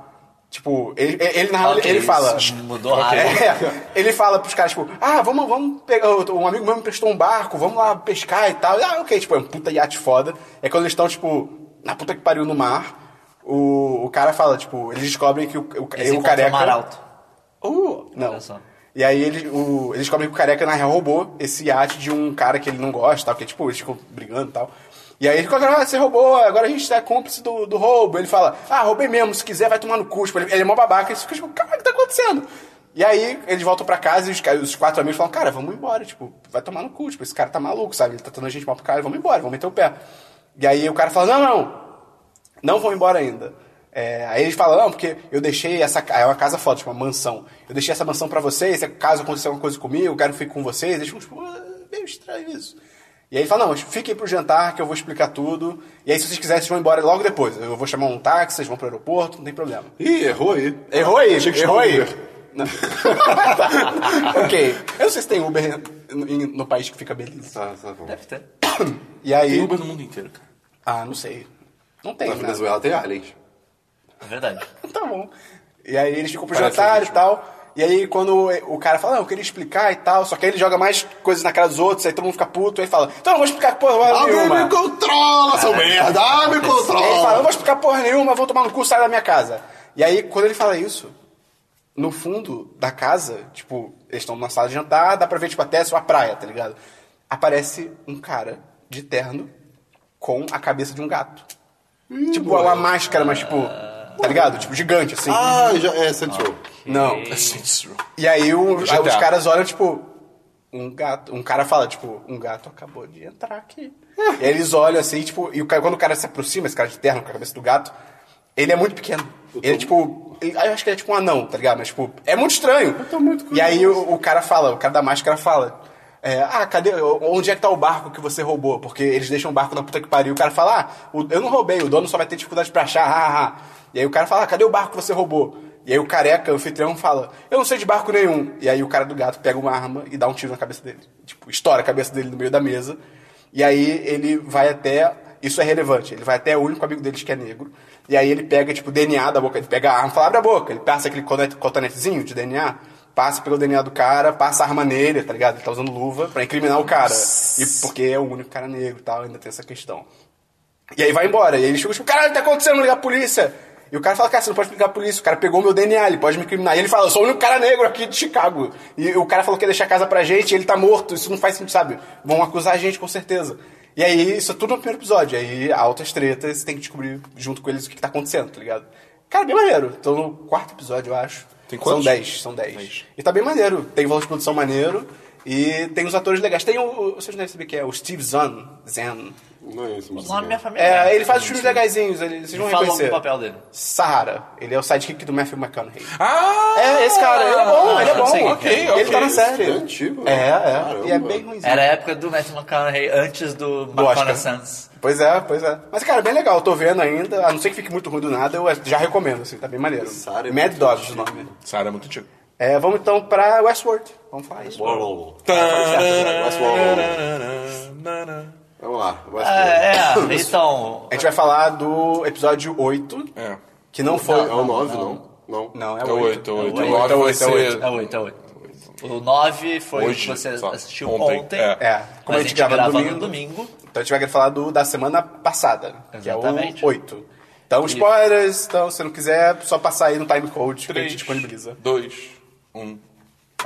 [SPEAKER 1] tipo, ele, ele, ele na
[SPEAKER 2] Ah,
[SPEAKER 1] real, ele,
[SPEAKER 4] Ah, Ok,
[SPEAKER 1] ele fala.
[SPEAKER 4] isso Mudou rápido.
[SPEAKER 1] É, ele fala pros caras, tipo, ah, vamos, vamos pegar. Um amigo meu me prestou um barco, vamos lá pescar e tal. E, ah, ok, tipo, é um puta iate foda. É quando eles estão, tipo, na puta que pariu no mar, o, o cara fala, tipo, eles descobrem que o, o,
[SPEAKER 4] Eles
[SPEAKER 1] o
[SPEAKER 4] encontram um
[SPEAKER 1] careca.
[SPEAKER 4] o mar alto.
[SPEAKER 1] Uh, não.
[SPEAKER 4] Olha só.
[SPEAKER 1] E aí ele, o, eles descobrem que o careca, na real, roubou esse iate de um cara que ele não gosta, tal, porque, tipo, eles ficam brigando e tal. E aí ele fala, ah, você roubou, agora a gente é cúmplice do, do roubo. Ele fala, ah, roubei mesmo, se quiser vai tomar no cu. Tipo, ele, ele é mó babaca, eles ficam tipo, caralho, o que tá acontecendo? E aí eles voltam pra casa e os, ca- os quatro amigos falam, cara, vamos embora, tipo, vai tomar no cu, tipo, esse cara tá maluco, sabe? Ele tá tratando a gente mal pro cara, vamos embora, vamos meter o pé. E aí o cara fala, não, não, não vão embora ainda. É, aí eles falam, não, porque eu deixei essa ca- é uma casa foda, tipo, uma mansão. Eu deixei essa mansão pra vocês, se caso aconteça alguma coisa comigo, eu quero que fique com vocês. Eles ficam, tipo, "Ah, meio estranho isso. E aí ele fala, não, mas fiquem pro jantar que eu vou explicar tudo. E aí se vocês quiserem, vocês vão embora logo depois. Eu vou chamar um táxi, vocês vão pro aeroporto, não tem problema.
[SPEAKER 2] Ih, errou aí.
[SPEAKER 1] Errou aí,
[SPEAKER 2] Tinha que
[SPEAKER 1] errou
[SPEAKER 2] chamar
[SPEAKER 1] aí.
[SPEAKER 2] Uber.
[SPEAKER 1] Não. Tá. ok. Eu não sei se tem Uber no, em- no país que fica beleza.
[SPEAKER 2] Tá, tá bom.
[SPEAKER 4] Deve ter.
[SPEAKER 1] E aí...
[SPEAKER 3] Tem Uber no mundo inteiro, cara.
[SPEAKER 1] Ah, não sei. Não tem,
[SPEAKER 2] Na
[SPEAKER 1] né?
[SPEAKER 2] Venezuela tem aliens.
[SPEAKER 4] É verdade.
[SPEAKER 1] tá bom. E aí eles ficam pro
[SPEAKER 2] Parece
[SPEAKER 1] jantar e
[SPEAKER 2] legítimo.
[SPEAKER 1] tal. E aí quando o cara fala, não, eu queria explicar e tal, só que aí ele joga mais coisas na cara dos outros, aí todo mundo fica puto, aí fala, então eu não vou explicar porra
[SPEAKER 2] Alguém
[SPEAKER 1] nenhuma.
[SPEAKER 2] me controla, seu merda! Ah, me
[SPEAKER 1] Aí É. ele fala, eu não
[SPEAKER 2] controla!
[SPEAKER 1] vou explicar porra nenhuma, vou tomar no cu, sai da minha casa. E aí quando ele fala isso, no fundo da casa, tipo, eles estão na sala de jantar, dá pra ver, tipo, até a praia, tá ligado? Aparece um cara de terno com a cabeça de um gato. tipo, uma máscara, mas tipo, tá ligado? Tipo, gigante, assim.
[SPEAKER 2] Ah, já é Central.
[SPEAKER 1] Não.
[SPEAKER 3] É sensível.
[SPEAKER 1] E aí, o-
[SPEAKER 3] GTA.
[SPEAKER 1] aí os caras olham, tipo, um gato. Um cara fala, tipo, um gato acabou de entrar aqui. e aí eles olham assim, tipo, e o cara- quando o cara se aproxima, esse cara de terno com a cabeça do gato, ele é muito pequeno. Ele é tipo. ele- Eu acho que ele é tipo um anão, tá ligado? Mas, tipo, é muito estranho. Eu tô muito e aí o, o cara fala, o cara da máscara fala. é, ah, cadê? Onde é que tá o barco que você roubou? Porque eles deixam o barco na puta que pariu. O cara fala, ah, o- eu não roubei, o dono só vai ter dificuldade pra achar, ah, ah, ah. E aí o cara fala, ah, cadê o barco que você roubou? E aí o careca, o anfitrião, fala, eu não sei de barco nenhum. E aí o cara do gato pega uma arma e dá um tiro na cabeça dele. Tipo, estoura a cabeça dele no meio da mesa. E aí ele vai até. Isso é relevante, ele vai até o único amigo deles que é negro. E aí ele pega, tipo, DNA da boca. Ele pega a arma e fala, abre a boca. Ele passa aquele conet- cotonetezinho de DNA, passa pelo DNA do cara, passa a arma nele, tá ligado? Ele tá usando luva pra incriminar o cara. E porque é o único cara negro e tal, ainda tem essa questão. E aí vai embora. E aí ele chega tipo, caralho, tá acontecendo, vou ligar a polícia. E o cara fala, cara, você não pode ligar a polícia. O cara pegou meu DNA, ele pode me incriminar. E ele fala, eu sou o único cara negro aqui de Chicago. E o cara falou que ia deixar a casa pra gente, e ele tá morto. Isso não faz sentido, sabe? Vão acusar a gente, com certeza. E aí, isso é tudo no primeiro episódio. E aí, altas tretas, você tem que descobrir junto com eles o que, que tá acontecendo, tá ligado? Cara, bem maneiro. Tô no quarto episódio, eu acho.
[SPEAKER 3] Tem quantos?
[SPEAKER 1] São dez, são dez.
[SPEAKER 3] Dez.
[SPEAKER 1] E tá bem maneiro. Tem valor de produção maneiro. E tem os atores legais. Tem o... o- Vocês devem saber quem é. O Steve Zahn. Zahn.
[SPEAKER 2] Não é isso,
[SPEAKER 4] O nome da minha família.
[SPEAKER 1] É, ele faz os filmes legaisinhos, ele, vocês vão
[SPEAKER 4] Ah, Fala o nome
[SPEAKER 1] reconhecer.
[SPEAKER 4] do papel dele.
[SPEAKER 1] Sahara. Ele é o sidekick do Matthew McConaughey.
[SPEAKER 3] Ah!
[SPEAKER 1] É, esse cara, ele é bom, ele é
[SPEAKER 4] não sei
[SPEAKER 1] bom.
[SPEAKER 4] quem
[SPEAKER 3] Ok,
[SPEAKER 4] é.
[SPEAKER 3] ok.
[SPEAKER 1] Ele tá na série.
[SPEAKER 2] É antigo,
[SPEAKER 1] É,
[SPEAKER 2] né?
[SPEAKER 1] é.
[SPEAKER 2] Caramba.
[SPEAKER 1] E é bem ruimzinho.
[SPEAKER 4] Era a época do Matthew McConaughey, antes do
[SPEAKER 1] Oscar.
[SPEAKER 4] McConaughey Sands.
[SPEAKER 1] Pois é, pois é. Mas, cara, bem legal, eu tô vendo ainda. A não ser que fique muito ruim do nada, eu já recomendo, assim, tá bem maneiro.
[SPEAKER 2] Sahara é
[SPEAKER 1] Mad
[SPEAKER 2] muito
[SPEAKER 1] Dogs o
[SPEAKER 2] antigo.
[SPEAKER 1] nome.
[SPEAKER 3] Sara é muito antigo.
[SPEAKER 1] É, vamos então pra Westworld. Vamos falar isso.
[SPEAKER 2] Westworld.
[SPEAKER 1] Tá, tá certo, né?
[SPEAKER 2] Westworld. Vamos lá. lá. Vai se
[SPEAKER 4] Ah,
[SPEAKER 2] fuder.
[SPEAKER 4] é, então.
[SPEAKER 1] A gente vai falar do episódio 8,
[SPEAKER 3] É.
[SPEAKER 1] que não foi.
[SPEAKER 2] É o 9, não? Não.
[SPEAKER 1] Não, é
[SPEAKER 3] É
[SPEAKER 1] o 8.
[SPEAKER 3] oito, é oito.
[SPEAKER 4] É
[SPEAKER 3] O
[SPEAKER 4] oito,
[SPEAKER 3] nove
[SPEAKER 1] é
[SPEAKER 3] vai
[SPEAKER 1] oito, é
[SPEAKER 3] ser...
[SPEAKER 4] É oito, é oito. O 9 foi
[SPEAKER 3] Hoje,
[SPEAKER 4] o que você
[SPEAKER 3] só.
[SPEAKER 4] assistiu
[SPEAKER 3] Ontem,
[SPEAKER 4] ontem.
[SPEAKER 3] é.
[SPEAKER 1] É,
[SPEAKER 4] Como a gente grava no domingo.
[SPEAKER 1] Então a gente vai falar do, da semana passada, que
[SPEAKER 4] Exatamente.
[SPEAKER 1] é o 8. Então, spoilers, então, se não quiser, só passar aí no time code que a
[SPEAKER 3] 3,
[SPEAKER 1] gente disponibiliza.
[SPEAKER 3] 2, 1.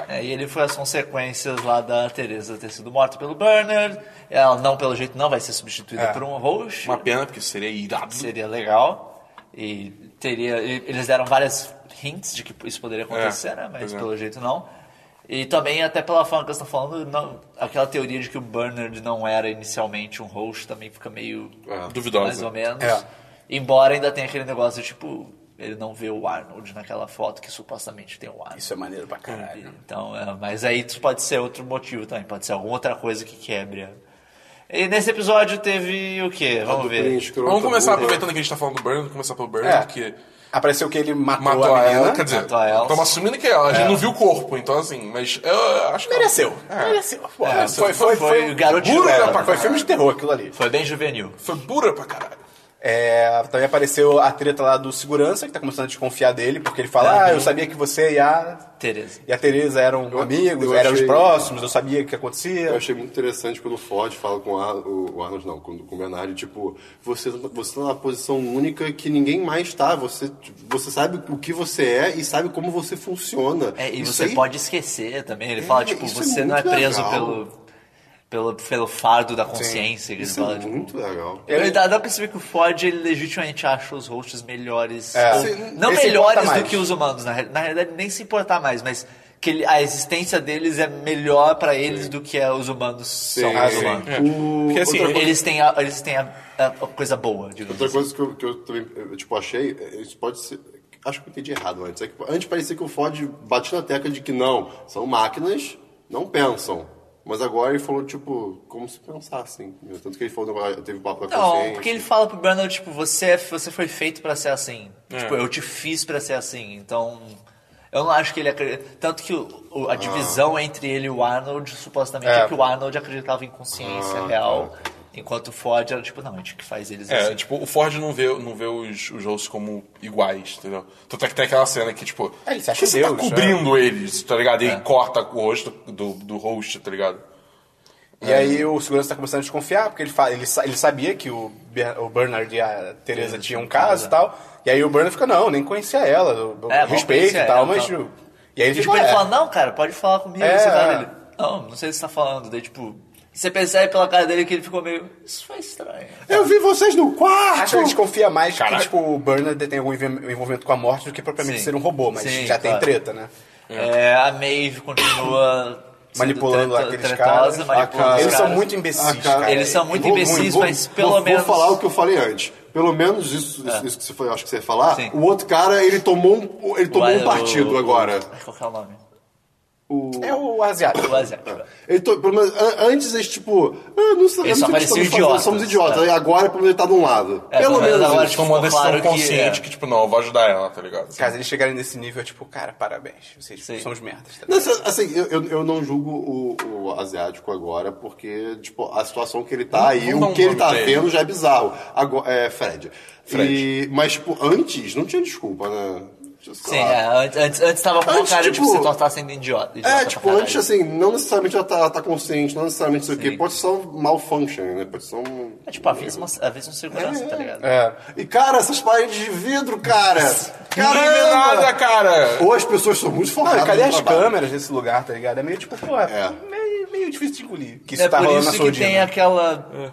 [SPEAKER 4] É, e ele foi as consequências lá da Teresa ter sido morta pelo Bernard. Ela não, pelo jeito, não vai ser substituída
[SPEAKER 1] É.
[SPEAKER 4] por um host.
[SPEAKER 3] Uma pena, porque seria irado.
[SPEAKER 4] Seria legal. E teria. e Eles deram várias hints de que isso poderia acontecer,
[SPEAKER 3] É,
[SPEAKER 4] né? Mas
[SPEAKER 3] pois é.
[SPEAKER 4] pelo jeito não. E também até pela forma que eles estão falando, não- aquela teoria de que o Bernard não era inicialmente um host também fica meio
[SPEAKER 3] É, Duvidosa.
[SPEAKER 4] mais ou menos.
[SPEAKER 1] É.
[SPEAKER 4] Embora ainda tenha aquele negócio de tipo, ele não vê o Arnold naquela foto que supostamente tem o Arnold.
[SPEAKER 1] Isso é maneiro pra caralho.
[SPEAKER 4] Então, é, mas aí isso pode ser outro motivo também, pode ser alguma outra coisa que quebre. a- E nesse episódio teve o quê? Vamos ver.
[SPEAKER 2] Preenche, cronta,
[SPEAKER 3] Vamos começar,
[SPEAKER 2] burra.
[SPEAKER 3] aproveitando que a gente tá falando do Bernard, começar pelo
[SPEAKER 1] É.
[SPEAKER 3] Bernard, que
[SPEAKER 1] Apareceu que ele matou,
[SPEAKER 3] matou
[SPEAKER 1] a
[SPEAKER 3] a
[SPEAKER 1] menina.
[SPEAKER 3] ela. Quer dizer,
[SPEAKER 4] Matou a Elsa.
[SPEAKER 3] estamos assumindo que é ela. A gente não viu o corpo, então assim, mas eu, acho que...
[SPEAKER 1] Mereceu.
[SPEAKER 3] É.
[SPEAKER 1] Mereceu. Pô,
[SPEAKER 4] É,
[SPEAKER 1] foi, foi, foi,
[SPEAKER 4] foi o garotinho
[SPEAKER 1] Bura,
[SPEAKER 4] dela.
[SPEAKER 1] pra- Foi filme de terror aquilo ali.
[SPEAKER 4] Foi bem juvenil.
[SPEAKER 3] Foi pura pra caralho.
[SPEAKER 1] É, também apareceu a treta lá do segurança, que tá começando a desconfiar dele, porque ele fala, ah, eu sabia que você e a,
[SPEAKER 4] Tereza.
[SPEAKER 1] e a Tereza eram
[SPEAKER 2] Eu-
[SPEAKER 1] amigos,
[SPEAKER 2] eu
[SPEAKER 1] eram os
[SPEAKER 2] achei-
[SPEAKER 1] próximos, eu sabia o que acontecia.
[SPEAKER 2] Eu achei muito interessante quando o Ford fala com o Ar- o o Arnold, não, com, com o Bernard, tipo, você, você tá numa posição única que ninguém mais tá. Você, você sabe o que você é e sabe como você funciona.
[SPEAKER 4] É, e
[SPEAKER 2] Isso
[SPEAKER 4] você
[SPEAKER 2] aí-
[SPEAKER 4] pode esquecer também. Ele fala, tipo,
[SPEAKER 2] isso é
[SPEAKER 4] você não é
[SPEAKER 2] muito
[SPEAKER 4] preso
[SPEAKER 2] legal.
[SPEAKER 4] pelo, pelo, pelo fardo da consciência. que ele
[SPEAKER 2] Isso
[SPEAKER 4] fala,
[SPEAKER 2] é
[SPEAKER 4] tipo,
[SPEAKER 2] muito legal.
[SPEAKER 1] Ele-
[SPEAKER 4] Ele dá, dá pra perceber que o Ford ele legitimamente acha os hosts melhores.
[SPEAKER 1] É.
[SPEAKER 4] ou-
[SPEAKER 1] Sim,
[SPEAKER 4] não
[SPEAKER 1] ele se importa
[SPEAKER 4] melhores do
[SPEAKER 1] mais.
[SPEAKER 4] que os humanos, na, real- na realidade, nem se importar mais, mas que ele- a existência deles é melhor pra eles do que é os humanos são
[SPEAKER 1] Ah,
[SPEAKER 4] os
[SPEAKER 1] sim.
[SPEAKER 4] humanos.
[SPEAKER 2] O-
[SPEAKER 3] Porque assim,
[SPEAKER 2] outra,
[SPEAKER 4] Eles têm a, eles têm a, a- a coisa boa, digamos
[SPEAKER 2] outra coisa
[SPEAKER 4] assim.
[SPEAKER 2] que eu, que eu também, eu, tipo, achei, é, isso pode ser... Acho que eu entendi errado antes. É que antes parecia que o Ford batia na tecla de que não, são máquinas, não pensam. Mas agora ele falou, tipo, como se pensassem. Tanto que ele falou, ah, teve papo da
[SPEAKER 4] Não,
[SPEAKER 2] consciência.
[SPEAKER 4] porque ele fala pro Bernard, tipo, você, é- você foi feito pra ser assim.
[SPEAKER 1] É.
[SPEAKER 4] Tipo, eu te fiz pra ser assim, então... Eu não acho que ele acredita... Tanto que o- o- a divisão entre ele e o Arnold, supostamente, é.
[SPEAKER 1] Ah. É. tá,
[SPEAKER 4] que o Arnold acreditava em consciência
[SPEAKER 2] Ah,
[SPEAKER 4] real, enquanto o Ford era, tipo, não, a gente que faz eles
[SPEAKER 3] É,
[SPEAKER 4] assim.
[SPEAKER 3] tipo, o Ford não vê, não vê os, os hosts como iguais, entendeu? Tanto é que tem aquela cena que, tipo,
[SPEAKER 1] É, ele se acha
[SPEAKER 3] que você tá
[SPEAKER 1] Deus, né?" É.
[SPEAKER 3] cobrindo eles, tá ligado? E corta o rosto do, do host, tá ligado?
[SPEAKER 1] E aí o segurança tá começando a desconfiar, porque ele, fa- ele, sa- ele sabia que o, Ber- o Bernard e a Teresa tinham um caso e tal. E aí o Bernard fica, não, nem conhecia ela, eu- eu
[SPEAKER 4] É, mal
[SPEAKER 1] respeito
[SPEAKER 4] conhecia
[SPEAKER 1] e tal,
[SPEAKER 4] ela,
[SPEAKER 1] mas...
[SPEAKER 4] tal.
[SPEAKER 1] eu- E aí ele
[SPEAKER 4] E, tipo,
[SPEAKER 1] fica,
[SPEAKER 4] ele
[SPEAKER 1] é,
[SPEAKER 4] fala, não, cara, pode falar comigo.
[SPEAKER 1] É,
[SPEAKER 4] você
[SPEAKER 1] é.
[SPEAKER 4] fala, ele, não, não sei o que você tá falando. Daí, tipo, você percebe pela cara dele que ele ficou meio, isso foi estranho.
[SPEAKER 2] Eu vi vocês no quarto!
[SPEAKER 1] acho que ele desconfia mais
[SPEAKER 3] Caralho.
[SPEAKER 1] que, tipo, o Bernard tem algum env- envolvimento com a morte do que propriamente
[SPEAKER 4] Sim.
[SPEAKER 1] ser um robô, mas
[SPEAKER 4] Sim,
[SPEAKER 1] já tem
[SPEAKER 4] claro.
[SPEAKER 1] treta, né?
[SPEAKER 4] É, a Maeve continua... sendo
[SPEAKER 1] Manipulando
[SPEAKER 4] treta-
[SPEAKER 1] aqueles
[SPEAKER 4] tretosa,
[SPEAKER 1] caras.
[SPEAKER 4] manipulando
[SPEAKER 2] Ah,
[SPEAKER 4] os
[SPEAKER 1] Eles são
[SPEAKER 4] caras.
[SPEAKER 1] muito imbecis,
[SPEAKER 2] Ah, cara,
[SPEAKER 1] cara.
[SPEAKER 4] Eles são muito
[SPEAKER 2] Vou-
[SPEAKER 4] imbecis,
[SPEAKER 2] vou-
[SPEAKER 4] mas pelo
[SPEAKER 2] vou- vou
[SPEAKER 4] menos. É.
[SPEAKER 2] falar o que eu falei antes. Pelo menos isso, isso- isso que você foi, acho que você ia falar.
[SPEAKER 4] Sim.
[SPEAKER 2] O outro cara, ele tomou um, ele tomou
[SPEAKER 4] Vai,
[SPEAKER 2] um partido
[SPEAKER 4] o-
[SPEAKER 2] agora.
[SPEAKER 4] Qual que é o nome?
[SPEAKER 1] É o asiático.
[SPEAKER 4] O asiático.
[SPEAKER 2] Ele to- pelo menos, an- antes eles, tipo, ah, não sei, não sei o
[SPEAKER 4] Eles só
[SPEAKER 2] que estamos
[SPEAKER 4] pareciam
[SPEAKER 2] fazendo,
[SPEAKER 4] idiotas.
[SPEAKER 2] somos idiotas.
[SPEAKER 4] É.
[SPEAKER 2] Aí agora, pelo menos, ele tá de um lado.
[SPEAKER 4] É,
[SPEAKER 2] pelo
[SPEAKER 4] pelo menos
[SPEAKER 2] menos
[SPEAKER 4] agora-
[SPEAKER 1] tipo,
[SPEAKER 2] isso.
[SPEAKER 4] ficou
[SPEAKER 3] Tomou uma decisão
[SPEAKER 4] claro que
[SPEAKER 3] consciente
[SPEAKER 4] é.
[SPEAKER 3] que, tipo, não, eu vou ajudar ela, tá ligado?
[SPEAKER 1] Caso eles chegarem nesse nível, é tipo, cara, parabéns, vocês
[SPEAKER 4] Sim.
[SPEAKER 1] são os merdas. Tá
[SPEAKER 2] Não,
[SPEAKER 1] ligado?
[SPEAKER 2] se- assim, eu, eu, eu não julgo o, o asiático agora, porque, tipo, a situação que ele tá e
[SPEAKER 3] vamos dar
[SPEAKER 2] o
[SPEAKER 3] um
[SPEAKER 2] que ele
[SPEAKER 3] nome
[SPEAKER 2] tá
[SPEAKER 3] pra ele.
[SPEAKER 2] vendo já é bizarro. Agora, é, Fred.
[SPEAKER 3] Fred.
[SPEAKER 2] E- mas, tipo, antes, não tinha desculpa, né? Sei
[SPEAKER 4] Sim,
[SPEAKER 2] lá.
[SPEAKER 4] é, antes, antes, antes tava com uma
[SPEAKER 2] Antes,
[SPEAKER 4] cara de
[SPEAKER 2] tipo,
[SPEAKER 4] você tá, tá sendo idiota.
[SPEAKER 2] É,
[SPEAKER 4] idiota
[SPEAKER 2] tipo,
[SPEAKER 4] pra caralho.
[SPEAKER 2] antes, assim, não necessariamente ela tá, ela tá consciente, não necessariamente isso aqui.
[SPEAKER 4] Sim.
[SPEAKER 2] Pode ser um malfunction, né? Pode ser um...
[SPEAKER 4] É tipo, avisa, uma, avisa um segurança, tá ligado?
[SPEAKER 1] É.
[SPEAKER 2] E, cara, essas paredes de vidro, cara!
[SPEAKER 3] Caramba! é nada,
[SPEAKER 2] Caramba!
[SPEAKER 3] cara!
[SPEAKER 2] Ou as pessoas são muito
[SPEAKER 1] Ah,
[SPEAKER 2] focadas
[SPEAKER 1] cadê
[SPEAKER 2] no
[SPEAKER 1] as
[SPEAKER 2] trabalho.
[SPEAKER 1] câmeras nesse lugar, tá ligado? É meio tipo, pô, é,
[SPEAKER 2] É.
[SPEAKER 1] meio, meio difícil de engolir. Que isso
[SPEAKER 4] é
[SPEAKER 1] tá
[SPEAKER 4] por
[SPEAKER 1] rolando
[SPEAKER 4] isso
[SPEAKER 1] na
[SPEAKER 4] que
[SPEAKER 1] Saudina.
[SPEAKER 4] tem aquela uh,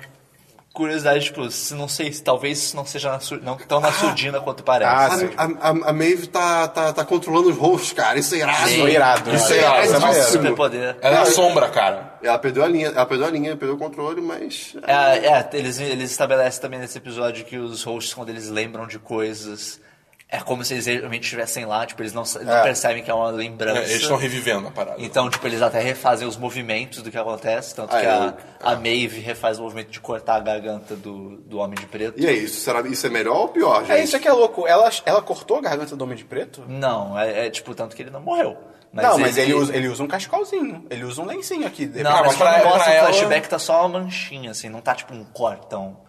[SPEAKER 4] curiosidade, tipo, se não sei, se talvez isso não seja na, sur- não tão na surdina quanto
[SPEAKER 1] Ah,
[SPEAKER 4] parece.
[SPEAKER 1] sim.
[SPEAKER 2] A, a, a Maeve tá, tá, tá controlando os hosts, cara. Isso é irado.
[SPEAKER 1] Isso é irado.
[SPEAKER 2] Isso
[SPEAKER 1] Isso
[SPEAKER 2] é irado.
[SPEAKER 1] é
[SPEAKER 2] Isso é
[SPEAKER 1] maneiro.
[SPEAKER 2] máximo.
[SPEAKER 4] tipo, superpoder.
[SPEAKER 3] Ela é a sombra, cara.
[SPEAKER 2] Ela perdeu a linha, ela perdeu a linha, perdeu o controle, mas...
[SPEAKER 4] É, é, eles, eles estabelecem também nesse episódio que os hosts, quando eles lembram de coisas, é como se eles realmente estivessem lá, tipo, eles não, sa- não
[SPEAKER 1] É.
[SPEAKER 4] percebem que é uma
[SPEAKER 3] É,
[SPEAKER 4] lembrança.
[SPEAKER 3] eles estão revivendo a parada.
[SPEAKER 4] Então, tipo, eles até refazem os movimentos do que acontece, tanto
[SPEAKER 2] Ah,
[SPEAKER 4] que
[SPEAKER 2] é,
[SPEAKER 4] a, a Maeve refaz o movimento de cortar a garganta do, do Homem de Preto.
[SPEAKER 2] E é isso. Será isso é melhor ou pior, gente?
[SPEAKER 1] É isso que é louco. Ela, ela cortou a garganta do Homem de Preto?
[SPEAKER 4] Não, é, é, tipo, tanto que ele não morreu. Mas
[SPEAKER 1] não, mas ele usa, ele usa um cachecolzinho. Ele usa um lencinho aqui.
[SPEAKER 4] Não,
[SPEAKER 3] Ah, mas
[SPEAKER 4] mas, quando
[SPEAKER 3] pra-
[SPEAKER 4] mostra
[SPEAKER 3] pra
[SPEAKER 4] o
[SPEAKER 3] ela-
[SPEAKER 4] flashback tá só uma manchinha, assim, não tá tipo um cortão.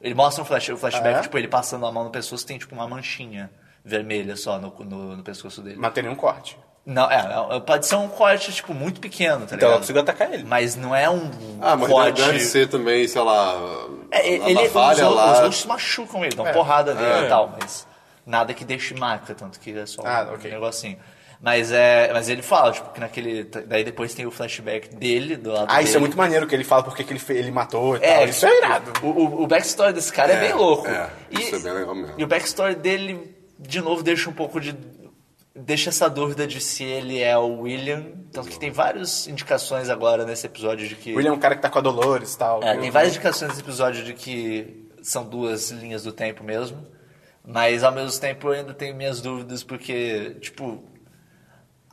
[SPEAKER 4] Ele mostra um flash, o flashback,
[SPEAKER 1] Ah, é?
[SPEAKER 4] tipo, ele passando a mão no pescoço, tem tipo uma manchinha vermelha só no, no, no pescoço dele.
[SPEAKER 1] Mas tem nenhum corte.
[SPEAKER 4] Não, é, não, pode ser um corte, tipo, muito pequeno,
[SPEAKER 5] Então
[SPEAKER 4] tá
[SPEAKER 5] ela
[SPEAKER 4] ligado?
[SPEAKER 5] conseguiu atacar ele.
[SPEAKER 4] Mas não é um
[SPEAKER 2] Ah, mas deve-
[SPEAKER 4] corte.
[SPEAKER 2] deve ser também, sei lá.
[SPEAKER 4] É,
[SPEAKER 2] a- a
[SPEAKER 4] ele, os,
[SPEAKER 2] navalha lá.
[SPEAKER 4] outros se machucam ele, dão
[SPEAKER 1] É.
[SPEAKER 4] porrada nele e tal, mas nada que deixe marca, tanto que é só
[SPEAKER 1] Ah,
[SPEAKER 4] um
[SPEAKER 1] ok.
[SPEAKER 4] negocinho. Mas, é, mas ele fala, tipo, que naquele. Daí depois tem o flashback dele do lado
[SPEAKER 1] Ah, isso é
[SPEAKER 4] dele.
[SPEAKER 1] muito maneiro que ele fala porque que ele, fe- ele matou e
[SPEAKER 4] É,
[SPEAKER 1] tal. Isso é irado.
[SPEAKER 4] O, o, o backstory desse cara é,
[SPEAKER 2] É,
[SPEAKER 4] bem louco.
[SPEAKER 2] é,
[SPEAKER 4] e,
[SPEAKER 2] isso é bem legal mesmo.
[SPEAKER 4] E o backstory dele, de novo, deixa um pouco de. Deixa essa dúvida de se ele é o William. Tanto que tem várias indicações agora nesse episódio de que.
[SPEAKER 1] O William é um cara que tá com a Dolores e tal.
[SPEAKER 4] É, tem várias indicações nesse episódio de que são duas linhas do tempo mesmo. Mas ao mesmo tempo eu ainda tenho minhas dúvidas, porque, tipo,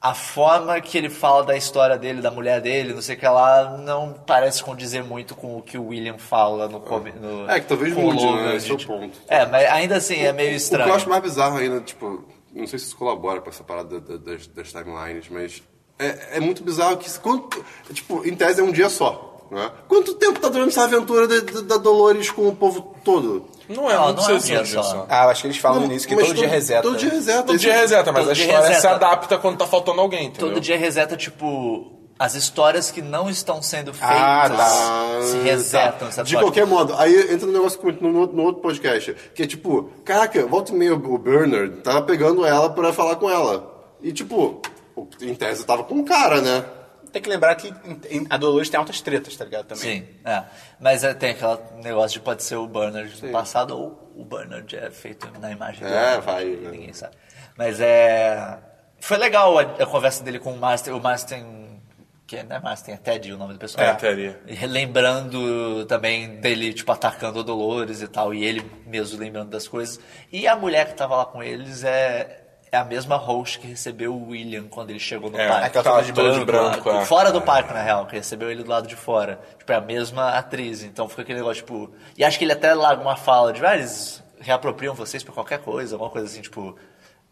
[SPEAKER 4] a forma que ele fala da história dele, da mulher dele, não sei o que lá, não parece condizer muito com o que o William fala no. come- no
[SPEAKER 2] É, que talvez
[SPEAKER 4] com o
[SPEAKER 2] mude,
[SPEAKER 4] Logan,
[SPEAKER 2] né? Esse é o
[SPEAKER 4] gente.
[SPEAKER 2] ponto.
[SPEAKER 4] É, mas ainda assim é meio
[SPEAKER 2] O que
[SPEAKER 4] estranho.
[SPEAKER 2] eu acho mais bizarro ainda, tipo, não sei se isso colabora com essa parada da- da- das, das timelines, mas é, é muito bizarro que, isso- quanto, tipo, em tese é um dia só, né? Quanto tempo tá durando essa aventura da- da- da Dolores com o povo todo?
[SPEAKER 3] Não é,
[SPEAKER 4] Não,
[SPEAKER 3] não,
[SPEAKER 4] não é
[SPEAKER 3] sei
[SPEAKER 4] um
[SPEAKER 3] se
[SPEAKER 4] dia
[SPEAKER 3] é um dia
[SPEAKER 4] só.
[SPEAKER 3] só.
[SPEAKER 1] Ah, eu acho que eles falam no
[SPEAKER 2] Mas
[SPEAKER 1] início que todo, dia reseta. né?
[SPEAKER 2] Todo dia reseta.
[SPEAKER 3] Todo dia
[SPEAKER 2] Esse-
[SPEAKER 3] reseta, mas
[SPEAKER 4] Todo
[SPEAKER 3] a
[SPEAKER 4] dia
[SPEAKER 3] história se
[SPEAKER 4] reseta.
[SPEAKER 3] adapta quando tá faltando alguém, entendeu?
[SPEAKER 4] Todo dia reseta, tipo, as histórias que não estão sendo feitas
[SPEAKER 1] Ah,
[SPEAKER 2] Ah,
[SPEAKER 4] se resetam.
[SPEAKER 2] tá.
[SPEAKER 4] sabe?
[SPEAKER 2] De qualquer modo, aí entra no negócio que eu comentei no, no- no outro podcast, que é tipo, caraca, volta e meia o Bernard tava pegando ela pra falar com ela. E tipo, o- em tese tava com o cara, né?
[SPEAKER 1] Tem que lembrar que em- em- a Dolores tem altas tretas, tá ligado? Também.
[SPEAKER 4] Sim, é. Mas é, tem aquele negócio de pode ser o Bernard do passado ou o Bernard é feito na imagem dele.
[SPEAKER 2] É, vai, né?
[SPEAKER 4] Ninguém sabe. Mas é. Foi legal a, a conversa dele com o Master. O Master. Que não é Master, é Ted o nome do pessoal.
[SPEAKER 3] É, Ted.
[SPEAKER 4] E Lembrando também dele, tipo, atacando o Dolores e tal. E ele mesmo lembrando das coisas. E a mulher que tava lá com eles é. É a mesma host que recebeu o William quando ele chegou no
[SPEAKER 3] É,
[SPEAKER 4] parque.
[SPEAKER 1] aquela tava de
[SPEAKER 3] toda de
[SPEAKER 4] Branco,
[SPEAKER 3] branco, é.
[SPEAKER 4] Fora do parque, na real, que recebeu ele do lado de fora. Tipo, é a mesma atriz, então fica aquele negócio, tipo... E acho que ele até larga uma fala de, ah, eles reapropriam vocês pra qualquer coisa, alguma coisa assim, tipo...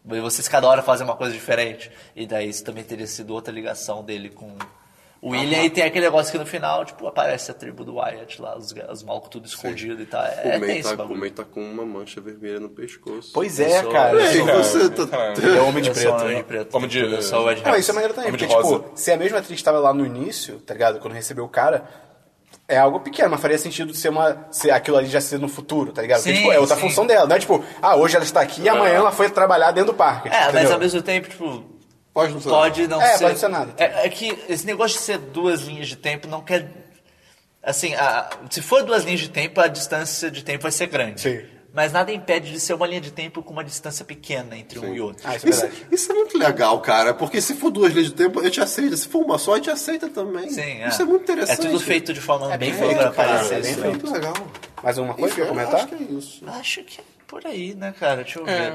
[SPEAKER 4] Vocês cada hora fazem uma coisa diferente. E daí isso também teria sido outra ligação dele com o William. E tem aquele negócio que no final, tipo, aparece a tribo do Wyatt lá, os, os malucos tudo escondido e tal. É, é
[SPEAKER 2] o May
[SPEAKER 4] tenso o
[SPEAKER 2] tá, o
[SPEAKER 4] bagulho.
[SPEAKER 2] May tá com uma mancha vermelha no pescoço.
[SPEAKER 1] Pois é, cara.
[SPEAKER 2] Ei,
[SPEAKER 1] Isso-
[SPEAKER 2] você tá...
[SPEAKER 1] Ele é homem de
[SPEAKER 4] Eu sou
[SPEAKER 1] preto.
[SPEAKER 4] homem
[SPEAKER 1] né?
[SPEAKER 4] de preto.
[SPEAKER 3] Homem de-
[SPEAKER 4] Eu sou o Ed
[SPEAKER 1] Não,
[SPEAKER 4] Harris.
[SPEAKER 1] isso é maneiro também,
[SPEAKER 3] Homem de
[SPEAKER 1] porque, tipo,
[SPEAKER 3] rosa.
[SPEAKER 1] se a mesma atriz estava lá no início, tá ligado? Quando recebeu o cara, é algo pequeno, mas faria sentido de ser uma. ser aquilo ali já ser no futuro, tá ligado?
[SPEAKER 4] Sim,
[SPEAKER 1] Porque, tipo, é outra
[SPEAKER 4] sim.
[SPEAKER 1] função dela. Não é tipo, ah, hoje ela está aqui e amanhã ela foi trabalhar dentro do parque.
[SPEAKER 4] É, mas
[SPEAKER 1] entendeu?
[SPEAKER 4] ao mesmo tempo, tipo...
[SPEAKER 2] Pode não ser.
[SPEAKER 4] Pode não
[SPEAKER 1] É,
[SPEAKER 4] ser.
[SPEAKER 1] pode ser nada.
[SPEAKER 4] É, é que esse negócio de ser duas linhas de tempo não quer. Assim, a- se for duas linhas de tempo, a distância de tempo vai ser grande.
[SPEAKER 1] Sim.
[SPEAKER 4] Mas nada impede de ser uma linha de tempo com uma distância pequena entre um e outro.
[SPEAKER 1] Ah, isso é
[SPEAKER 2] Isso,
[SPEAKER 1] verdade.
[SPEAKER 2] isso é muito legal, cara, porque se for duas leis de tempo, eu te aceito. Se for uma só, eu te aceita também.
[SPEAKER 4] Sim,
[SPEAKER 2] Isso é muito interessante.
[SPEAKER 4] É tudo feito assim, né? de forma bem
[SPEAKER 1] bem
[SPEAKER 4] feita
[SPEAKER 1] feito,
[SPEAKER 4] pra
[SPEAKER 1] cara,
[SPEAKER 4] aparecer.
[SPEAKER 1] é bem
[SPEAKER 2] Isso é
[SPEAKER 1] feito.
[SPEAKER 2] muito legal.
[SPEAKER 1] Mais alguma coisa
[SPEAKER 2] Enfim,
[SPEAKER 1] pra
[SPEAKER 2] eu
[SPEAKER 1] comentar?
[SPEAKER 2] acho que é isso.
[SPEAKER 4] Acho que é por aí, né, cara? Deixa eu ver.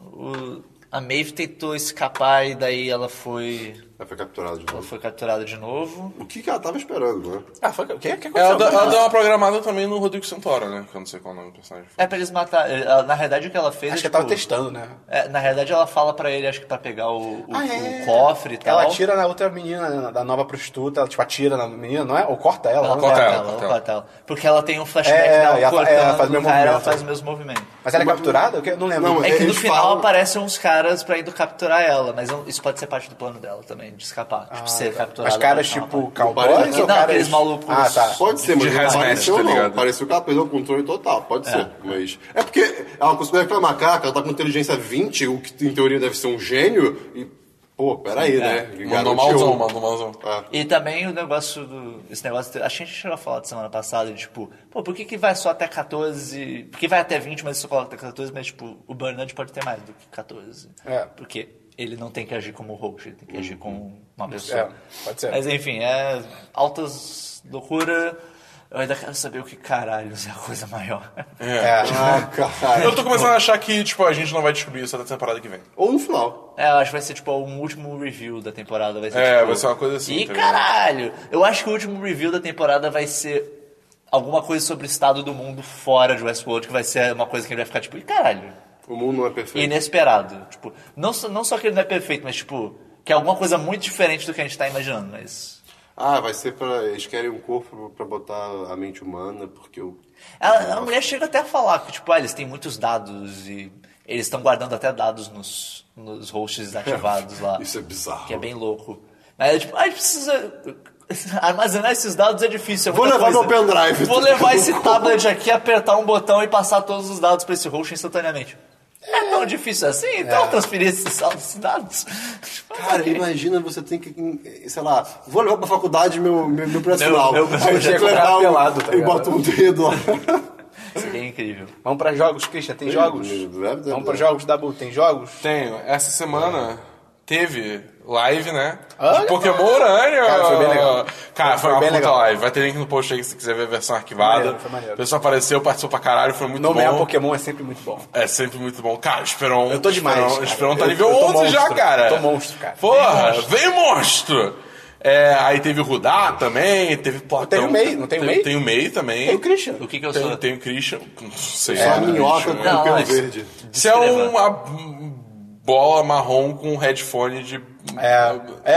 [SPEAKER 4] O- a Maeve tentou escapar e daí ela foi,
[SPEAKER 2] Ela foi capturada de
[SPEAKER 4] ela
[SPEAKER 2] novo.
[SPEAKER 4] foi capturada de novo.
[SPEAKER 2] O que, que ela tava esperando, né?
[SPEAKER 1] Ah, foi o que, o que
[SPEAKER 3] É, Ela, dá-
[SPEAKER 1] aconteceu?
[SPEAKER 3] ela deu uma programada também no Rodrigo Santoro, né? Que eu não sei qual o nome do personagem.
[SPEAKER 4] É pra eles matar. ela- Na realidade, o que ela fez.
[SPEAKER 1] Acho que
[SPEAKER 4] é,
[SPEAKER 1] eu tava
[SPEAKER 4] tipo,
[SPEAKER 1] testando, né?
[SPEAKER 4] É, na realidade, ela fala pra ele, acho que pra pegar o, o-
[SPEAKER 1] Ah, é.
[SPEAKER 4] o cofre e tal.
[SPEAKER 1] Ela atira na outra menina, na- da nova prostituta, ela tipo atira na menina, não é? Ou corta ela,
[SPEAKER 4] Ela
[SPEAKER 1] né?
[SPEAKER 4] corta
[SPEAKER 3] Corta
[SPEAKER 4] ela,
[SPEAKER 3] ela,
[SPEAKER 4] ela
[SPEAKER 3] corta
[SPEAKER 4] corta ela. Porque ela tem um flashback
[SPEAKER 1] É,
[SPEAKER 4] dela
[SPEAKER 1] e ela fa-
[SPEAKER 4] cortando,
[SPEAKER 1] ela faz o mesmo
[SPEAKER 4] cara, ela
[SPEAKER 1] movimento.
[SPEAKER 4] faz o mesmo movimento.
[SPEAKER 1] Mas ela é capturada? Eu não lembro.
[SPEAKER 2] Não,
[SPEAKER 4] É que no
[SPEAKER 2] Eles
[SPEAKER 4] final
[SPEAKER 2] falam-
[SPEAKER 4] aparecem uns caras pra indo capturar ela, mas não- isso pode ser parte do plano dela também, de escapar. tipo, ser capturada.
[SPEAKER 1] Ah, tá. Mas caras
[SPEAKER 4] pra
[SPEAKER 1] tipo
[SPEAKER 2] Não,
[SPEAKER 1] cowboys ou
[SPEAKER 4] aqueles
[SPEAKER 1] caras...
[SPEAKER 4] malucos.
[SPEAKER 1] Ah, tá.
[SPEAKER 2] Pode ser, mas
[SPEAKER 3] De
[SPEAKER 2] não
[SPEAKER 3] hazmat,
[SPEAKER 2] pareceu
[SPEAKER 3] tá
[SPEAKER 2] não.
[SPEAKER 3] ligado?
[SPEAKER 2] Pareceu que ela perdeu o controle total, pode ser. Mas é porque ela conseguiu reclamar, caraca, ela tá com inteligência 20, o que em teoria deve ser um gênio. E, pô, peraí, né?
[SPEAKER 3] É,
[SPEAKER 2] Garoteou.
[SPEAKER 3] Mandou malzão, mandou malzão.
[SPEAKER 2] É.
[SPEAKER 4] E também o negócio do. Esse negócio. Acho que a gente chegou a falar de semana passada, de, tipo, pô, por que, que vai só até 14? Por que vai até 20, mas só coloca até 14, mas tipo, o Bernard pode ter mais do que 14.
[SPEAKER 1] É.
[SPEAKER 4] Porque ele não tem que agir como host, ele tem que agir como uma pessoa.
[SPEAKER 1] É, pode ser.
[SPEAKER 4] Mas enfim, é. Altas loucura. Eu ainda quero saber o que caralho é a coisa maior.
[SPEAKER 1] É.
[SPEAKER 2] Ah, caralho.
[SPEAKER 3] Eu tô começando a achar que, tipo, a gente não vai descobrir isso até a temporada que vem.
[SPEAKER 2] Ou no final.
[SPEAKER 4] É, eu acho que vai ser tipo um último review da temporada. Vai ser,
[SPEAKER 3] É,
[SPEAKER 4] tipo,
[SPEAKER 3] vai ser uma coisa assim,
[SPEAKER 4] E
[SPEAKER 3] tá ligado?
[SPEAKER 4] caralho! Eu acho que o último review da temporada vai ser alguma coisa sobre o estado do mundo fora de Westworld, que vai ser uma coisa que ele vai ficar tipo, e caralho,
[SPEAKER 2] O mundo não é perfeito.
[SPEAKER 4] inesperado. Tipo, não, só- não só que ele não é perfeito, mas tipo, Que é alguma coisa muito diferente do que a gente tá imaginando, mas.
[SPEAKER 2] Ah, vai ser pra. Eles querem um corpo pra botar a mente humana, porque o.
[SPEAKER 4] Ela- a mulher chega até a falar que, tipo, ah, eles têm muitos dados e eles estão guardando até dados nos, nos hosts ativados lá.
[SPEAKER 2] Isso é bizarro.
[SPEAKER 4] Que é bem louco. Mas, tipo, ah, a gente precisa... Armazenar esses dados é difícil. é
[SPEAKER 2] Vou
[SPEAKER 4] muita
[SPEAKER 2] levar
[SPEAKER 4] coisa.
[SPEAKER 2] meu pendrive.
[SPEAKER 4] Vou levar esse tablet aqui, apertar um botão e passar todos os dados pra esse host instantaneamente. É tão difícil assim? Então transferir esses esses dados.
[SPEAKER 2] Cara, imagina você tem que. Sei lá, vou levar pra faculdade meu, meu, meu preço
[SPEAKER 4] Meu-
[SPEAKER 2] final.
[SPEAKER 4] meu-
[SPEAKER 2] Aí
[SPEAKER 4] já
[SPEAKER 2] tem que
[SPEAKER 5] é
[SPEAKER 2] levar um-
[SPEAKER 5] pelado, tá
[SPEAKER 2] E
[SPEAKER 5] ligado?
[SPEAKER 2] bota um dedo lá.
[SPEAKER 4] Seria é incrível.
[SPEAKER 1] Vamos pra jogos, Christian, tem jogos? Vamos pra jogos, Dabu, tem jogos?
[SPEAKER 3] Tenho. Essa semana teve live, né?
[SPEAKER 1] Olha,
[SPEAKER 3] de Pokémon Urânio.
[SPEAKER 1] Cara, foi bem legal.
[SPEAKER 3] Cara, foi,
[SPEAKER 1] Foi
[SPEAKER 3] uma
[SPEAKER 1] bem
[SPEAKER 3] puta
[SPEAKER 1] legal.
[SPEAKER 3] live. Vai ter link no post aí se você quiser ver a versão arquivada.
[SPEAKER 1] Maneiro, foi maneiro.
[SPEAKER 3] O pessoal apareceu, participou pra caralho, foi muito
[SPEAKER 1] Nomear
[SPEAKER 3] bom.
[SPEAKER 1] Pokémon é sempre muito bom.
[SPEAKER 3] É sempre muito bom. Cara, Esperon.
[SPEAKER 1] Eu tô demais,
[SPEAKER 3] Esperon,
[SPEAKER 1] cara.
[SPEAKER 3] Esperon tá
[SPEAKER 1] Eu-
[SPEAKER 3] nível
[SPEAKER 1] eu tô
[SPEAKER 3] 11 já,
[SPEAKER 1] monstro.
[SPEAKER 3] cara.
[SPEAKER 1] Eu tô monstro, cara.
[SPEAKER 3] Porra, vem monstro! É, aí teve o Rudá também, teve Platão.
[SPEAKER 1] Tem o Mei, não tem o
[SPEAKER 3] Teve-
[SPEAKER 1] Mei?
[SPEAKER 3] Tem o Mei também.
[SPEAKER 1] Tem o Christian.
[SPEAKER 4] O que que eu
[SPEAKER 3] Tem-
[SPEAKER 4] sou?
[SPEAKER 3] Tem o Christian. Não sei.
[SPEAKER 2] É,
[SPEAKER 3] lá,
[SPEAKER 2] a minhoca
[SPEAKER 3] né?
[SPEAKER 2] com o
[SPEAKER 4] Não,
[SPEAKER 2] pelo
[SPEAKER 4] mas-
[SPEAKER 2] verde.
[SPEAKER 3] Isso é
[SPEAKER 4] Descreva.
[SPEAKER 3] uma bola marrom com um headphone de.
[SPEAKER 1] É, é,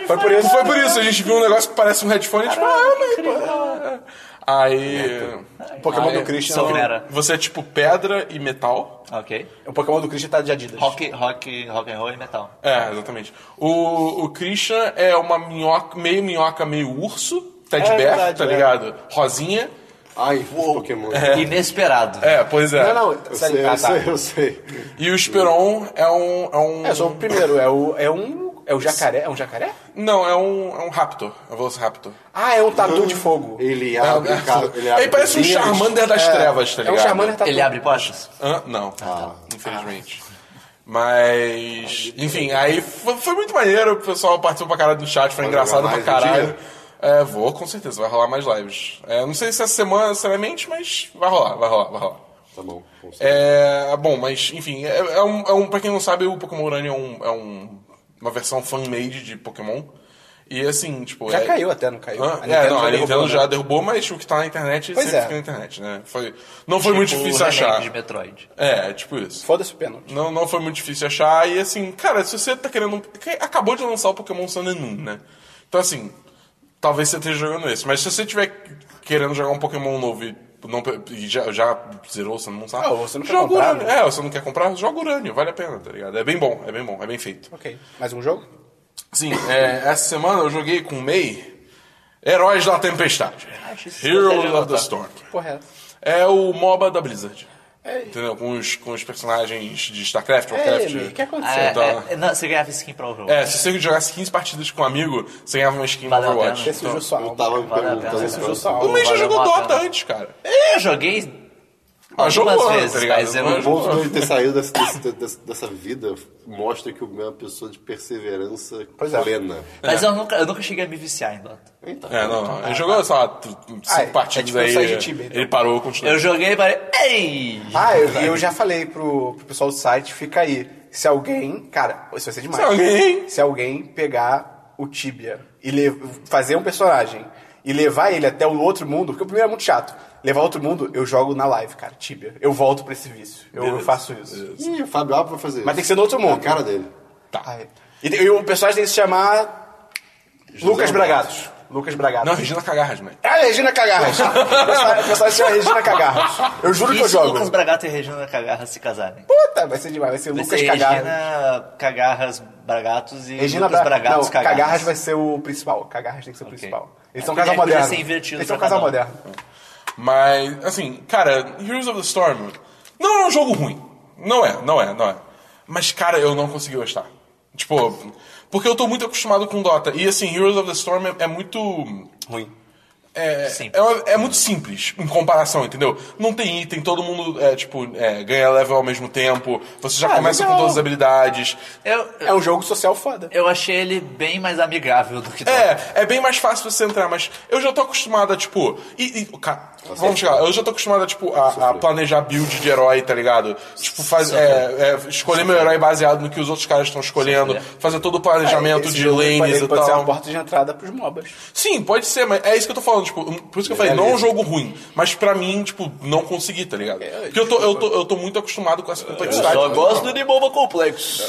[SPEAKER 1] é. Foi por isso.
[SPEAKER 3] Foi por isso, a gente viu um negócio que parece um headphone e tipo, ah, mas pô.
[SPEAKER 1] É
[SPEAKER 3] Aí.
[SPEAKER 1] O Pokémon
[SPEAKER 3] Aí,
[SPEAKER 1] do Christian. um-
[SPEAKER 4] sou fera.
[SPEAKER 3] Você é tipo pedra e metal.
[SPEAKER 4] Ok.
[SPEAKER 1] O Pokémon do Christian tá de Adidas.
[SPEAKER 4] Rock, rock, rock and roll e metal.
[SPEAKER 3] É, exatamente. O, o Christian é uma minhoca, meio minhoca, meio urso, Ted
[SPEAKER 1] É
[SPEAKER 3] Bear,
[SPEAKER 1] verdade,
[SPEAKER 3] tá
[SPEAKER 1] é.
[SPEAKER 3] ligado? Rosinha.
[SPEAKER 2] Ai, Pokémon.
[SPEAKER 4] É. Inesperado.
[SPEAKER 3] É, pois é.
[SPEAKER 1] Não, não,
[SPEAKER 2] Eu
[SPEAKER 1] sério,
[SPEAKER 2] sei,
[SPEAKER 1] ah,
[SPEAKER 2] eu
[SPEAKER 1] tá.
[SPEAKER 2] sei, eu sei.
[SPEAKER 3] E o Esperon é um. É, um,
[SPEAKER 1] É, só o primeiro, é o. É um. É o jacaré? É um jacaré?
[SPEAKER 3] Não, é um, é um Raptor. É um Velociraptor.
[SPEAKER 1] Ah, é um tatu de fogo.
[SPEAKER 2] Ele abre,
[SPEAKER 3] É,
[SPEAKER 2] cara, ele abre.
[SPEAKER 3] Ele parece um
[SPEAKER 2] cozinhas.
[SPEAKER 3] Charmander das Trevas, tá
[SPEAKER 1] É
[SPEAKER 3] ligado?
[SPEAKER 1] um Charmander tatu.
[SPEAKER 4] Ele abre portas?
[SPEAKER 3] Hã? Não,
[SPEAKER 2] Ah, tá.
[SPEAKER 3] infelizmente. Mas, enfim, aí foi, foi muito maneiro, o pessoal participou pra caralho do chat, foi
[SPEAKER 2] Vai
[SPEAKER 3] engraçado
[SPEAKER 2] jogar
[SPEAKER 3] pra
[SPEAKER 2] mais um
[SPEAKER 3] caralho.
[SPEAKER 2] dia?
[SPEAKER 3] É, vou, com certeza, vai rolar mais lives. É, não sei se essa semana, necessariamente, mas vai rolar, vai rolar, vai rolar.
[SPEAKER 2] Tá bom. vamos lá.
[SPEAKER 3] É, bom, mas, enfim, é, é um, é um- pra quem não sabe, o Pokémon Urânio é, um, é um- uma versão fan-made de Pokémon. E assim, tipo...
[SPEAKER 1] Já
[SPEAKER 3] é-
[SPEAKER 1] caiu até, não caiu?
[SPEAKER 3] Hã? é, não, a Nintendo
[SPEAKER 1] derrubou,
[SPEAKER 3] já
[SPEAKER 1] né?
[SPEAKER 3] derrubou, mas o que tá na internet
[SPEAKER 1] Pois
[SPEAKER 3] sempre
[SPEAKER 1] é.
[SPEAKER 3] fica na internet, né? Foi, não foi muito
[SPEAKER 4] Tipo,
[SPEAKER 3] difícil
[SPEAKER 4] remake
[SPEAKER 3] achar.
[SPEAKER 4] de Metroid.
[SPEAKER 3] É, tipo isso.
[SPEAKER 1] Foda-se o pênalti.
[SPEAKER 3] Não, não foi muito difícil achar. E assim, cara, se você tá querendo. que Acabou de lançar o Pokémon Sun and Moon, né? Então assim, talvez você esteja jogando esse. Mas se você tiver querendo jogar um Pokémon novo e, não, e já, já zerou, você não sabe.
[SPEAKER 1] Ah, ou você não quer
[SPEAKER 3] joga
[SPEAKER 1] comprar,
[SPEAKER 3] Urânio. É, você não quer comprar, joga Urânio, vale a pena, tá ligado? É bem bom, é bem bom, é bem feito.
[SPEAKER 1] Ok. Mais um jogo?
[SPEAKER 3] Sim, é, essa semana eu joguei com o Mei Heróis da Tempestade.
[SPEAKER 1] Ah,
[SPEAKER 4] isso você deve
[SPEAKER 3] Heroes of the
[SPEAKER 4] anotar.
[SPEAKER 3] Storm.
[SPEAKER 1] Correto.
[SPEAKER 3] É o MOBA da Blizzard.
[SPEAKER 1] É.
[SPEAKER 3] Entendeu? Com os, com os personagens de StarCraft,
[SPEAKER 1] É,
[SPEAKER 3] Warcraft.
[SPEAKER 1] Emi, o que
[SPEAKER 4] Ah,
[SPEAKER 1] aconteceu?
[SPEAKER 4] é,
[SPEAKER 3] tá.
[SPEAKER 4] é, não, você ganhava skin pra o jogo.
[SPEAKER 3] É, se você jogasse 15 partidas com um amigo, você ganhava uma skin no
[SPEAKER 4] Valeu a
[SPEAKER 3] Overwatch.
[SPEAKER 4] pena.
[SPEAKER 1] Você
[SPEAKER 3] Então,
[SPEAKER 1] sujou sua
[SPEAKER 2] Eu
[SPEAKER 1] alma.
[SPEAKER 2] tava me
[SPEAKER 4] Vale a pena,
[SPEAKER 2] perguntando.
[SPEAKER 4] né?
[SPEAKER 1] Você sujou sua
[SPEAKER 3] o
[SPEAKER 1] alma.
[SPEAKER 3] Mês já
[SPEAKER 4] Valeu
[SPEAKER 3] jogou
[SPEAKER 4] a
[SPEAKER 3] Dota
[SPEAKER 4] pena.
[SPEAKER 3] antes, cara.
[SPEAKER 4] É, Eu joguei
[SPEAKER 3] Ah,
[SPEAKER 4] algumas
[SPEAKER 3] jogou, tá
[SPEAKER 4] vezes,
[SPEAKER 3] ligado?
[SPEAKER 4] mas eu
[SPEAKER 3] Mas
[SPEAKER 4] não
[SPEAKER 2] O ponto de ele ter saído dessa, desse- dessa, dessa vida mostra que o meu é uma pessoa de perseverança
[SPEAKER 1] Pois é.
[SPEAKER 2] plena.
[SPEAKER 4] Mas eu nunca, eu nunca cheguei a me viciar em Dota.
[SPEAKER 2] Então,
[SPEAKER 3] É, não, não. Ele jogou, sei lá, tu- cinco
[SPEAKER 1] Ah, é
[SPEAKER 3] partidas
[SPEAKER 1] tipo eu
[SPEAKER 3] aí.
[SPEAKER 1] saí de time, então.
[SPEAKER 3] Ele parou, continuou.
[SPEAKER 4] Eu joguei e parei. Ei!
[SPEAKER 1] Ah, eu, eu já falei pro, pro pessoal do site, fica aí. Se alguém. Cara, isso vai ser demais.
[SPEAKER 3] Se alguém-
[SPEAKER 1] Se alguém pegar o Tibia e le- fazer um personagem e levar ele até o outro mundo, porque o primeiro é muito chato. Levar outro mundo, eu jogo na live, cara, Tibia. Eu volto pra esse vício. Eu, eu faço isso.
[SPEAKER 2] Ih, o Fábio Alves vai fazer
[SPEAKER 1] Mas tem que
[SPEAKER 2] isso.
[SPEAKER 1] ser no outro mundo.
[SPEAKER 2] É a cara dele.
[SPEAKER 1] Ah, é. E, tem- e o personagem tem que se chamar. Lucas
[SPEAKER 2] Alberto.
[SPEAKER 1] Bragados. Lucas Bragados.
[SPEAKER 3] Não, Regina Cagarras, mano.
[SPEAKER 1] Ah, Regina Cagarras. O personagem- o personagem se chama Regina Cagarras. Eu juro
[SPEAKER 4] E
[SPEAKER 1] que eu
[SPEAKER 4] se
[SPEAKER 1] jogo.
[SPEAKER 4] Lucas Bragato e Regina Cagarras se casarem?
[SPEAKER 1] Puta, vai ser demais. Vai ser
[SPEAKER 4] Vai
[SPEAKER 1] Lucas
[SPEAKER 4] ser
[SPEAKER 1] Cagarras.
[SPEAKER 4] Regina Cagarras Bragatos e
[SPEAKER 1] Regina
[SPEAKER 4] Lucas
[SPEAKER 1] Bra...
[SPEAKER 4] Bragatos É
[SPEAKER 1] não,
[SPEAKER 4] Cagarras.
[SPEAKER 1] Cagarras vai ser o principal. Cagarras tem que ser o principal. Eles são um casal
[SPEAKER 4] Podia- podia
[SPEAKER 1] moderno.
[SPEAKER 4] ser invertido
[SPEAKER 1] Eles são um
[SPEAKER 4] pra
[SPEAKER 1] casal
[SPEAKER 4] cada um.
[SPEAKER 1] moderno.
[SPEAKER 3] Mas, assim, cara, Heroes of the Storm não é um jogo ruim. Não é, não é, não é. Mas, cara, eu não consegui gostar. Tipo, porque eu tô muito acostumado com Dota. E, assim, Heroes of the Storm é- é muito.
[SPEAKER 1] Ruim.
[SPEAKER 3] É,
[SPEAKER 4] Simples.
[SPEAKER 3] é, uma- é muito simples em comparação, entendeu? Não tem item, todo mundo é, tipo, é, ganha level ao mesmo tempo, você já
[SPEAKER 1] Ah,
[SPEAKER 3] começa
[SPEAKER 1] legal.
[SPEAKER 3] com todas as habilidades.
[SPEAKER 4] Eu,
[SPEAKER 1] É um jogo social foda.
[SPEAKER 4] eu achei ele bem mais amigável do que Dota.
[SPEAKER 3] É, é bem mais fácil você entrar, mas eu já tô acostumado a, tipo. E, e, ca-
[SPEAKER 1] Tá
[SPEAKER 3] Vamos chegar. Eu já tô acostumado a, tipo, a, a planejar build de herói, tá ligado? Tipo, faz, é, é, escolher meu herói baseado no que os outros caras estão escolhendo, fazer todo o planejamento
[SPEAKER 1] É, Esse
[SPEAKER 3] de
[SPEAKER 1] jogo ele
[SPEAKER 3] lanes
[SPEAKER 1] pode,
[SPEAKER 3] e
[SPEAKER 1] ele pode ser
[SPEAKER 3] tal.
[SPEAKER 1] uma porta de entrada pros MOBAs.
[SPEAKER 3] Sim, pode ser, mas é isso que eu tô falando, tipo, um- por isso que eu falei, não é um jogo ruim, mas pra mim, tipo, não consegui, tá
[SPEAKER 1] É,
[SPEAKER 3] ligado? Porque eu tô,
[SPEAKER 1] tipo,
[SPEAKER 3] eu tô, eu tô muito acostumado com essa complexidade.
[SPEAKER 4] Só gosto do Nimoba complexo.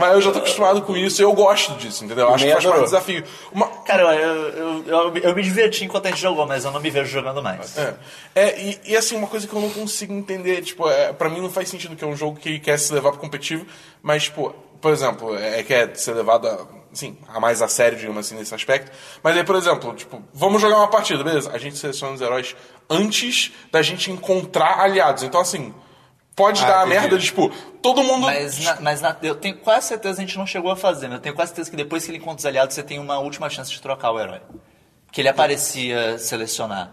[SPEAKER 3] Mas eu já tô acostumado com isso e eu gosto disso, entendeu? Acho que
[SPEAKER 1] Meia
[SPEAKER 3] faz parte do
[SPEAKER 1] adorou.
[SPEAKER 3] desafio. Uma-
[SPEAKER 4] Cara, eu, eu, eu, eu me diverti enquanto a gente jogou, mas eu não me vejo jogando mais.
[SPEAKER 3] É, É, e, e, assim, uma coisa que eu não consigo entender, tipo, é, pra mim não faz sentido que é um jogo que quer se levar pro competitivo, mas, tipo, por exemplo, é, quer ser levado a, assim, a mais a sério, digamos assim, nesse aspecto. Mas aí, por exemplo, tipo, vamos jogar uma partida, beleza? A gente seleciona os heróis antes da gente encontrar aliados. Então, assim, pode dar a merda de, tipo, todo mundo...
[SPEAKER 4] Ah, Mas, na- mas na- eu tenho quase certeza que a gente não chegou a fazer, mas eu tenho quase certeza que depois que ele encontra os aliados, você tem uma última chance de trocar o herói. Que ele aparecia selecionar.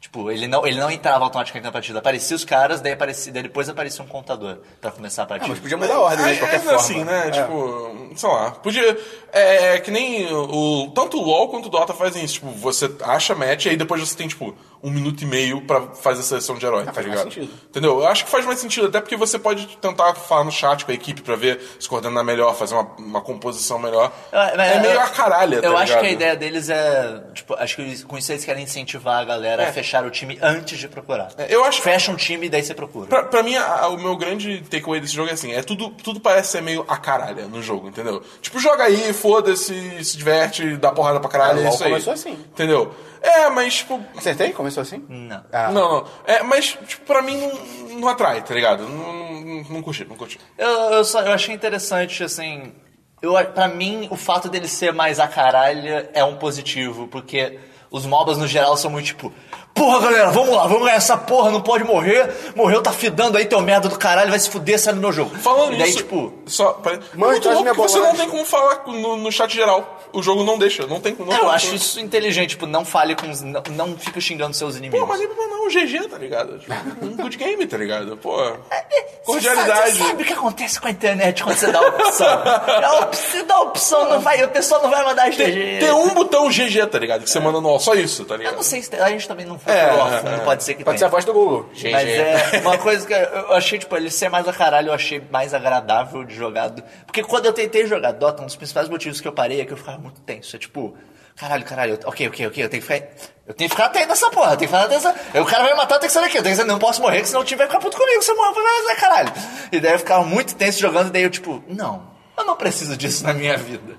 [SPEAKER 4] Tipo, ele não, ele não entrava automaticamente na partida. Aparecia os caras, daí, aparecia, daí depois aparecia um contador pra começar
[SPEAKER 3] Ah,
[SPEAKER 4] a partida.
[SPEAKER 1] Mas podia mudar a ordem, né? De
[SPEAKER 3] É,
[SPEAKER 1] qualquer
[SPEAKER 3] é,
[SPEAKER 1] forma.
[SPEAKER 3] assim, né? Tipo, sei lá. Podia. É, é que nem o. Tanto o LOL quanto o Dota fazem isso. Tipo, você acha match e aí depois você tem, tipo, um minuto e meio pra fazer a seleção de
[SPEAKER 4] Ah,
[SPEAKER 3] herói, tá
[SPEAKER 1] faz mais
[SPEAKER 3] ligado?
[SPEAKER 1] sentido.
[SPEAKER 3] Entendeu? Eu acho que faz mais sentido, até porque você pode tentar falar no chat com a equipe pra ver se coordenar melhor, fazer uma, uma composição melhor.
[SPEAKER 4] Eu- mas
[SPEAKER 3] é
[SPEAKER 4] eu-
[SPEAKER 3] meio a caralha,
[SPEAKER 4] Eu
[SPEAKER 3] tá
[SPEAKER 4] acho
[SPEAKER 3] ligado?
[SPEAKER 4] que a ideia deles é. Tipo, acho que eles- com isso eles querem incentivar a galera a fechar o time antes de procurar.
[SPEAKER 3] É, eu acho-
[SPEAKER 4] Fecha um time e daí você procura.
[SPEAKER 3] Pra, pra mim, a- a- o meu grande takeaway desse jogo é assim, é tudo, tudo parece ser meio a caralha no jogo, entendeu? Tipo, joga aí, foda-se, se diverte, dá porrada pra caralho,
[SPEAKER 1] É,
[SPEAKER 3] é,
[SPEAKER 1] LOL
[SPEAKER 3] isso aí.
[SPEAKER 1] começou assim.
[SPEAKER 3] Entendeu? É, mas, tipo...
[SPEAKER 1] Acertei? Começou assim?
[SPEAKER 3] Hum.
[SPEAKER 4] Não.
[SPEAKER 1] Ah,
[SPEAKER 3] Não, não. É, mas, tipo, pra mim não, não atrai, tá ligado? Não, não, não curti, não curti.
[SPEAKER 4] Eu, eu, só, eu achei interessante, assim. Eu, pra mim, o fato dele ser mais a caralho é um positivo, porque os MOBAs no geral são muito tipo. Porra, galera, vamos lá, vamos ganhar essa porra, não pode morrer. Morreu, tá fidando aí, teu merda do caralho, vai se fuder, sai do meu jogo.
[SPEAKER 3] Falando
[SPEAKER 4] e daí,
[SPEAKER 3] isso,
[SPEAKER 4] tipo.
[SPEAKER 3] só, pare...
[SPEAKER 1] Mãe,
[SPEAKER 3] é muito
[SPEAKER 1] traz
[SPEAKER 3] louco
[SPEAKER 1] minha
[SPEAKER 3] que você
[SPEAKER 1] bola.
[SPEAKER 3] não tem como falar com- no, no chat geral. O jogo não deixa, não tem como.
[SPEAKER 4] É, Eu acho isso inteligente, tipo, não fale com os. Não, não fica xingando seus inimigos.
[SPEAKER 3] Pô, mas nem pra não, GG, tá ligado? Tipo, um good game, tá ligado? Pô,
[SPEAKER 4] É, Você
[SPEAKER 3] cordialidade.
[SPEAKER 4] sabe, o que acontece com a internet quando você dá a opção? a opção, você dá a opção, não vai, o pessoal não vai mandar GG.
[SPEAKER 3] Tem um botão GG, tá ligado? Que você manda no all, só isso, tá
[SPEAKER 4] É. Eu
[SPEAKER 3] ligado?
[SPEAKER 4] não sei se tem- a gente também não foi
[SPEAKER 3] É,
[SPEAKER 4] pro off,
[SPEAKER 3] é,
[SPEAKER 4] não pode ser que
[SPEAKER 1] Pode ser a
[SPEAKER 4] tenha.
[SPEAKER 1] voz do Google.
[SPEAKER 4] Mas é uma coisa que eu achei, tipo, ele ser mais a caralho, eu achei mais agradável de jogar. do- Porque quando eu tentei jogar Dota, um dos principais motivos que eu parei é que eu ficava muito tenso. É tipo, caralho, caralho, eu- ok, ok, ok, eu tenho que ficar. Eu tenho que ficar atento nessa porra, eu tenho que ficar atento nessa. O cara vai me matar, eu tenho que sair daqui, eu tenho que sair, não posso morrer, que senão o time vai ficar puto comigo, se eu morrer, vai é caralho. E daí eu ficava muito tenso jogando, e daí eu, tipo, não, eu não preciso disso na minha vida.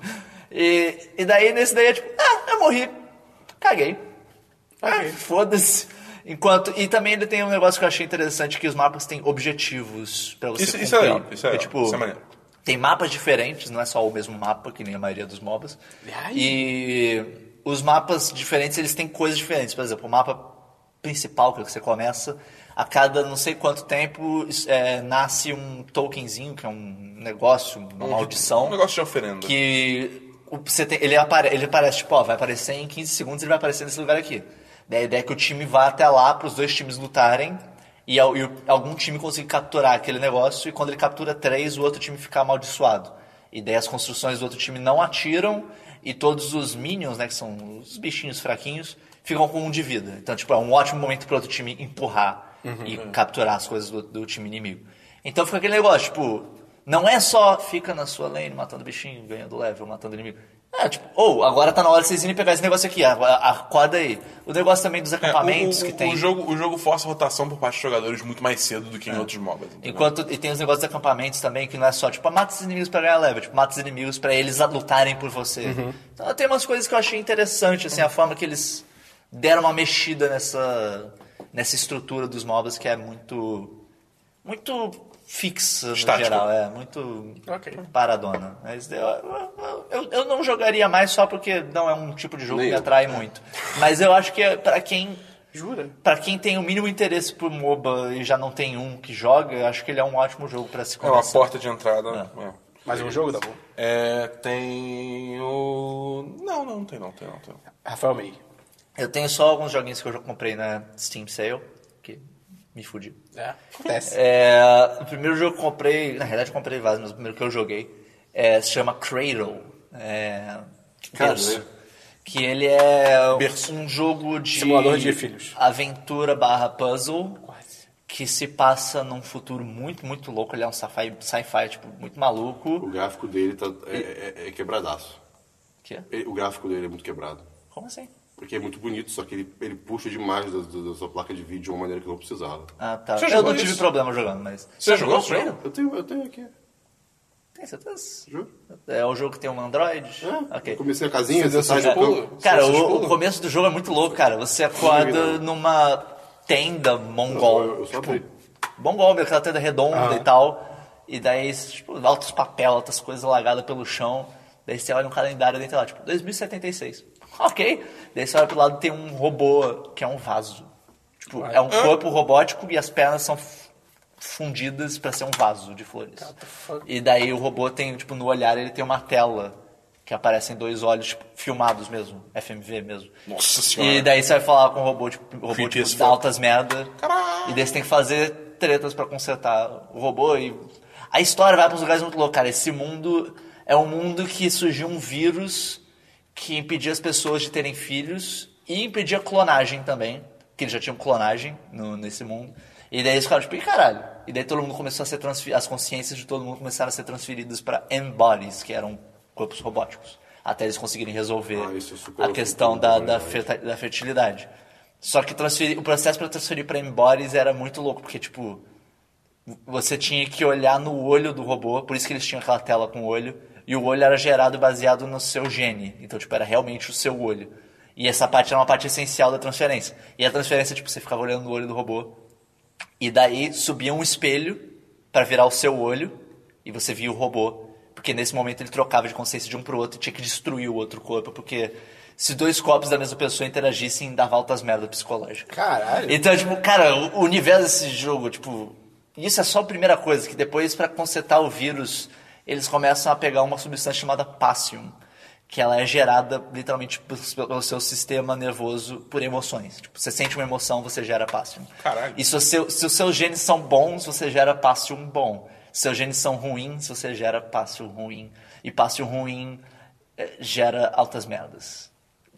[SPEAKER 4] E, e daí nesse daí eu, tipo, ah, eu morri, caguei. Ah, foda-se. Enquanto, e também ele tem um negócio que eu achei interessante, que os mapas têm objetivos pra você
[SPEAKER 3] Isso-
[SPEAKER 4] cumprir.
[SPEAKER 3] isso é legal, isso é
[SPEAKER 4] Porque,
[SPEAKER 3] legal,
[SPEAKER 4] tipo,
[SPEAKER 3] isso é maneiro.
[SPEAKER 4] Tem mapas diferentes, não é só o mesmo mapa, que nem a maioria dos MOBAs. E os mapas diferentes, eles têm coisas diferentes. Por exemplo, o mapa principal, que é o que você começa, a cada não sei quanto tempo es- é, nasce um tokenzinho, que é um negócio, uma maldição.
[SPEAKER 3] Um negócio de oferenda.
[SPEAKER 4] Que o- você tem- ele, apare, ele aparece, tipo, ó, vai aparecer em 15 segundos, ele vai aparecer nesse lugar aqui. Daí a ideia é que o time vá até lá para os dois times lutarem e, al- e o- algum time consiga capturar aquele negócio e quando ele captura três, o outro time fica amaldiçoado. E daí as construções do outro time não atiram e todos os minions, né, que são os bichinhos fraquinhos, ficam com um de vida. Então, tipo, é um ótimo momento para outro time empurrar e capturar as coisas do, do time inimigo. Então fica aquele negócio, tipo, não é só fica na sua lane matando bichinho, ganhando level, matando inimigo. É, tipo, ou agora tá na hora de vocês irem pegar esse negócio aqui, a- a- acorda aí. O negócio também dos
[SPEAKER 3] É,
[SPEAKER 4] acampamentos
[SPEAKER 3] o, o-
[SPEAKER 4] que tem.
[SPEAKER 3] O jogo, o jogo força a rotação por parte dos jogadores muito mais cedo do que em outros MOBAs. entendeu?
[SPEAKER 4] É. Enquanto, e tem os negócios dos acampamentos também, que não é só, tipo, mata os inimigos pra ganhar level, tipo, mata os inimigos pra eles lutarem por você. Então tem umas coisas que eu achei interessante, assim, a forma que eles deram uma mexida nessa, nessa estrutura dos MOBAs que é muito. muito fixa no
[SPEAKER 3] Estático.
[SPEAKER 4] geral, é, muito paradona. Mas eu, eu, eu- eu não jogaria mais só porque não é um tipo de jogo
[SPEAKER 2] Nem
[SPEAKER 4] que me
[SPEAKER 2] eu.
[SPEAKER 4] atrai muito. Mas eu acho que é pra quem
[SPEAKER 1] Jura?
[SPEAKER 4] Pra quem tem o mínimo interesse por MOBA e já não tem um que joga, eu acho que ele é um ótimo jogo pra se
[SPEAKER 3] É uma
[SPEAKER 4] começar.
[SPEAKER 3] porta de entrada. É.
[SPEAKER 1] Mais um jogo, tá bom?
[SPEAKER 3] É, tem o... Não, não, tem não, tem não, tem não.
[SPEAKER 1] Rafael May.
[SPEAKER 4] Eu tenho só alguns joguinhos que eu já comprei na Steam Sale, que me fudi.
[SPEAKER 1] É. Acontece.
[SPEAKER 4] É, o primeiro jogo que eu comprei, na realidade eu comprei vários, mas o primeiro que eu joguei é, se chama Cradle. É,
[SPEAKER 2] Cara,
[SPEAKER 4] berço.
[SPEAKER 2] né?
[SPEAKER 4] Que ele é
[SPEAKER 3] Berço.
[SPEAKER 4] um jogo de.
[SPEAKER 1] Simulador de filhos.
[SPEAKER 4] Aventura barra puzzle. Que se passa num futuro muito, muito louco. Ele é um sci-fi, sci-fi, tipo, muito maluco.
[SPEAKER 2] O gráfico dele tá, é, é- é quebradaço.
[SPEAKER 4] Que?
[SPEAKER 2] Ele- O gráfico dele é muito quebrado.
[SPEAKER 4] Como assim?
[SPEAKER 2] Porque é muito bonito, só que ele, ele puxa demais da, da- da sua placa de vídeo de uma maneira que não precisava.
[SPEAKER 4] Ah, tá.
[SPEAKER 3] Você
[SPEAKER 4] eu
[SPEAKER 3] jogou
[SPEAKER 4] não tive
[SPEAKER 3] isso?
[SPEAKER 4] problema jogando, mas.
[SPEAKER 3] Você jogou esse
[SPEAKER 4] Freio?
[SPEAKER 3] jogo?
[SPEAKER 2] Eu tenho, eu tenho aqui.
[SPEAKER 4] Tem certeza?
[SPEAKER 2] Juro?
[SPEAKER 4] É o jogo que tem um Android?
[SPEAKER 2] É,
[SPEAKER 4] Ok.
[SPEAKER 2] Eu comecei a casinha, você
[SPEAKER 3] Você
[SPEAKER 2] sai
[SPEAKER 3] deu
[SPEAKER 2] do
[SPEAKER 3] seu pulo?
[SPEAKER 2] campo.
[SPEAKER 4] Cara,
[SPEAKER 3] Você
[SPEAKER 4] o,
[SPEAKER 3] pula?
[SPEAKER 4] o começo do jogo é muito louco, cara. Você acorda numa tenda mongol. Tipo,
[SPEAKER 2] Eu- eu só abri.
[SPEAKER 4] Mongol, aquela tenda redonda e tal. E daí, tipo, altos papel, altas coisas largadas pelo chão. Daí você olha um calendário dentro lá, tipo, 2076. Ok. Daí você olha pro lado tem um robô, que é um vaso. Tipo, é um corpo robótico e as pernas são f- fundidas pra ser um vaso de flores. E daí o robô tem, tipo, no olhar ele tem uma tela que aparecem dois olhos, tipo, filmados mesmo, FMV mesmo.
[SPEAKER 3] Nossa
[SPEAKER 4] E
[SPEAKER 3] senhora.
[SPEAKER 4] daí você vai falar com o robô, tipo, o robô
[SPEAKER 3] Creepy as
[SPEAKER 4] tipo, dá
[SPEAKER 3] fuck.
[SPEAKER 4] altas merda.
[SPEAKER 3] Caralho.
[SPEAKER 4] E daí você tem que fazer tretas pra consertar o robô e. A história vai pra uns lugares muito loucos, cara. Esse mundo é um mundo que surgiu um vírus que impedia as pessoas de terem filhos e impedia clonagem também. Porque eles já tinham clonagem no- nesse mundo. E daí eles ficaram tipo, e caralho. E daí todo mundo começou a ser transferido. As consciências de todo mundo começaram a ser transferidas pra M-bodies, que eram corpos robóticos. Até eles conseguirem resolver
[SPEAKER 2] Ah, isso é super
[SPEAKER 4] a questão
[SPEAKER 2] oportuno,
[SPEAKER 4] da,
[SPEAKER 2] né,
[SPEAKER 4] da,
[SPEAKER 2] velho?
[SPEAKER 4] feta- da fertilidade. Só que transferir, o processo para transferir para Embodies era muito louco, porque, tipo, você tinha que olhar no olho do robô, por isso que eles tinham aquela tela com o olho, e o olho era gerado baseado no seu gene. Então, tipo, era realmente o seu olho. E essa parte era uma parte essencial da transferência. E a transferência, tipo, você ficava olhando no olho do robô, e daí subia um espelho pra virar o seu olho e você via o robô. Porque nesse momento ele trocava de consciência de um pro outro e tinha que destruir o outro corpo, porque se dois corpos da mesma pessoa interagissem, dava altas merda psicológica.
[SPEAKER 1] Caralho.
[SPEAKER 4] Então, tipo, cara, o o universo desse jogo, tipo, isso é só a primeira coisa, que depois pra consertar o vírus, eles começam a pegar uma substância chamada Passium, que ela é gerada literalmente pelos- pelo seu sistema nervoso por emoções. Tipo, você sente uma emoção, você gera Passium.
[SPEAKER 3] Caralho.
[SPEAKER 4] E se, o seu- se os seus genes são bons, você gera Passium bom. Se seus genes são ruins, você gera Passium ruim. E Passium ruim eh, gera altas merdas.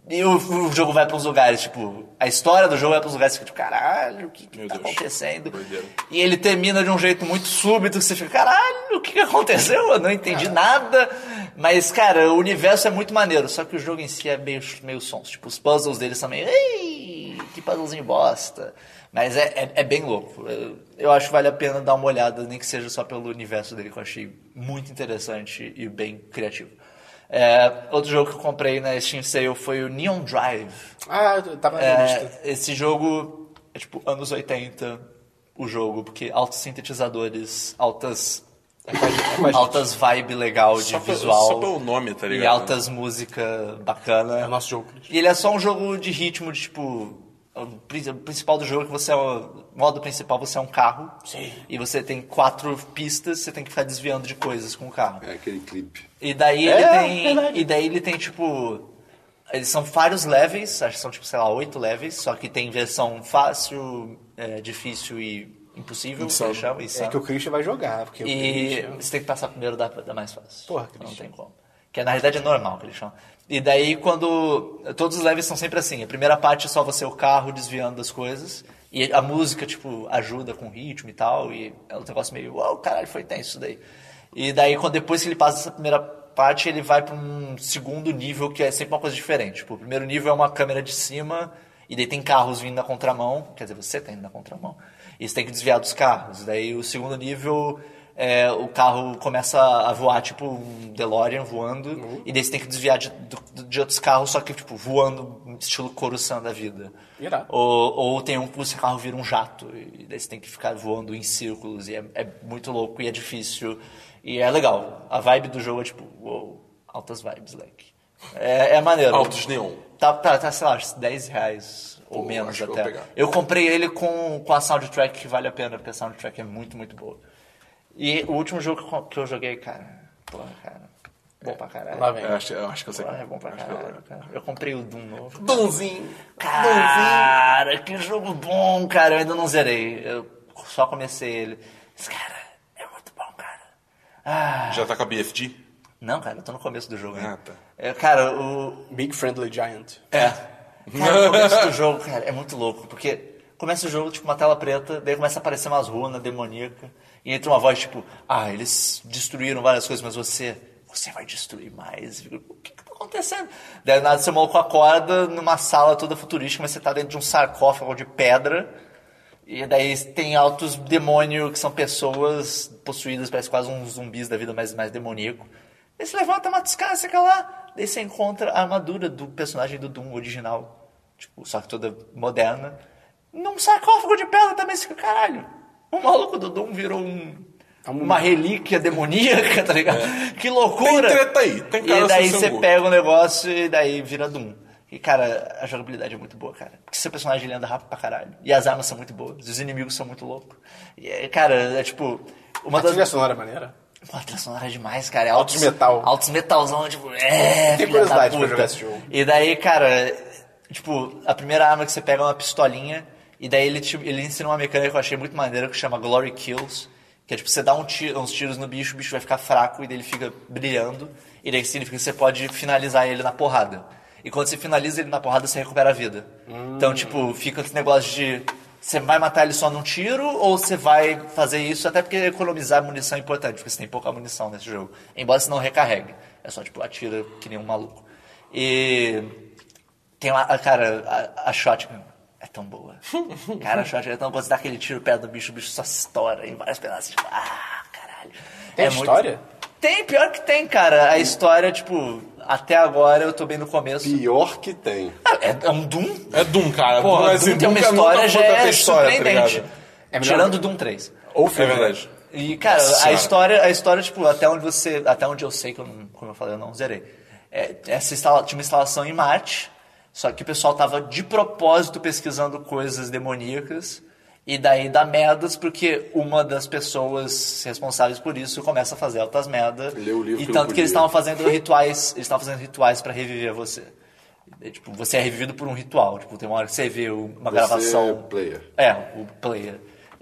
[SPEAKER 4] E o, o jogo vai para uns lugares, tipo, a história do jogo vai para uns lugares que, tipo, caralho, o que, que
[SPEAKER 3] Meu
[SPEAKER 4] tá
[SPEAKER 3] Deus.
[SPEAKER 4] acontecendo?
[SPEAKER 3] Doideira.
[SPEAKER 4] E ele termina de um jeito muito súbito, que você fica, caralho, o que, que aconteceu? Eu não entendi nada. Mas, cara, o universo é muito maneiro, só que o jogo em si é meio, meio sons. Tipo, os puzzles deles são meio, ei, que puzzlezinho bosta. Mas é, é, é bem louco. Eu, eu acho que vale a pena dar uma olhada, nem que seja só pelo universo dele, que eu achei muito interessante e bem criativo. É, outro jogo que eu comprei na Steam Sale foi o Neon Drive.
[SPEAKER 1] Ah, eu tava na
[SPEAKER 4] É,
[SPEAKER 1] lista.
[SPEAKER 4] esse jogo é tipo anos 80 o jogo, porque altos sintetizadores, altas
[SPEAKER 3] É
[SPEAKER 4] altas vibe legal de
[SPEAKER 3] Só pelo-
[SPEAKER 4] visual.
[SPEAKER 3] só pelo nome, tá ligado?
[SPEAKER 4] E altas música bacana.
[SPEAKER 5] É o nosso jogo.
[SPEAKER 4] E ele é só um jogo de ritmo, de tipo. O prin- o principal do jogo é que você é. O modo principal você é um carro. Sim. E você tem quatro pistas, você tem que ficar desviando de coisas com o carro.
[SPEAKER 2] É aquele clipe.
[SPEAKER 4] E daí ele
[SPEAKER 5] É,
[SPEAKER 4] tem.
[SPEAKER 5] verdade.
[SPEAKER 4] E daí ele tem, tipo. Eles são vários levels, acho que são, tipo, sei lá, oito levels, só que tem versão fácil, é, difícil e impossível,
[SPEAKER 3] Insano.
[SPEAKER 4] que chama, insano.
[SPEAKER 1] É que o Christian vai jogar, porque o
[SPEAKER 4] E
[SPEAKER 1] Christian...
[SPEAKER 4] você tem que passar primeiro da, da mais fácil.
[SPEAKER 1] Porra,
[SPEAKER 4] Não
[SPEAKER 1] Christian.
[SPEAKER 4] tem como. Que na realidade é normal que eles chamam. E daí quando. Todos os levels são sempre assim. A primeira parte é só você o carro desviando das coisas. E a música, tipo, ajuda com o ritmo e tal. E é um negócio meio. Uau, caralho, foi tenso isso daí. E daí quando depois que ele passa essa primeira parte, ele vai pra um segundo nível que é sempre uma coisa diferente. Tipo, o primeiro nível é uma câmera de cima. E daí tem carros vindo na contramão, quer dizer, você tá indo na contramão. E você tem que desviar dos carros. Daí o segundo nível é, o carro começa a voar, tipo um DeLorean voando,
[SPEAKER 3] Uhum.
[SPEAKER 4] e daí você tem que desviar de, do- de outros carros, só que, tipo, voando, estilo Coruscant da vida.
[SPEAKER 1] Irado.
[SPEAKER 4] Ou, ou tem um que o seu carro vira um jato, e daí você tem que ficar voando em círculos, e é, é muito louco, e é difícil, e é legal. A vibe do jogo é, tipo, uou, altas vibes, like. É, é maneiro.
[SPEAKER 3] Altos neon.
[SPEAKER 4] Tá, tá, tá, sei lá, acho que 10 reais ou
[SPEAKER 3] Pô,
[SPEAKER 4] menos
[SPEAKER 3] acho que eu
[SPEAKER 4] até.
[SPEAKER 3] vou pegar.
[SPEAKER 4] Eu comprei ele com, com a soundtrack que vale a pena, porque a soundtrack é muito, muito boa. E o último jogo que eu- que eu joguei, cara. Porra, cara. Bom pra caralho.
[SPEAKER 5] Lá vem.
[SPEAKER 3] Eu acho, eu acho que eu sei.
[SPEAKER 4] Porra, é bom pra caralho, cara. Eu comprei o Doom novo.
[SPEAKER 3] Donzinho.
[SPEAKER 4] Cara, que jogo bom, cara. Eu ainda não zerei. Eu só comecei ele. Mas, cara, é muito bom, cara. Ah,
[SPEAKER 3] Já tá com a BFG?
[SPEAKER 4] Não, cara, eu tô no começo do jogo. né?
[SPEAKER 3] Ah, tá.
[SPEAKER 4] É, cara, o.
[SPEAKER 1] um Big Friendly Giant.
[SPEAKER 4] É. Cara, o começo do jogo, cara, é muito louco, porque começa o jogo, tipo, uma tela preta, daí começa a aparecer umas runas demoníacas, e entra uma voz tipo, ah, eles destruíram várias coisas, mas você. Você vai destruir mais. Eu fico, O que, que tá acontecendo? Daí nada, você maluco acorda numa sala toda futurística, mas você tá dentro de um sarcófago de pedra. E daí tem altos demônios que são pessoas possuídas, parece quase uns zumbis da vida, mas mais demoníaco. Daí você levanta uma descasca lá, daí você encontra a armadura do personagem do Doom original, tipo, só que toda moderna, num sarcófago de pedra também. Você fica, caralho, o maluco do Doom virou um- uma relíquia demoníaca, tá ligado? Que loucura!
[SPEAKER 3] É. Tem treta aí, tem cara
[SPEAKER 4] E daí
[SPEAKER 3] sem
[SPEAKER 4] você
[SPEAKER 3] sangue.
[SPEAKER 4] pega o negócio e daí vira Doom. E, cara, a jogabilidade é muito boa, cara. Porque seu personagem ele anda rápido pra caralho. E as armas são muito boas. Os inimigos são muito loucos. E, é, cara, é tipo... Uma
[SPEAKER 1] A trilha
[SPEAKER 4] das...
[SPEAKER 1] sonora é maneira.
[SPEAKER 4] Pô, a trilha sonora é demais, cara. É
[SPEAKER 1] Altos metal.
[SPEAKER 4] Altos metalzão, tipo... É, filha
[SPEAKER 1] curiosidade
[SPEAKER 4] da
[SPEAKER 1] pra
[SPEAKER 4] puta.
[SPEAKER 1] jogar esse jogo.
[SPEAKER 4] E daí, cara... Tipo, a primeira arma que você pega é uma pistolinha. E daí ele, te- ele ensina uma mecânica que eu achei muito maneira, que chama Glory Kills. Que é tipo, você dá um ti- uns tiros no bicho, o bicho vai ficar fraco. E daí ele fica brilhando. E daí significa que você pode finalizar ele na porrada. E quando você finaliza ele na porrada, você recupera a vida. Então, tipo, fica esse negócio de... Você vai matar ele só num tiro ou você vai fazer isso até porque economizar munição é importante, porque você tem pouca munição nesse jogo. Embora você não recarregue. É só, tipo, atira que nem um maluco. E... Tem lá... a- Cara, a, a shotgun é tão boa. Cara, a shotgun é tão boa. Você dá aquele tiro perto do bicho, o bicho só estoura em vários pedaços. Tipo, ah, caralho.
[SPEAKER 1] Tem
[SPEAKER 4] É
[SPEAKER 1] história?
[SPEAKER 4] Tem, pior que tem, cara. A história, tipo... Até agora eu tô bem no começo.
[SPEAKER 2] Pior que tem.
[SPEAKER 4] Ah, É, é um Doom
[SPEAKER 3] É Doom, cara. Doom,
[SPEAKER 4] Pô,
[SPEAKER 3] é
[SPEAKER 4] Doom
[SPEAKER 3] assim,
[SPEAKER 4] tem uma
[SPEAKER 3] Doom é luta
[SPEAKER 4] história já
[SPEAKER 3] contra
[SPEAKER 4] é
[SPEAKER 3] a história, tá ligado?
[SPEAKER 4] surpreendente.
[SPEAKER 1] É melhor-
[SPEAKER 4] Tirando o Doom 3.
[SPEAKER 1] Ou
[SPEAKER 3] É verdade.
[SPEAKER 4] E, cara, a
[SPEAKER 3] Senhora.
[SPEAKER 4] história, a história, tipo, até onde você. Até onde eu sei, que eu não, como eu falei, eu não zerei. É, essa instala, tinha uma instalação em Marte, só que o pessoal tava de propósito pesquisando coisas demoníacas. E daí dá merdas, porque uma das pessoas responsáveis por isso começa a fazer altas merdas.
[SPEAKER 2] Lê o livro
[SPEAKER 4] E
[SPEAKER 2] que
[SPEAKER 4] tanto
[SPEAKER 2] não
[SPEAKER 4] que
[SPEAKER 2] podia.
[SPEAKER 4] eles estavam fazendo rituais. Eles estavam fazendo rituais para reviver você. É, tipo, você é revivido por um ritual. Tipo, tem uma hora que você vê uma gravação.
[SPEAKER 2] é player.
[SPEAKER 4] É, o player.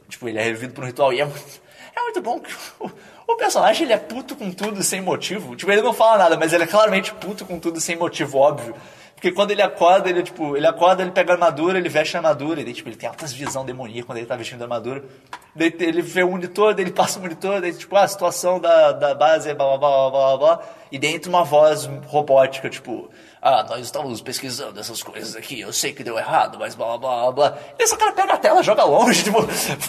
[SPEAKER 4] Tipo, ele é revivido por um ritual e é muito, é muito bom que o, o personagem ele é puto com tudo sem motivo. Tipo, ele não fala nada, mas ele é claramente puto com tudo sem motivo, óbvio. Porque quando ele acorda, ele, tipo, ele acorda, ele pega a armadura, ele veste a armadura, e daí, tipo, ele tem altas visão demoníaca quando ele tá vestindo a armadura. Daí te- ele vê o monitor, daí ele passa o monitor, daí, tipo, ah, a situação da, da base é blá blá blá blá blá blá. E dentro uma voz robótica, tipo, ah, nós estávamos pesquisando essas coisas aqui, eu sei que deu errado, mas blá blá blá blá. E esse cara pega a tela, joga longe, tipo,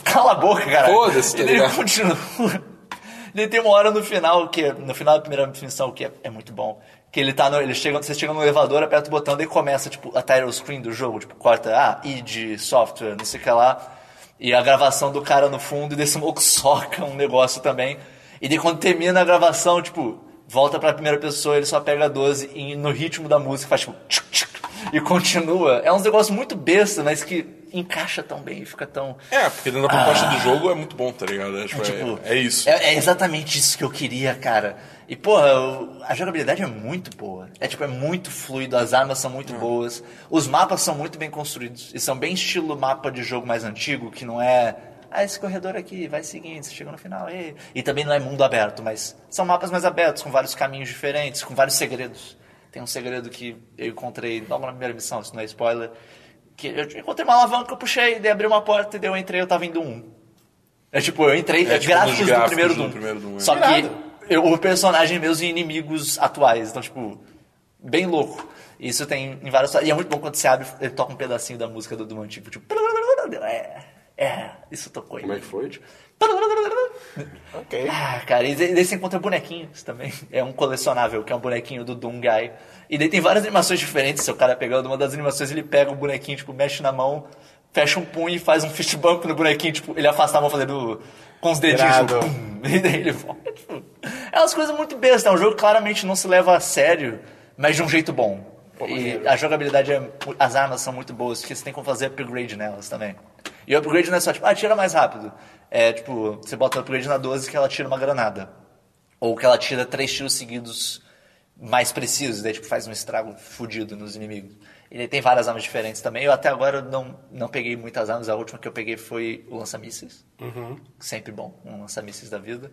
[SPEAKER 4] cala a boca, cara.
[SPEAKER 3] Foda-se, tá
[SPEAKER 4] E daí tipo, ele
[SPEAKER 3] ligado?
[SPEAKER 4] continua. Ele tem uma hora no final, que no final da primeira missão, que é, é muito bom. Que ele tá no. Ele chega, você chega no elevador, aperta o botão, daí começa, tipo, a title screen do jogo, tipo, corta, ah, id, software, não sei o que lá. E a gravação do cara no fundo, e desse maluco soca um negócio também. E daí quando termina a gravação, tipo, volta pra primeira pessoa, ele só pega a 12 e no ritmo da música faz tipo. Tchuc, tchuc, e continua. É um negócio muito besta, mas que encaixa tão bem, fica tão.
[SPEAKER 3] É, porque dentro da proposta do jogo é muito bom, tá ligado? É, tipo,
[SPEAKER 4] Ah. É, tipo,
[SPEAKER 3] é- é isso.
[SPEAKER 4] É, é exatamente isso que eu queria, cara. E, porra, o- a jogabilidade é muito boa. É, tipo, é muito fluido, as armas são
[SPEAKER 3] Uhum.
[SPEAKER 4] muito boas. Os mapas são muito bem construídos. E são bem estilo mapa de jogo mais antigo, que não é... Ah, esse corredor aqui, vai seguindo, você chega no final. E, e também não é mundo aberto, mas são mapas mais abertos, com vários caminhos diferentes, com vários segredos. Tem um segredo que eu encontrei logo na primeira missão, isso não é spoiler. Que eu encontrei uma alavanca, eu puxei, daí abri uma porta, e daí eu entrei, eu tava indo um. É tipo, eu entrei, é,
[SPEAKER 3] É, tipo,
[SPEAKER 4] gráficos,
[SPEAKER 3] nos
[SPEAKER 4] do
[SPEAKER 3] gráficos
[SPEAKER 4] primeiro
[SPEAKER 3] do
[SPEAKER 4] Doom.
[SPEAKER 3] primeiro Doom, é.
[SPEAKER 4] Só que
[SPEAKER 1] Irado.
[SPEAKER 4] eu, o personagem é meus e inimigos atuais. Então, tipo, bem louco. Isso tem em várias... E é muito bom quando você abre, ele toca um pedacinho da música do Doom antigo. Tipo... É, é, isso tocou.
[SPEAKER 2] Como é que foi?
[SPEAKER 3] Tipo,
[SPEAKER 1] Ok.
[SPEAKER 4] Ah, cara, e daí daí você encontra bonequinhos também. É um colecionável, que é um bonequinho do Doom Guy. E daí tem várias animações diferentes. Se o cara pegando uma das animações, ele pega o bonequinho, tipo, mexe na mão, fecha um punho e faz um fist bump no bonequinho. Tipo, ele afasta a mão fazendo com os dedinhos.
[SPEAKER 1] Irado.
[SPEAKER 4] Tipo, pum, e daí ele volta. Tipo, é umas coisas muito bestas. É um jogo que claramente não se leva a sério, mas de um jeito bom. E
[SPEAKER 1] maneiro.
[SPEAKER 4] a jogabilidade, é, as armas são muito boas, porque você tem como fazer upgrade nelas também. E o upgrade não é só tipo, ah, tira mais rápido. É tipo, você bota o upgrade na 12 que ela tira uma granada. Ou que ela tira três tiros seguidos mais precisos, daí tipo, faz um estrago fudido nos inimigos. E daí tem várias armas diferentes também. Eu até agora não, não peguei muitas armas, a última que eu peguei foi o lança-mísseis sempre bom, um lança-mísseis da vida.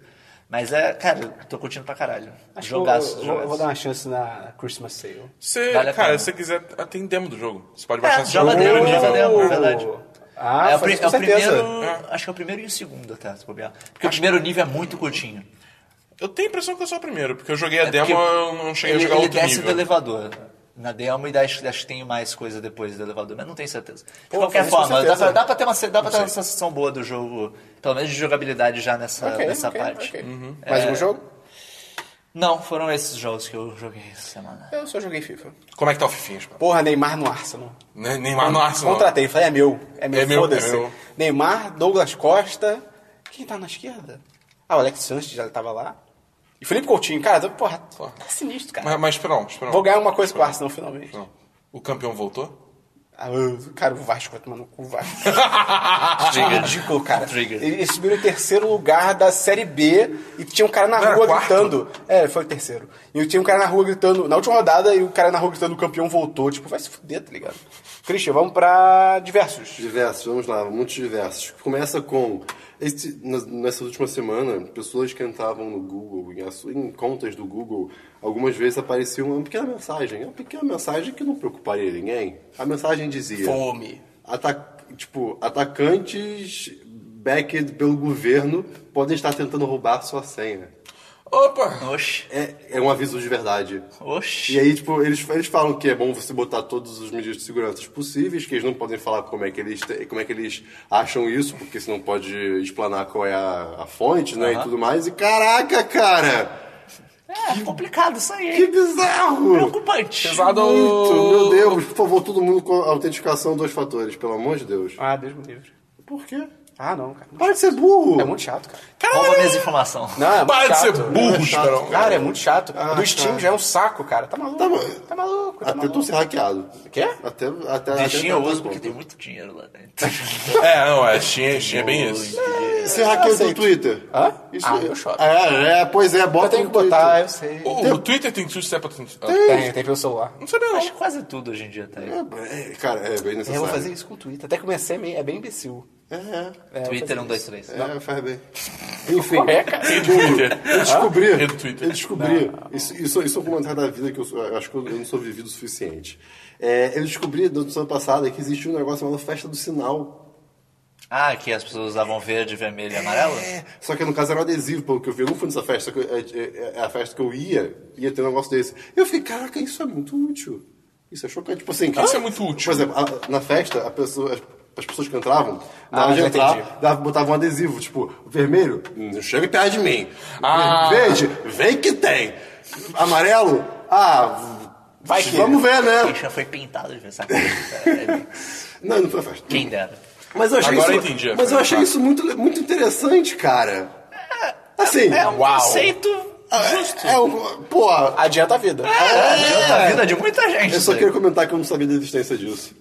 [SPEAKER 4] Mas é, cara, eu tô curtindo pra caralho.
[SPEAKER 1] Acho que eu-
[SPEAKER 4] jogaço,
[SPEAKER 1] eu- eu
[SPEAKER 4] jogaço.
[SPEAKER 1] vou dar uma chance na Christmas Sale.
[SPEAKER 3] Você,
[SPEAKER 4] Vale a
[SPEAKER 3] cara,
[SPEAKER 4] pena.
[SPEAKER 3] se você quiser, ah, tem demo do jogo. Você pode
[SPEAKER 4] É,
[SPEAKER 3] baixar esse
[SPEAKER 4] joga
[SPEAKER 3] jogo.
[SPEAKER 4] demo,
[SPEAKER 3] primeiro
[SPEAKER 4] joga
[SPEAKER 3] nível.
[SPEAKER 4] demo. É verdade.
[SPEAKER 1] Ah,
[SPEAKER 4] é o,
[SPEAKER 1] faz
[SPEAKER 4] pri-
[SPEAKER 1] isso
[SPEAKER 4] é
[SPEAKER 1] com
[SPEAKER 4] o
[SPEAKER 1] certeza.
[SPEAKER 4] primeiro. Acho que é o primeiro e o segundo até, se bobear. Porque o primeiro nível é muito curtinho.
[SPEAKER 3] Eu tenho a impressão que eu sou o primeiro, porque eu joguei a demo,
[SPEAKER 4] É porque
[SPEAKER 3] eu não cheguei
[SPEAKER 4] ele,
[SPEAKER 3] a jogar
[SPEAKER 4] ele
[SPEAKER 3] outro
[SPEAKER 4] desce
[SPEAKER 3] nível.
[SPEAKER 4] do elevador. Na demo e acho, acho que tem mais coisa depois do elevador, mas não tenho certeza. De
[SPEAKER 1] Pô,
[SPEAKER 4] qualquer
[SPEAKER 1] mas com
[SPEAKER 4] forma, dá
[SPEAKER 1] certeza.
[SPEAKER 4] pra, dá pra ter uma, dá pra ter uma sensação boa do jogo, pelo menos de jogabilidade já nessa,
[SPEAKER 1] Ok,
[SPEAKER 4] nessa
[SPEAKER 1] ok,
[SPEAKER 4] parte. Uhum. É.
[SPEAKER 1] ok. Mais um jogo?
[SPEAKER 4] Não, foram esses jogos que eu joguei essa semana.
[SPEAKER 1] Eu só joguei FIFA.
[SPEAKER 3] Como é que tá o Fifinha, mano?
[SPEAKER 1] Porra, Neymar no Arsenal.
[SPEAKER 3] Ne- Neymar
[SPEAKER 4] Hum,
[SPEAKER 3] no Arsenal.
[SPEAKER 1] Contratei, falei, é meu. É meu,
[SPEAKER 3] É meu,
[SPEAKER 1] foda-se.
[SPEAKER 3] é meu.
[SPEAKER 1] Neymar, Douglas Costa. Quem tá na esquerda? Ah, o Alex Sanches já tava lá. E Felipe Coutinho, cara, porra, tá sinistro, cara.
[SPEAKER 3] Mas, mas esperão, esperão.
[SPEAKER 1] Vou ganhar uma coisa com o Arsenal, finalmente.
[SPEAKER 3] Não. O campeão voltou?
[SPEAKER 1] Ah, eu- cara, o Vasco vai tomar no cu, o Vasco. Isso é ridículo, cara.
[SPEAKER 4] Trigger.
[SPEAKER 1] Eles subiram em terceiro lugar da Série B e tinha um cara na
[SPEAKER 3] Não, era
[SPEAKER 1] rua
[SPEAKER 3] quarto?
[SPEAKER 1] gritando. É, foi o terceiro. E tinha um cara na rua gritando, na última rodada, e o cara na rua gritando, o campeão voltou. Tipo, vai se fuder, tá ligado? Christian, vamos pra diversos.
[SPEAKER 2] Diversos, vamos lá, muitos diversos. Começa com. Esse, nas- nessa última semana, pessoas que entravam no Google, em, assu- em contas do Google, algumas vezes aparecia uma pequena mensagem. Uma pequena mensagem que não preocuparia ninguém. A mensagem dizia:
[SPEAKER 1] Fome.
[SPEAKER 2] Ata- tipo, atacantes backed pelo governo podem estar tentando roubar sua senha.
[SPEAKER 3] Opa!
[SPEAKER 4] Oxi,
[SPEAKER 2] É, é um aviso de verdade. E
[SPEAKER 4] oxi.
[SPEAKER 2] aí, tipo, eles, eles falam que é bom você botar todas as medidas de segurança possíveis, que eles não podem falar como é que eles, te- como é que eles acham isso, porque senão pode explanar qual é a, a fonte, né, e tudo mais. E caraca, cara!
[SPEAKER 4] É complicado isso aí.
[SPEAKER 2] Que
[SPEAKER 4] hein?
[SPEAKER 2] bizarro!
[SPEAKER 4] Preocupante.
[SPEAKER 3] Pesado!
[SPEAKER 2] Muito, meu Deus! Por favor, todo mundo com autenticação dois fatores, pelo amor de Deus.
[SPEAKER 1] Ah, Deus me livre.
[SPEAKER 2] Por quê?
[SPEAKER 1] Ah, não, cara.
[SPEAKER 2] Para de ser burro!
[SPEAKER 1] É muito chato, cara.
[SPEAKER 4] Rouba minhas informações.
[SPEAKER 1] Não, é
[SPEAKER 3] Para
[SPEAKER 1] muito
[SPEAKER 3] de ser
[SPEAKER 1] chato.
[SPEAKER 3] burro, esperão.
[SPEAKER 1] Cara, é muito chato.
[SPEAKER 2] Ah,
[SPEAKER 1] do Steam
[SPEAKER 2] tá.
[SPEAKER 1] já é um saco, cara. Tá maluco.
[SPEAKER 2] Tá maluco.
[SPEAKER 1] Tá maluco. Tá
[SPEAKER 2] Até
[SPEAKER 1] maluco.
[SPEAKER 2] tu ser hackeado.
[SPEAKER 1] Quê?
[SPEAKER 2] Até, até, tá até
[SPEAKER 4] Deixinha
[SPEAKER 1] tá,
[SPEAKER 4] eu
[SPEAKER 2] até-
[SPEAKER 4] uso porque tem muito dinheiro lá dentro.
[SPEAKER 3] É, não, é, Xinha, Xinha é bem isso.
[SPEAKER 2] Você hackeia o teu Twitter?
[SPEAKER 1] Hã?
[SPEAKER 2] Isso
[SPEAKER 1] Ah, eu choro.
[SPEAKER 2] É, é, pois é, bota
[SPEAKER 1] Eu tenho
[SPEAKER 2] no
[SPEAKER 1] que botar,
[SPEAKER 2] Twitter.
[SPEAKER 1] eu sei.
[SPEAKER 3] O, o Twitter tem two-step authentication.
[SPEAKER 1] Tem, tem pelo celular.
[SPEAKER 3] Não sabia, não.
[SPEAKER 4] Acho que quase tudo hoje em dia tá aí.
[SPEAKER 2] É, é, cara, é bem necessário.
[SPEAKER 1] Eu vou fazer isso com o Twitter. Até comecei meio, é bem imbecil.
[SPEAKER 2] É,
[SPEAKER 1] É, eu vou
[SPEAKER 4] Twitter
[SPEAKER 1] fazer
[SPEAKER 4] 1, 2, 3.
[SPEAKER 2] é, faz bem. Enfim,
[SPEAKER 1] isso. É, cara.
[SPEAKER 3] E do Twitter.
[SPEAKER 2] eu descobri.
[SPEAKER 3] E do Twitter.
[SPEAKER 2] Eu descobri. Isso, isso, isso é um comentário da vida que eu, sou- eu acho que eu não sou vivido o suficiente. É, eu descobri no ano passado que existe um negócio chamado festa do sinal.
[SPEAKER 4] Ah, que as pessoas usavam verde, vermelho e amarelo?
[SPEAKER 2] É, Só que no caso era um adesivo, pelo que eu vi. Eu não fui nessa festa, só que é, é- é a festa que eu ia, ia ter um negócio desse. Eu fiquei, caraca, isso é muito útil. Isso é chocante. Tipo assim,
[SPEAKER 3] Isso é muito útil.
[SPEAKER 2] Por exemplo, a- na festa, a pessoa- as, as pessoas que entravam, na
[SPEAKER 1] Ah,
[SPEAKER 2] hora de
[SPEAKER 1] já
[SPEAKER 2] entrar,
[SPEAKER 1] entendi.
[SPEAKER 2] dava- botavam um adesivo, tipo, vermelho, não chega perto de mim.
[SPEAKER 3] Ah.
[SPEAKER 2] Verde, vem que tem. Amarelo, ah,
[SPEAKER 1] Vai que-
[SPEAKER 2] vamos ver,
[SPEAKER 4] A
[SPEAKER 2] né?
[SPEAKER 4] Christian foi pintado de ver essa coisa. É,
[SPEAKER 2] Não, não foi a festa.
[SPEAKER 4] Quem dera.
[SPEAKER 2] Mas eu achei
[SPEAKER 3] Agora
[SPEAKER 2] isso,
[SPEAKER 3] eu entendi,
[SPEAKER 2] mas eu
[SPEAKER 3] tá.
[SPEAKER 2] achei isso muito, muito interessante, cara. Assim,
[SPEAKER 4] É um
[SPEAKER 3] Uau.
[SPEAKER 4] conceito justo.
[SPEAKER 2] é um, pô,
[SPEAKER 1] Adianta a vida.
[SPEAKER 4] Adianta a É, vida de muita gente. né?
[SPEAKER 2] eu só
[SPEAKER 4] isso
[SPEAKER 2] queria
[SPEAKER 4] aí.
[SPEAKER 2] comentar que eu não sabia da existência disso.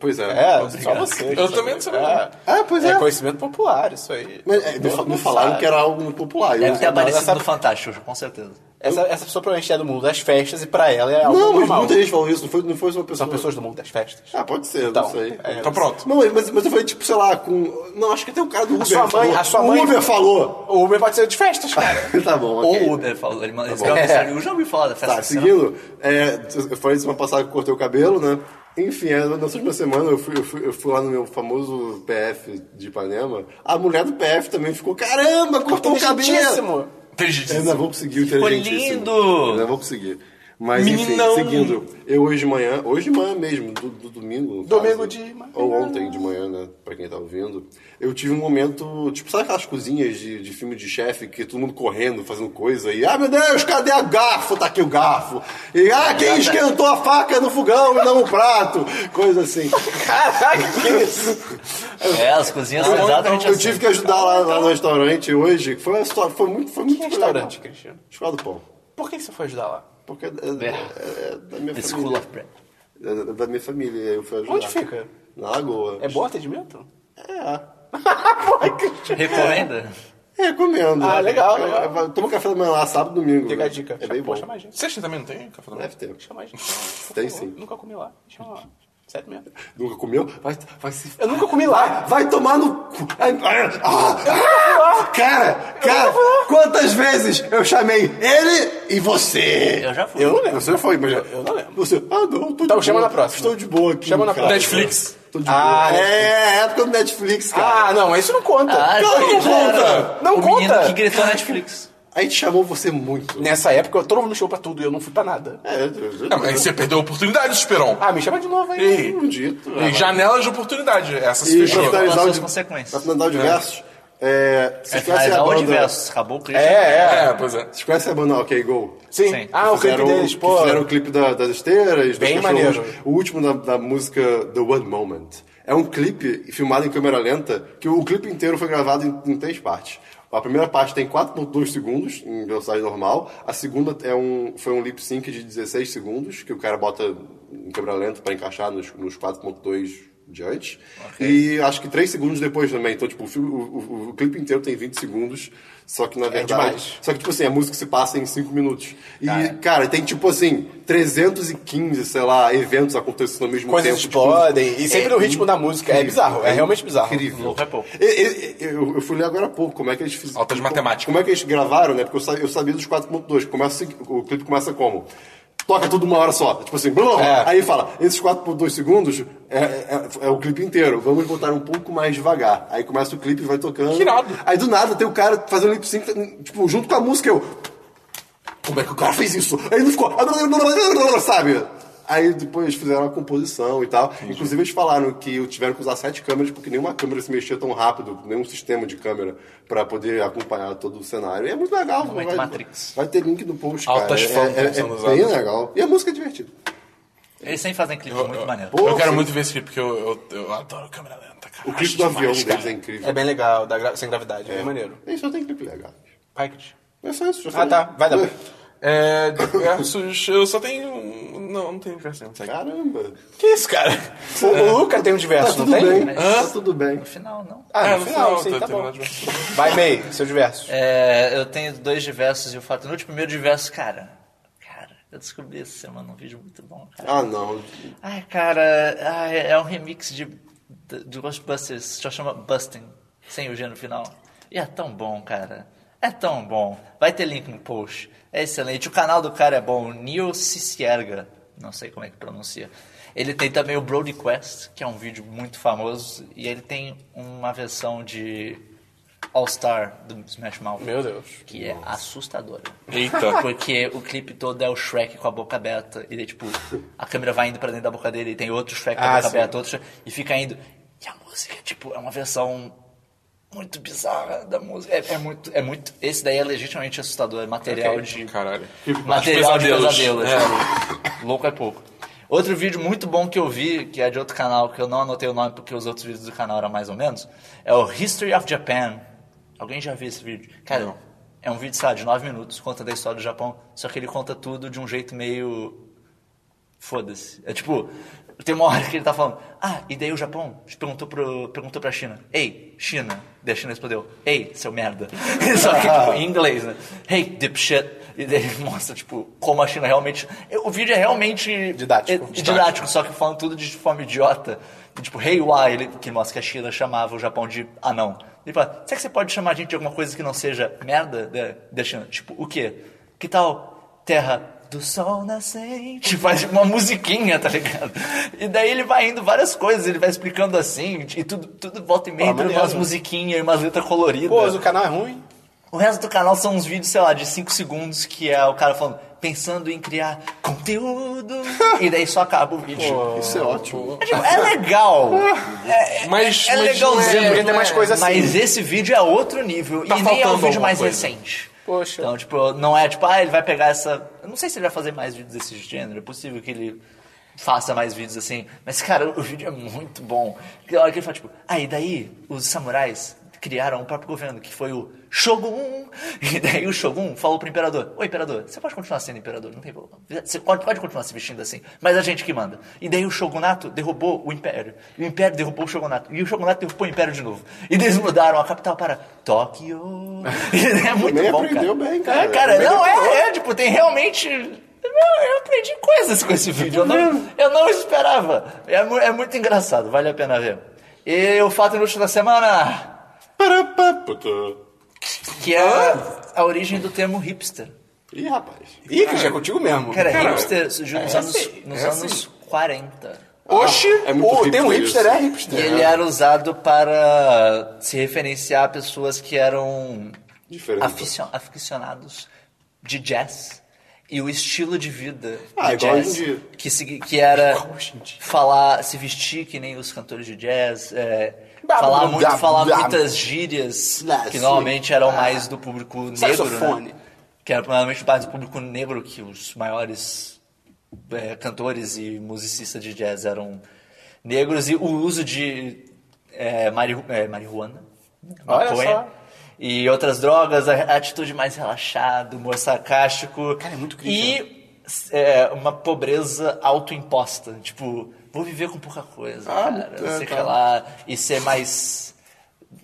[SPEAKER 2] Pois
[SPEAKER 1] É,
[SPEAKER 2] é.
[SPEAKER 1] só você.
[SPEAKER 3] Eu também não sabia.
[SPEAKER 2] Ah, pois é.
[SPEAKER 1] conhecimento popular, isso aí.
[SPEAKER 2] Mas, é, me, fa- me falaram que era algo popular. Eu,
[SPEAKER 4] Deve ter aparecido
[SPEAKER 1] essa-
[SPEAKER 4] no Fantástico, com certeza.
[SPEAKER 1] Essa, essa pessoa provavelmente é do mundo das festas e pra ela é algo
[SPEAKER 2] Não, mas
[SPEAKER 1] normal.
[SPEAKER 2] muita gente falou isso, não foi, não foi só uma pessoa.
[SPEAKER 1] São pessoas do mundo das festas.
[SPEAKER 2] Ah, pode ser,
[SPEAKER 1] Então,
[SPEAKER 2] não sei.
[SPEAKER 1] é,
[SPEAKER 3] Então pronto.
[SPEAKER 2] Não, mas, mas eu falei, tipo, sei lá, com. Não, acho que até o cara do Uber.
[SPEAKER 1] sua mãe-
[SPEAKER 2] falou.
[SPEAKER 1] a sua
[SPEAKER 2] o
[SPEAKER 1] mãe-
[SPEAKER 2] Uber falou.
[SPEAKER 1] O Uber pode ser de festas, cara.
[SPEAKER 2] tá bom, ok. Tá
[SPEAKER 4] Ou o Uber falou, ele mandou.
[SPEAKER 2] bom. É.
[SPEAKER 4] Eu já ouvi falar da festa.
[SPEAKER 2] Tá,
[SPEAKER 4] do cinema.
[SPEAKER 2] seguindo, é, eu falei semana passada que eu cortei o cabelo, né? Enfim, é, na última semana eu fui, eu, fui, eu fui lá no meu famoso PF de Ipanema. A mulher do PF também ficou, caramba, cortou o cabelo!
[SPEAKER 1] Inteligentíssimo.
[SPEAKER 2] Eu ainda vou conseguir o
[SPEAKER 4] Ficou
[SPEAKER 2] inteligentíssimo.
[SPEAKER 4] lindo!
[SPEAKER 2] Eu ainda vou conseguir. Mas
[SPEAKER 3] Meninão!
[SPEAKER 2] enfim, seguindo, eu hoje de manhã, hoje de manhã mesmo, do, do domingo. no
[SPEAKER 1] Domingo
[SPEAKER 2] caso,
[SPEAKER 1] de manhã.
[SPEAKER 2] Ou ontem de manhã, né? Pra quem tá ouvindo. Eu tive um momento, tipo, sabe aquelas cozinhas de, de filme de chefe que todo mundo correndo, fazendo coisa e, ah meu Deus, cadê o garfo? Tá aqui o garfo. E, ah, quem esquentou a faca no fogão e não o prato? Coisa assim.
[SPEAKER 1] Caraca, que isso?
[SPEAKER 4] É, as cozinhas são exatamente
[SPEAKER 2] Eu tive
[SPEAKER 4] assim.
[SPEAKER 2] que ajudar lá, lá no restaurante hoje. Foi uma história, foi muito, foi muito
[SPEAKER 1] Que
[SPEAKER 2] legal.
[SPEAKER 1] restaurante, Cristiano?
[SPEAKER 2] Escola do Pão.
[SPEAKER 1] Por que você foi ajudar lá?
[SPEAKER 2] Porque é, é- é- é da minha família.
[SPEAKER 4] The School of Bread.
[SPEAKER 2] É da- da minha família, eu fui ajudar.
[SPEAKER 1] Onde fica?
[SPEAKER 2] Na Lagoa.
[SPEAKER 1] É bom atendimento?
[SPEAKER 4] Recomenda?
[SPEAKER 2] É, Recomendo.
[SPEAKER 1] Ah, legal, legal.
[SPEAKER 2] Eu- eu- eu Tomo é, café da manhã lá, sábado e domingo.
[SPEAKER 1] Fica
[SPEAKER 2] né?
[SPEAKER 1] a dica.
[SPEAKER 2] É bem
[SPEAKER 1] Pô,
[SPEAKER 2] bom.
[SPEAKER 1] Chama a gente.
[SPEAKER 3] Sexta também não tem café da manhã?
[SPEAKER 2] Deve ter.
[SPEAKER 1] Chama a gente. Por
[SPEAKER 2] Tem
[SPEAKER 1] favor.
[SPEAKER 2] sim.
[SPEAKER 1] Nunca comi lá. Chama lá. Sério mesmo.
[SPEAKER 2] Nunca comeu? Vai, vai se...
[SPEAKER 1] Eu nunca comi lá.
[SPEAKER 2] Vai tomar no... cu. Ai, ai, ah, ah, Cara, cara, quantas vezes eu chamei ele e você?
[SPEAKER 4] Eu já fui.
[SPEAKER 2] Eu não lembro, você já foi, mas
[SPEAKER 5] eu não lembro.
[SPEAKER 2] Você, ah não, tô de
[SPEAKER 1] Então,
[SPEAKER 2] boa.
[SPEAKER 1] chama na próxima.
[SPEAKER 2] Estou de boa aqui.
[SPEAKER 1] Chama na
[SPEAKER 2] cara.
[SPEAKER 1] próxima.
[SPEAKER 3] Netflix.
[SPEAKER 2] Tô de
[SPEAKER 1] Ah,
[SPEAKER 2] boa. É, época do Netflix, cara.
[SPEAKER 1] Ah, não, mas isso não conta.
[SPEAKER 4] Ah,
[SPEAKER 1] Claro que
[SPEAKER 4] gente,
[SPEAKER 1] não
[SPEAKER 4] era.
[SPEAKER 1] conta. Não
[SPEAKER 4] o
[SPEAKER 1] conta.
[SPEAKER 4] menino que gritou na Netflix.
[SPEAKER 2] A gente chamou você muito.
[SPEAKER 1] Nessa época, todo mundo me chamou pra tudo e eu não fui pra nada.
[SPEAKER 2] É, eu- eu-
[SPEAKER 3] É, mas aí você perdeu a oportunidade, Esperon.
[SPEAKER 1] Ah, me chama de novo aí.
[SPEAKER 3] E,
[SPEAKER 2] um dito.
[SPEAKER 3] e janelas de oportunidade. Essa se
[SPEAKER 2] E
[SPEAKER 3] fechou.
[SPEAKER 2] pra finalizar
[SPEAKER 4] Lançou
[SPEAKER 2] o
[SPEAKER 4] as
[SPEAKER 2] de-
[SPEAKER 4] consequências.
[SPEAKER 2] Pra finalizar o de versos, é,
[SPEAKER 4] É,
[SPEAKER 2] vocês
[SPEAKER 4] mas
[SPEAKER 2] conhecem a
[SPEAKER 4] aonde
[SPEAKER 2] banda...
[SPEAKER 4] versus? Acabou o Christian.
[SPEAKER 1] É, é.
[SPEAKER 3] É, pois é.
[SPEAKER 2] Vocês conhecem a banda OK Go?
[SPEAKER 1] Sim.
[SPEAKER 4] Sim.
[SPEAKER 1] Ah, o clipe
[SPEAKER 2] Fizeram-
[SPEAKER 1] deles,
[SPEAKER 2] que
[SPEAKER 1] pô.
[SPEAKER 2] Fizeram o clipe da- das esteiras,
[SPEAKER 1] Bem
[SPEAKER 2] dos cachorros.
[SPEAKER 1] maneiro.
[SPEAKER 2] O último da, da música The One Moment. É um clipe filmado em câmera lenta, que o clipe inteiro foi gravado em, em três partes. A primeira parte tem 4.2 segundos, em velocidade normal. A segunda é um, foi um lip sync de 16 segundos, que o cara bota em câmera lenta para encaixar nos, nos 4.2 diante. E acho que 3 segundos depois também. Então, tipo, o, filme- o- o- o clipe inteiro tem 20 segundos, só que na verdade...
[SPEAKER 1] É demais.
[SPEAKER 2] Só que, tipo assim, a música se passa em 5 minutos. E, cara, tem, tipo assim, 315, sei lá, eventos acontecendo ao mesmo
[SPEAKER 1] Coisas
[SPEAKER 2] tempo. tipo,
[SPEAKER 1] explodem. E sempre no ritmo da música. É bizarro, é realmente bizarro.
[SPEAKER 2] Incrível.
[SPEAKER 4] Louco é pouco.
[SPEAKER 2] E- e- Eu, eu fui ler agora há pouco como é que eles fizeram.
[SPEAKER 3] Altas matemáticas.
[SPEAKER 2] Como é que eles gravaram, né? Porque eu sa- eu sabia, dos 4.2. Começa, o segui- o clipe começa como? Toca tudo uma hora só. Tipo assim, blum,
[SPEAKER 1] É.
[SPEAKER 2] aí fala, esses 4.2 segundos é, é- é o clipe inteiro. Vamos botar um pouco mais devagar. Aí começa o clipe, vai tocando.
[SPEAKER 3] Que irado.
[SPEAKER 2] Aí do nada tem o cara fazendo um lip sync, tipo, junto com a música, eu. Como é que o cara fez isso? Aí ele ficou. Sabe? Aí depois fizeram a composição e tal. Inclusive eles falaram que tiveram que usar sete câmeras porque nenhuma câmera se mexia tão rápido, nenhum sistema de câmera pra poder acompanhar todo o cenário. E é muito legal.
[SPEAKER 4] Momento
[SPEAKER 2] vai,
[SPEAKER 4] Matrix.
[SPEAKER 2] vai ter link no post,
[SPEAKER 3] Altas
[SPEAKER 2] cara.
[SPEAKER 3] fãs
[SPEAKER 2] É, é,
[SPEAKER 3] sendo
[SPEAKER 2] é,
[SPEAKER 3] usadas.
[SPEAKER 2] bem legal. E a música é divertida.
[SPEAKER 4] Eles sempre fazem clipe muito maneiro.
[SPEAKER 2] Pô,
[SPEAKER 3] eu quero
[SPEAKER 2] sim.
[SPEAKER 3] muito ver esse clipe, porque eu, eu, eu adoro câmera lenta, cara.
[SPEAKER 2] O clipe
[SPEAKER 3] Acho
[SPEAKER 2] do avião
[SPEAKER 3] demais,
[SPEAKER 2] deles é
[SPEAKER 3] cara.
[SPEAKER 2] incrível.
[SPEAKER 1] É bem legal, da gra- sem gravidade. É bem maneiro.
[SPEAKER 2] Isso só tem clipe legal.
[SPEAKER 1] Vai, Cris.
[SPEAKER 2] É só isso. já
[SPEAKER 1] Ah,
[SPEAKER 2] falei.
[SPEAKER 1] tá. Vai dar bom.
[SPEAKER 3] É, diversos. Eu só tenho. um- Não, não tenho diversos. não sei.
[SPEAKER 2] Caramba.
[SPEAKER 1] Que isso, cara? O, o Luca tem um
[SPEAKER 2] Tá
[SPEAKER 1] diverso,
[SPEAKER 2] tudo
[SPEAKER 1] não tem?
[SPEAKER 2] bem. Tá tudo bem.
[SPEAKER 4] No final, não.
[SPEAKER 1] Ah, no,
[SPEAKER 3] É,
[SPEAKER 1] final,
[SPEAKER 3] eu
[SPEAKER 1] sim,
[SPEAKER 3] tenho
[SPEAKER 1] tá bom.
[SPEAKER 3] mais diversos.
[SPEAKER 1] Vai, May, seu diverso.
[SPEAKER 4] É, eu tenho dois diversos e o fato inútil. Primeiro diverso, cara. Cara, eu descobri essa semana um vídeo muito bom, cara.
[SPEAKER 2] Ah, não.
[SPEAKER 4] Ai, cara, ai, é um remix de, de, de Ghostbusters, só chama Bustin, sem o G no final. E é tão bom, cara. É tão bom. Vai ter link no post. É excelente. O canal do cara é bom, Neil Cicierga. Não sei como é que pronuncia. Ele tem também o Brody Quest, que é um vídeo muito famoso. E ele tem uma versão de All Star do Smash Mouth.
[SPEAKER 1] Meu Deus.
[SPEAKER 4] Que é assustadora.
[SPEAKER 3] Eita.
[SPEAKER 4] Porque o clipe todo é o Shrek com a boca aberta. E daí, tipo, a câmera vai indo pra dentro da boca dele e tem outro Shrek com a
[SPEAKER 1] Ah,
[SPEAKER 4] boca
[SPEAKER 1] sim.
[SPEAKER 4] aberta, outro Shrek, e fica indo. E a música, tipo, é uma versão muito bizarra da música. É, é muito, é muito. Esse daí é legitimamente assustador. É material de.
[SPEAKER 3] Caralho.
[SPEAKER 4] Material de
[SPEAKER 3] Pesadelos.
[SPEAKER 4] pesadelo. sabe? Louco é pouco. Outro vídeo muito bom que eu vi, que é de outro canal, que eu não anotei o nome porque os outros vídeos do canal eram mais ou menos, é o History of Japan. Alguém já viu esse vídeo? Cara,
[SPEAKER 3] Não.
[SPEAKER 4] é um vídeo, sei lá, de nove minutos, conta da história do Japão, só que ele conta tudo de um jeito meio foda-se. É tipo, tem uma hora que ele tá falando, ah, e daí o Japão perguntou, pro, perguntou pra China, ei, China. Daí a China respondeu, ei, seu merda. Só que, tipo, em inglês, né? Hey, dipshit. E daí ele mostra, tipo, como a China realmente... O vídeo é realmente...
[SPEAKER 1] Didático.
[SPEAKER 4] É, didático, só que falando tudo de forma idiota. E, tipo, hey, why, ele, que mostra que a China chamava o Japão de anão. Ele fala, será que você pode chamar a gente de alguma coisa que não seja merda da, da China? Tipo, o quê? Que tal terra do sol nascente? Tipo, Faz uma musiquinha, tá ligado? E daí ele vai indo várias coisas, ele vai explicando assim, e tudo, tudo volta e meia,
[SPEAKER 1] Pô,
[SPEAKER 4] entra
[SPEAKER 1] maneiro.
[SPEAKER 4] umas musiquinhas e umas letras coloridas.
[SPEAKER 1] Pô, mas o canal é ruim.
[SPEAKER 4] O resto do canal são uns vídeos, sei lá, de 5 segundos, que é o cara falando, pensando em criar conteúdo. e daí só acaba o vídeo.
[SPEAKER 2] Isso é ótimo.
[SPEAKER 4] Tipo, é legal. É, é-
[SPEAKER 3] Mas-
[SPEAKER 4] é
[SPEAKER 3] mas
[SPEAKER 4] legalzinho.
[SPEAKER 3] não é-
[SPEAKER 1] Podia ter mais coisa assim.
[SPEAKER 4] Mas esse vídeo é outro nível.
[SPEAKER 3] Tá
[SPEAKER 4] e nem é um
[SPEAKER 3] faltando
[SPEAKER 4] vídeo mais
[SPEAKER 3] alguma coisa.
[SPEAKER 4] recente.
[SPEAKER 1] Poxa.
[SPEAKER 4] Então, tipo, não é tipo, ah, ele vai pegar essa. Eu não sei se ele vai fazer mais vídeos desse gênero. É possível que ele faça mais vídeos assim. Mas, cara, o vídeo é muito bom. Porque a hora que ele fala, tipo, ah, e daí os samurais criaram o próprio governo, que foi o Shogun. E daí o Shogun falou pro imperador: Ô imperador, você pode continuar sendo imperador, não tem problema. Você pode, pode continuar se vestindo assim, mas a gente que manda. E daí o Shogunato derrubou o império. E o império derrubou o Shogunato. E o Shogunato derrubou o império de novo. E eles mudaram a capital para Tóquio. é muito
[SPEAKER 2] Também
[SPEAKER 4] bom.
[SPEAKER 2] aprendeu
[SPEAKER 4] cara.
[SPEAKER 2] bem, cara.
[SPEAKER 4] É, cara,
[SPEAKER 2] Também
[SPEAKER 4] não,
[SPEAKER 2] decorou.
[SPEAKER 4] é, é, tipo, tem realmente. Eu eu aprendi coisas com esse vídeo. Eu não, eu não esperava. É, mu- é muito engraçado, vale a pena ver. E o fato inútil da semana.
[SPEAKER 2] Puta.
[SPEAKER 4] Que é a- a origem do termo hipster.
[SPEAKER 2] Ih, rapaz.
[SPEAKER 6] Ih, Cristian, é contigo mesmo.
[SPEAKER 4] Cara,
[SPEAKER 3] Cara,
[SPEAKER 4] hipster surgiu nos
[SPEAKER 6] é
[SPEAKER 4] anos,
[SPEAKER 6] assim,
[SPEAKER 4] nos
[SPEAKER 3] é
[SPEAKER 4] anos 40.
[SPEAKER 6] Oxi,
[SPEAKER 2] é muito
[SPEAKER 6] o
[SPEAKER 1] um
[SPEAKER 6] termo
[SPEAKER 2] hipster
[SPEAKER 6] hipster
[SPEAKER 2] isso.
[SPEAKER 6] é
[SPEAKER 4] E
[SPEAKER 6] hipster.
[SPEAKER 1] né?
[SPEAKER 4] ele era usado para se referenciar a pessoas que eram
[SPEAKER 2] Diferente.
[SPEAKER 4] aficio- aficionados de jazz e o estilo de vida
[SPEAKER 2] Ah,
[SPEAKER 4] de
[SPEAKER 2] igual
[SPEAKER 4] jazz,
[SPEAKER 2] hoje em dia.
[SPEAKER 4] que, segui- que era falar, se vestir que nem os cantores de jazz, é, falar, muito,
[SPEAKER 6] blá,
[SPEAKER 4] falar
[SPEAKER 6] blá.
[SPEAKER 4] muitas gírias
[SPEAKER 6] Lá,
[SPEAKER 4] que
[SPEAKER 6] sim.
[SPEAKER 4] normalmente
[SPEAKER 2] Ah,
[SPEAKER 4] eram mais do público negro, né?
[SPEAKER 6] Saxofone.
[SPEAKER 4] que era provavelmente mais do público negro que os maiores é, cantores e musicistas de jazz eram negros e o uso de é, mari- é, marihuana,
[SPEAKER 5] Olha
[SPEAKER 4] maconha,
[SPEAKER 5] só.
[SPEAKER 4] e outras drogas, a a atitude mais relaxada, humor sarcástico.
[SPEAKER 6] Cara, é muito crítico.
[SPEAKER 4] E s- é, uma pobreza autoimposta. Tipo, vou viver com pouca coisa, cara. Não sei o que lá. E ser mais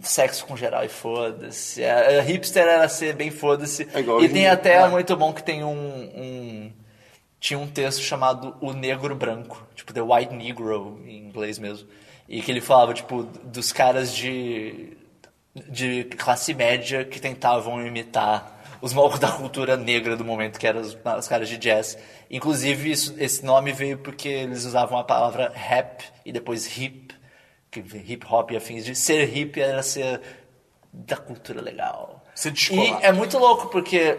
[SPEAKER 4] sexo com geral e foda-se. É, é, hipster era ser bem foda-se.
[SPEAKER 2] É igual
[SPEAKER 4] e
[SPEAKER 2] hoje em
[SPEAKER 4] tem
[SPEAKER 2] dia.
[SPEAKER 4] até muito bom que tem um, um- Tinha um texto chamado O Negro Branco. Tipo, The White Negro, em inglês mesmo. E que ele falava, tipo, dos caras de... De classe média que tentavam imitar os malucos da cultura negra do momento, que eram os, os caras de jazz. Inclusive, isso- esse nome veio porque eles usavam a palavra rap e depois hip, que hip hop e afins de ser hip era ser da cultura legal.
[SPEAKER 3] Ser descolado.
[SPEAKER 4] E é muito louco porque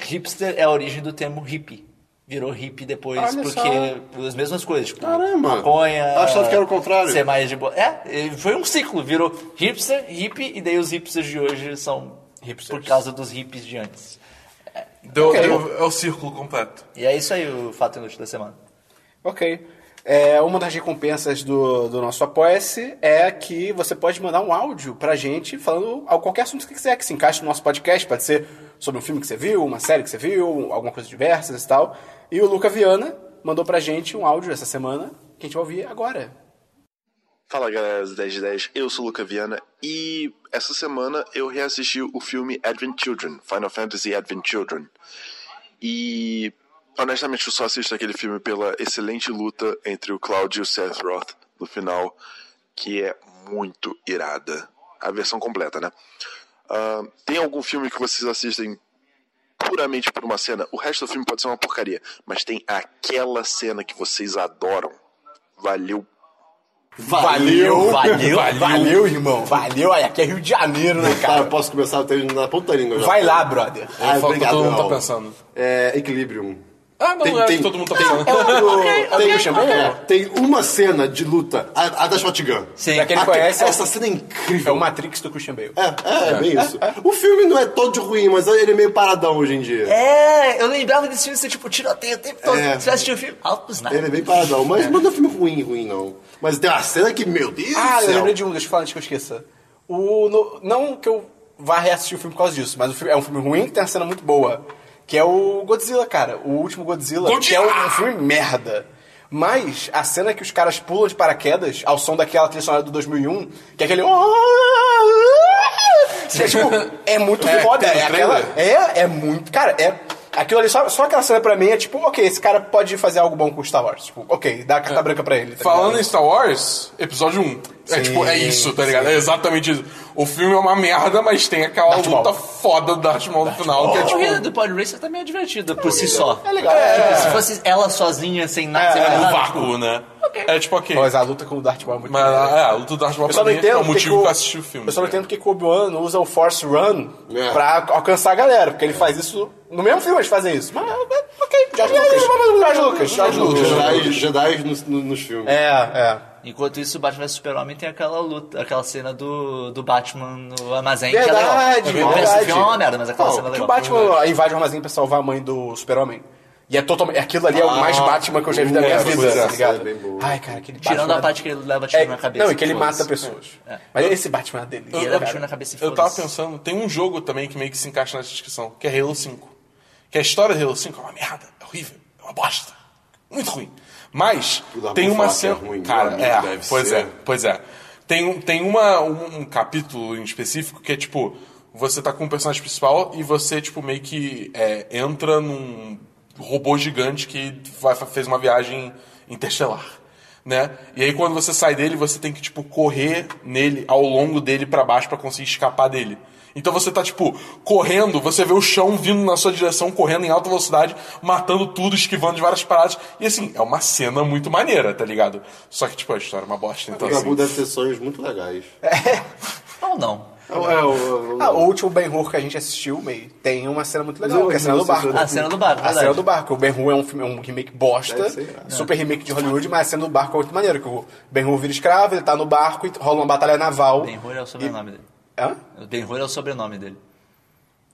[SPEAKER 4] hipster é a origem do termo hippie. Virou hippie depois
[SPEAKER 2] Olha
[SPEAKER 4] porque as mesmas coisas, tipo,
[SPEAKER 2] Caramba.
[SPEAKER 4] maconha.
[SPEAKER 2] Eu achava que era o contrário.
[SPEAKER 4] Ser mais de boa. É, e foi um ciclo, virou hipster, hippie e daí os hipsters de hoje são por causa dos hippies de antes.
[SPEAKER 3] Deu, deu- é o círculo completo.
[SPEAKER 4] E é isso aí o fato inútil da semana.
[SPEAKER 1] Ok. É, uma das recompensas do, do nosso Apoia-se é que você pode mandar um áudio pra gente falando ao- qualquer assunto que quiser, que se encaixe no nosso podcast, pode ser sobre um filme que você viu, uma série que você viu, alguma coisa diversa e tal. E o Luca Viana mandou pra gente um áudio essa semana que a gente vai ouvir agora.
[SPEAKER 7] Fala galera dos 10 de 10, eu sou o Luca Viana e essa semana eu reassisti o filme Advent Children, Final Fantasy Advent Children. E honestamente eu só assisto aquele filme pela excelente luta entre o Cloud e o Seth Roth no final, que é muito irada. A versão completa, né? Ah, tem algum filme que vocês assistem puramente por uma cena? O resto do filme pode ser uma porcaria, mas tem aquela cena que vocês adoram. Valeu
[SPEAKER 6] Valeu.
[SPEAKER 4] Valeu.
[SPEAKER 6] Valeu, irmão. Valeu. Aí aqui é Rio de Janeiro, né,
[SPEAKER 2] Tá, eu
[SPEAKER 6] cara?
[SPEAKER 2] posso começar até na ponta da língua. já.
[SPEAKER 6] Vai lá, brother.
[SPEAKER 2] Ah,
[SPEAKER 3] Fala o que
[SPEAKER 2] obrigado,
[SPEAKER 3] todo mundo tá
[SPEAKER 2] Raul.
[SPEAKER 3] pensando.
[SPEAKER 2] É, Equilibrium.
[SPEAKER 3] Ah, não,
[SPEAKER 2] Tem-
[SPEAKER 3] é o
[SPEAKER 2] tem-
[SPEAKER 3] que todo mundo tá
[SPEAKER 2] um
[SPEAKER 3] pensando.
[SPEAKER 2] tem, é, tem uma cena de luta, a, a da Shotgun.
[SPEAKER 4] Sim.
[SPEAKER 6] Pra quem
[SPEAKER 2] A-
[SPEAKER 6] não conhece, é
[SPEAKER 2] essa
[SPEAKER 6] o-
[SPEAKER 2] cena é incrível.
[SPEAKER 6] É o Matrix do Christian Bale.
[SPEAKER 2] É, é, é bem isso. O filme não é todo ruim, mas ele é meio paradão hoje em dia.
[SPEAKER 4] É, eu lembrava desse filme, você tipo, tiroteio o tempo todo.
[SPEAKER 2] É.
[SPEAKER 4] Você assistiu o filme, altos nada.
[SPEAKER 2] Ele é bem paradão, mas não é um filme ruim, ruim, não. Mas tem uma cena que, meu Deus
[SPEAKER 6] Ah,
[SPEAKER 2] do
[SPEAKER 6] eu
[SPEAKER 2] céu.
[SPEAKER 6] lembrei de um, deixa eu falar antes que eu esqueça. O, no- não que eu vá reassistir o filme por causa disso, mas o filme, é um filme ruim que tem uma cena muito boa. Que é o Godzilla, cara. O último Godzilla. Que é um, um filme merda. Mas a cena que os caras pulam de paraquedas ao som daquela trilha sonora do 2001, que é aquele... ah, Que é, tipo, é muito
[SPEAKER 2] É,
[SPEAKER 6] foda.
[SPEAKER 2] tem no
[SPEAKER 6] É, aquela, é, é muito... Cara, é... Aquilo ali, só, só aquela cena pra mim é tipo, ok, esse cara pode fazer algo bom com Star Wars. Tipo, ok, dá a
[SPEAKER 2] É.
[SPEAKER 6] carta branca pra ele. tá
[SPEAKER 3] Falando
[SPEAKER 6] ligado?
[SPEAKER 3] em Star Wars, episódio 1. é tipo, é isso, tá ligado? É exatamente isso. O filme é uma merda, mas tem aquela
[SPEAKER 6] Darth
[SPEAKER 3] luta
[SPEAKER 6] Maul.
[SPEAKER 3] foda do Darth Maul no final, que é
[SPEAKER 4] A corrida
[SPEAKER 3] tipo...
[SPEAKER 4] do Pod Racer também é divertida por si só.
[SPEAKER 6] É legal.
[SPEAKER 4] Tipo, se fosse ela sozinha, sem nada, sem mais
[SPEAKER 3] É um
[SPEAKER 4] nada,
[SPEAKER 3] vácuo, né? É tipo, ok.
[SPEAKER 6] Mas a luta com o Darth Maul é muito
[SPEAKER 3] Mas
[SPEAKER 6] maneira.
[SPEAKER 3] é, a luta do Darth Maul
[SPEAKER 6] Eu só
[SPEAKER 3] pra
[SPEAKER 6] não
[SPEAKER 3] mim
[SPEAKER 6] entendo
[SPEAKER 3] é o
[SPEAKER 6] porque
[SPEAKER 3] motivo
[SPEAKER 6] o-
[SPEAKER 3] que eu assisti o filme.
[SPEAKER 6] Eu só não
[SPEAKER 3] tá ligado?
[SPEAKER 6] entendo porque que o Obi-Wan usa o Force Run
[SPEAKER 2] É.
[SPEAKER 6] pra alcançar a galera, porque ele faz isso. No mesmo filme eles fazem isso. Mas, mas, ok, George Lucas. George Lucas. George Lucas.
[SPEAKER 4] né?
[SPEAKER 2] Jedi, Jedi nos, no- nos filmes.
[SPEAKER 6] É, é.
[SPEAKER 4] Enquanto isso, o Batman vs Super-Homem tem aquela luta, aquela cena do, do Batman no armazém, que é legal.
[SPEAKER 6] Verdade,
[SPEAKER 4] Esse
[SPEAKER 6] verdade.
[SPEAKER 4] filme é uma merda, mas aquela
[SPEAKER 6] Não,
[SPEAKER 4] cena é
[SPEAKER 6] que o
[SPEAKER 4] legal.
[SPEAKER 6] Batman invade o armazém pra salvar a mãe do Super-Homem. E é totalmente. Aquilo ali é
[SPEAKER 4] Ah,
[SPEAKER 6] o mais Batman que eu já vi da minha
[SPEAKER 2] é,
[SPEAKER 6] vida,
[SPEAKER 2] pois é,
[SPEAKER 6] tá ligado?
[SPEAKER 2] é bem boa.
[SPEAKER 6] Ai, cara, aquele Batman.
[SPEAKER 4] Tirando a
[SPEAKER 6] é-
[SPEAKER 4] parte que ele leva tiro
[SPEAKER 6] é,
[SPEAKER 4] na cabeça.
[SPEAKER 6] Não, e que ele
[SPEAKER 4] foda-se.
[SPEAKER 6] mata pessoas. Mas esse Batman é uma delícia.
[SPEAKER 4] Ele leva
[SPEAKER 6] cara.
[SPEAKER 4] tiro na cabeça e
[SPEAKER 3] Eu tava
[SPEAKER 4] foda-se.
[SPEAKER 3] pensando, tem um jogo também que meio que se encaixa nessa descrição, que é Halo 5. Que a história de Halo 5 é uma merda, é horrível, é uma bosta. Muito ruim. Mas
[SPEAKER 2] Tudo
[SPEAKER 3] tem
[SPEAKER 2] bom
[SPEAKER 3] uma
[SPEAKER 2] falar que é
[SPEAKER 3] cena.
[SPEAKER 2] ruim,
[SPEAKER 3] cara,
[SPEAKER 2] meu
[SPEAKER 3] é,
[SPEAKER 2] amigo, deve
[SPEAKER 3] pois
[SPEAKER 2] ser.
[SPEAKER 3] é, pois é. Tem, um- tem uma, um, um capítulo em específico que é tipo, você tá com o personagem principal e você, tipo, meio que é, entra num robô gigante que vai- fez uma viagem interestelar. né? E aí quando você sai dele, você tem que tipo correr nele ao longo dele pra baixo pra conseguir escapar dele. Então você tá tipo correndo, você vê o chão vindo na sua direção, correndo em alta velocidade, matando tudo, esquivando de várias paradas. E assim, é uma cena muito maneira, tá ligado? Só que tipo a história é uma bosta, então
[SPEAKER 2] O Dabu
[SPEAKER 3] assim,
[SPEAKER 2] deve ter sonhos muito legais.
[SPEAKER 4] Ou não.
[SPEAKER 2] É, o- é o-
[SPEAKER 1] Ah, o último Ben Hur que a gente assistiu, meio, tem uma cena muito legal,
[SPEAKER 2] Mas eu-
[SPEAKER 1] que é a cena do barco.
[SPEAKER 4] A cena do Ah, barco,
[SPEAKER 1] A
[SPEAKER 4] verdade.
[SPEAKER 1] cena do barco. O Ben Hur é um, filme- é um remake bosta,
[SPEAKER 2] Deve ser, é.
[SPEAKER 1] super remake de Hollywood, mas a cena do barco é muito maneiro, que o Ben Hur vira escravo, ele tá no barco e rola uma batalha naval.
[SPEAKER 4] Ben Hur é o sobrenome dele.
[SPEAKER 1] Hã?
[SPEAKER 4] Ben Hur é o sobrenome dele.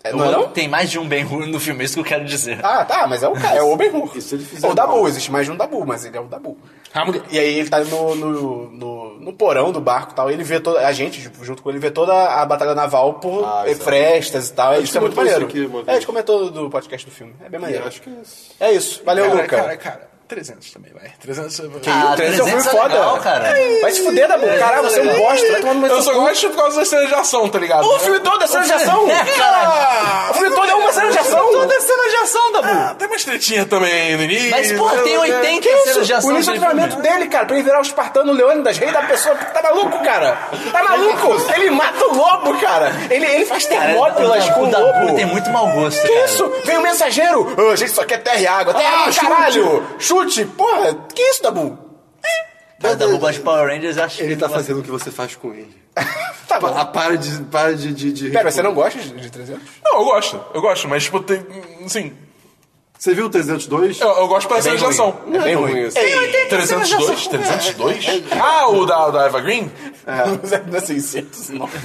[SPEAKER 1] É, não é não?
[SPEAKER 4] Tem mais de um Ben Hur no filme, é isso que eu quero dizer.
[SPEAKER 1] Ah, tá, mas é o cara, é o Ben Hur.
[SPEAKER 2] Isso ele fizer
[SPEAKER 1] Ou o Dabu,
[SPEAKER 2] mal.
[SPEAKER 1] existe mais de um Dabu, mas ele é o Dabu.
[SPEAKER 3] Ah, mulher.
[SPEAKER 1] E aí ele tá no, no, no, no porão do barco e tal, e ele vê toda. A gente, tipo, junto com ele, vê toda a batalha naval por
[SPEAKER 2] Ah,
[SPEAKER 1] eh,
[SPEAKER 2] exato.
[SPEAKER 1] frestas e tal.
[SPEAKER 2] A
[SPEAKER 1] e
[SPEAKER 2] gente
[SPEAKER 1] Isso é muito
[SPEAKER 2] comentou isso
[SPEAKER 1] maneiro.
[SPEAKER 2] aqui uma vez.
[SPEAKER 1] é, a gente comentou do podcast do filme. É bem
[SPEAKER 2] E
[SPEAKER 1] maneiro.
[SPEAKER 2] acho que é isso.
[SPEAKER 1] É isso. Valeu,
[SPEAKER 3] Cara,
[SPEAKER 1] Luca.
[SPEAKER 3] cara, cara, 300 também, vai. 300.
[SPEAKER 4] Ah,
[SPEAKER 1] o 300 é um filme foda.
[SPEAKER 4] legal, cara.
[SPEAKER 3] É,
[SPEAKER 1] Vai te fuder, Dabu. Caralho, você é um bosta. Vai tomar no
[SPEAKER 3] Eu
[SPEAKER 1] meu
[SPEAKER 3] só
[SPEAKER 1] cu.
[SPEAKER 3] gosto por causa da cena de ação, tá ligado?
[SPEAKER 1] O filme todo é cena de ação?
[SPEAKER 4] É, cara.
[SPEAKER 1] O filme todo é uma cena de ação?
[SPEAKER 4] Toda é cena de ação, Dabu.
[SPEAKER 3] Ah, tem umas tretinhas também Né? no início.
[SPEAKER 4] Mas, pô, tem 80
[SPEAKER 1] Que isso?
[SPEAKER 4] cenas de ação.
[SPEAKER 1] O início do
[SPEAKER 4] dele
[SPEAKER 1] treinamento
[SPEAKER 4] filme.
[SPEAKER 1] dele, cara, pra ele virar o espartano Leônidas, rei da pessoa. Tá maluco, cara? Tá maluco? Ele mata o lobo, cara. Ele, ele faz
[SPEAKER 4] Cara,
[SPEAKER 1] termópilas
[SPEAKER 4] o
[SPEAKER 1] com o
[SPEAKER 4] Dabu
[SPEAKER 1] lobo.
[SPEAKER 4] tem muito mau gosto,
[SPEAKER 1] Que
[SPEAKER 4] cara.
[SPEAKER 1] isso? Vem o mensageiro. Ah, a gente só quer terra e água. Terra e água, caralho. Chute. Porra, que isso, Dabu?
[SPEAKER 4] Cara, o Dabu gosta de Power Rangers, eu acho
[SPEAKER 2] Ele tá
[SPEAKER 4] gosta-
[SPEAKER 2] fazendo o que você faz com ele.
[SPEAKER 1] Tá
[SPEAKER 2] Pa-
[SPEAKER 1] bom.
[SPEAKER 2] Ah, Para de. Para de. de, de
[SPEAKER 1] Pera, você não gosta de, de 300?
[SPEAKER 3] Não, eu gosto, eu gosto, mas, tipo, tem. Assim,
[SPEAKER 2] Você viu o 302?
[SPEAKER 3] eu, eu gosto pela cena de ação.
[SPEAKER 2] Não é
[SPEAKER 1] bem
[SPEAKER 2] tão
[SPEAKER 1] ruim.
[SPEAKER 2] isso.
[SPEAKER 3] 302? 302? Ah, o da, da Eva Green?
[SPEAKER 1] Não é 609.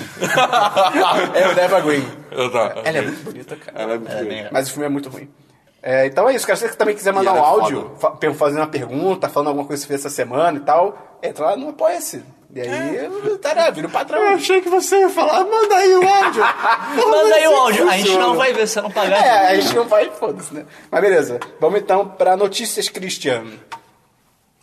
[SPEAKER 1] É o Deva Green.
[SPEAKER 3] Ah, tá.
[SPEAKER 1] Ela é muito bonita, cara.
[SPEAKER 2] Ela é muito
[SPEAKER 4] É,
[SPEAKER 2] ruim.
[SPEAKER 4] bem-
[SPEAKER 1] Mas o filme é muito ruim. É, então é isso, cara. Se você também quiser mandar
[SPEAKER 2] E
[SPEAKER 1] um
[SPEAKER 2] ela é
[SPEAKER 1] áudio, fa pe- fazendo uma pergunta, falando alguma coisa que você fez essa semana e tal, entra lá no Apoia-se. E aí, tá, né? vira o patrão.
[SPEAKER 2] Eu achei que você ia falar, manda aí o áudio.
[SPEAKER 4] Manda aí o áudio. A gente
[SPEAKER 2] Funciona.
[SPEAKER 4] não vai ver se você não pagar.
[SPEAKER 1] É, a gente não vai, foda-se, né? Mas beleza, vamos então pra notícias, Christian.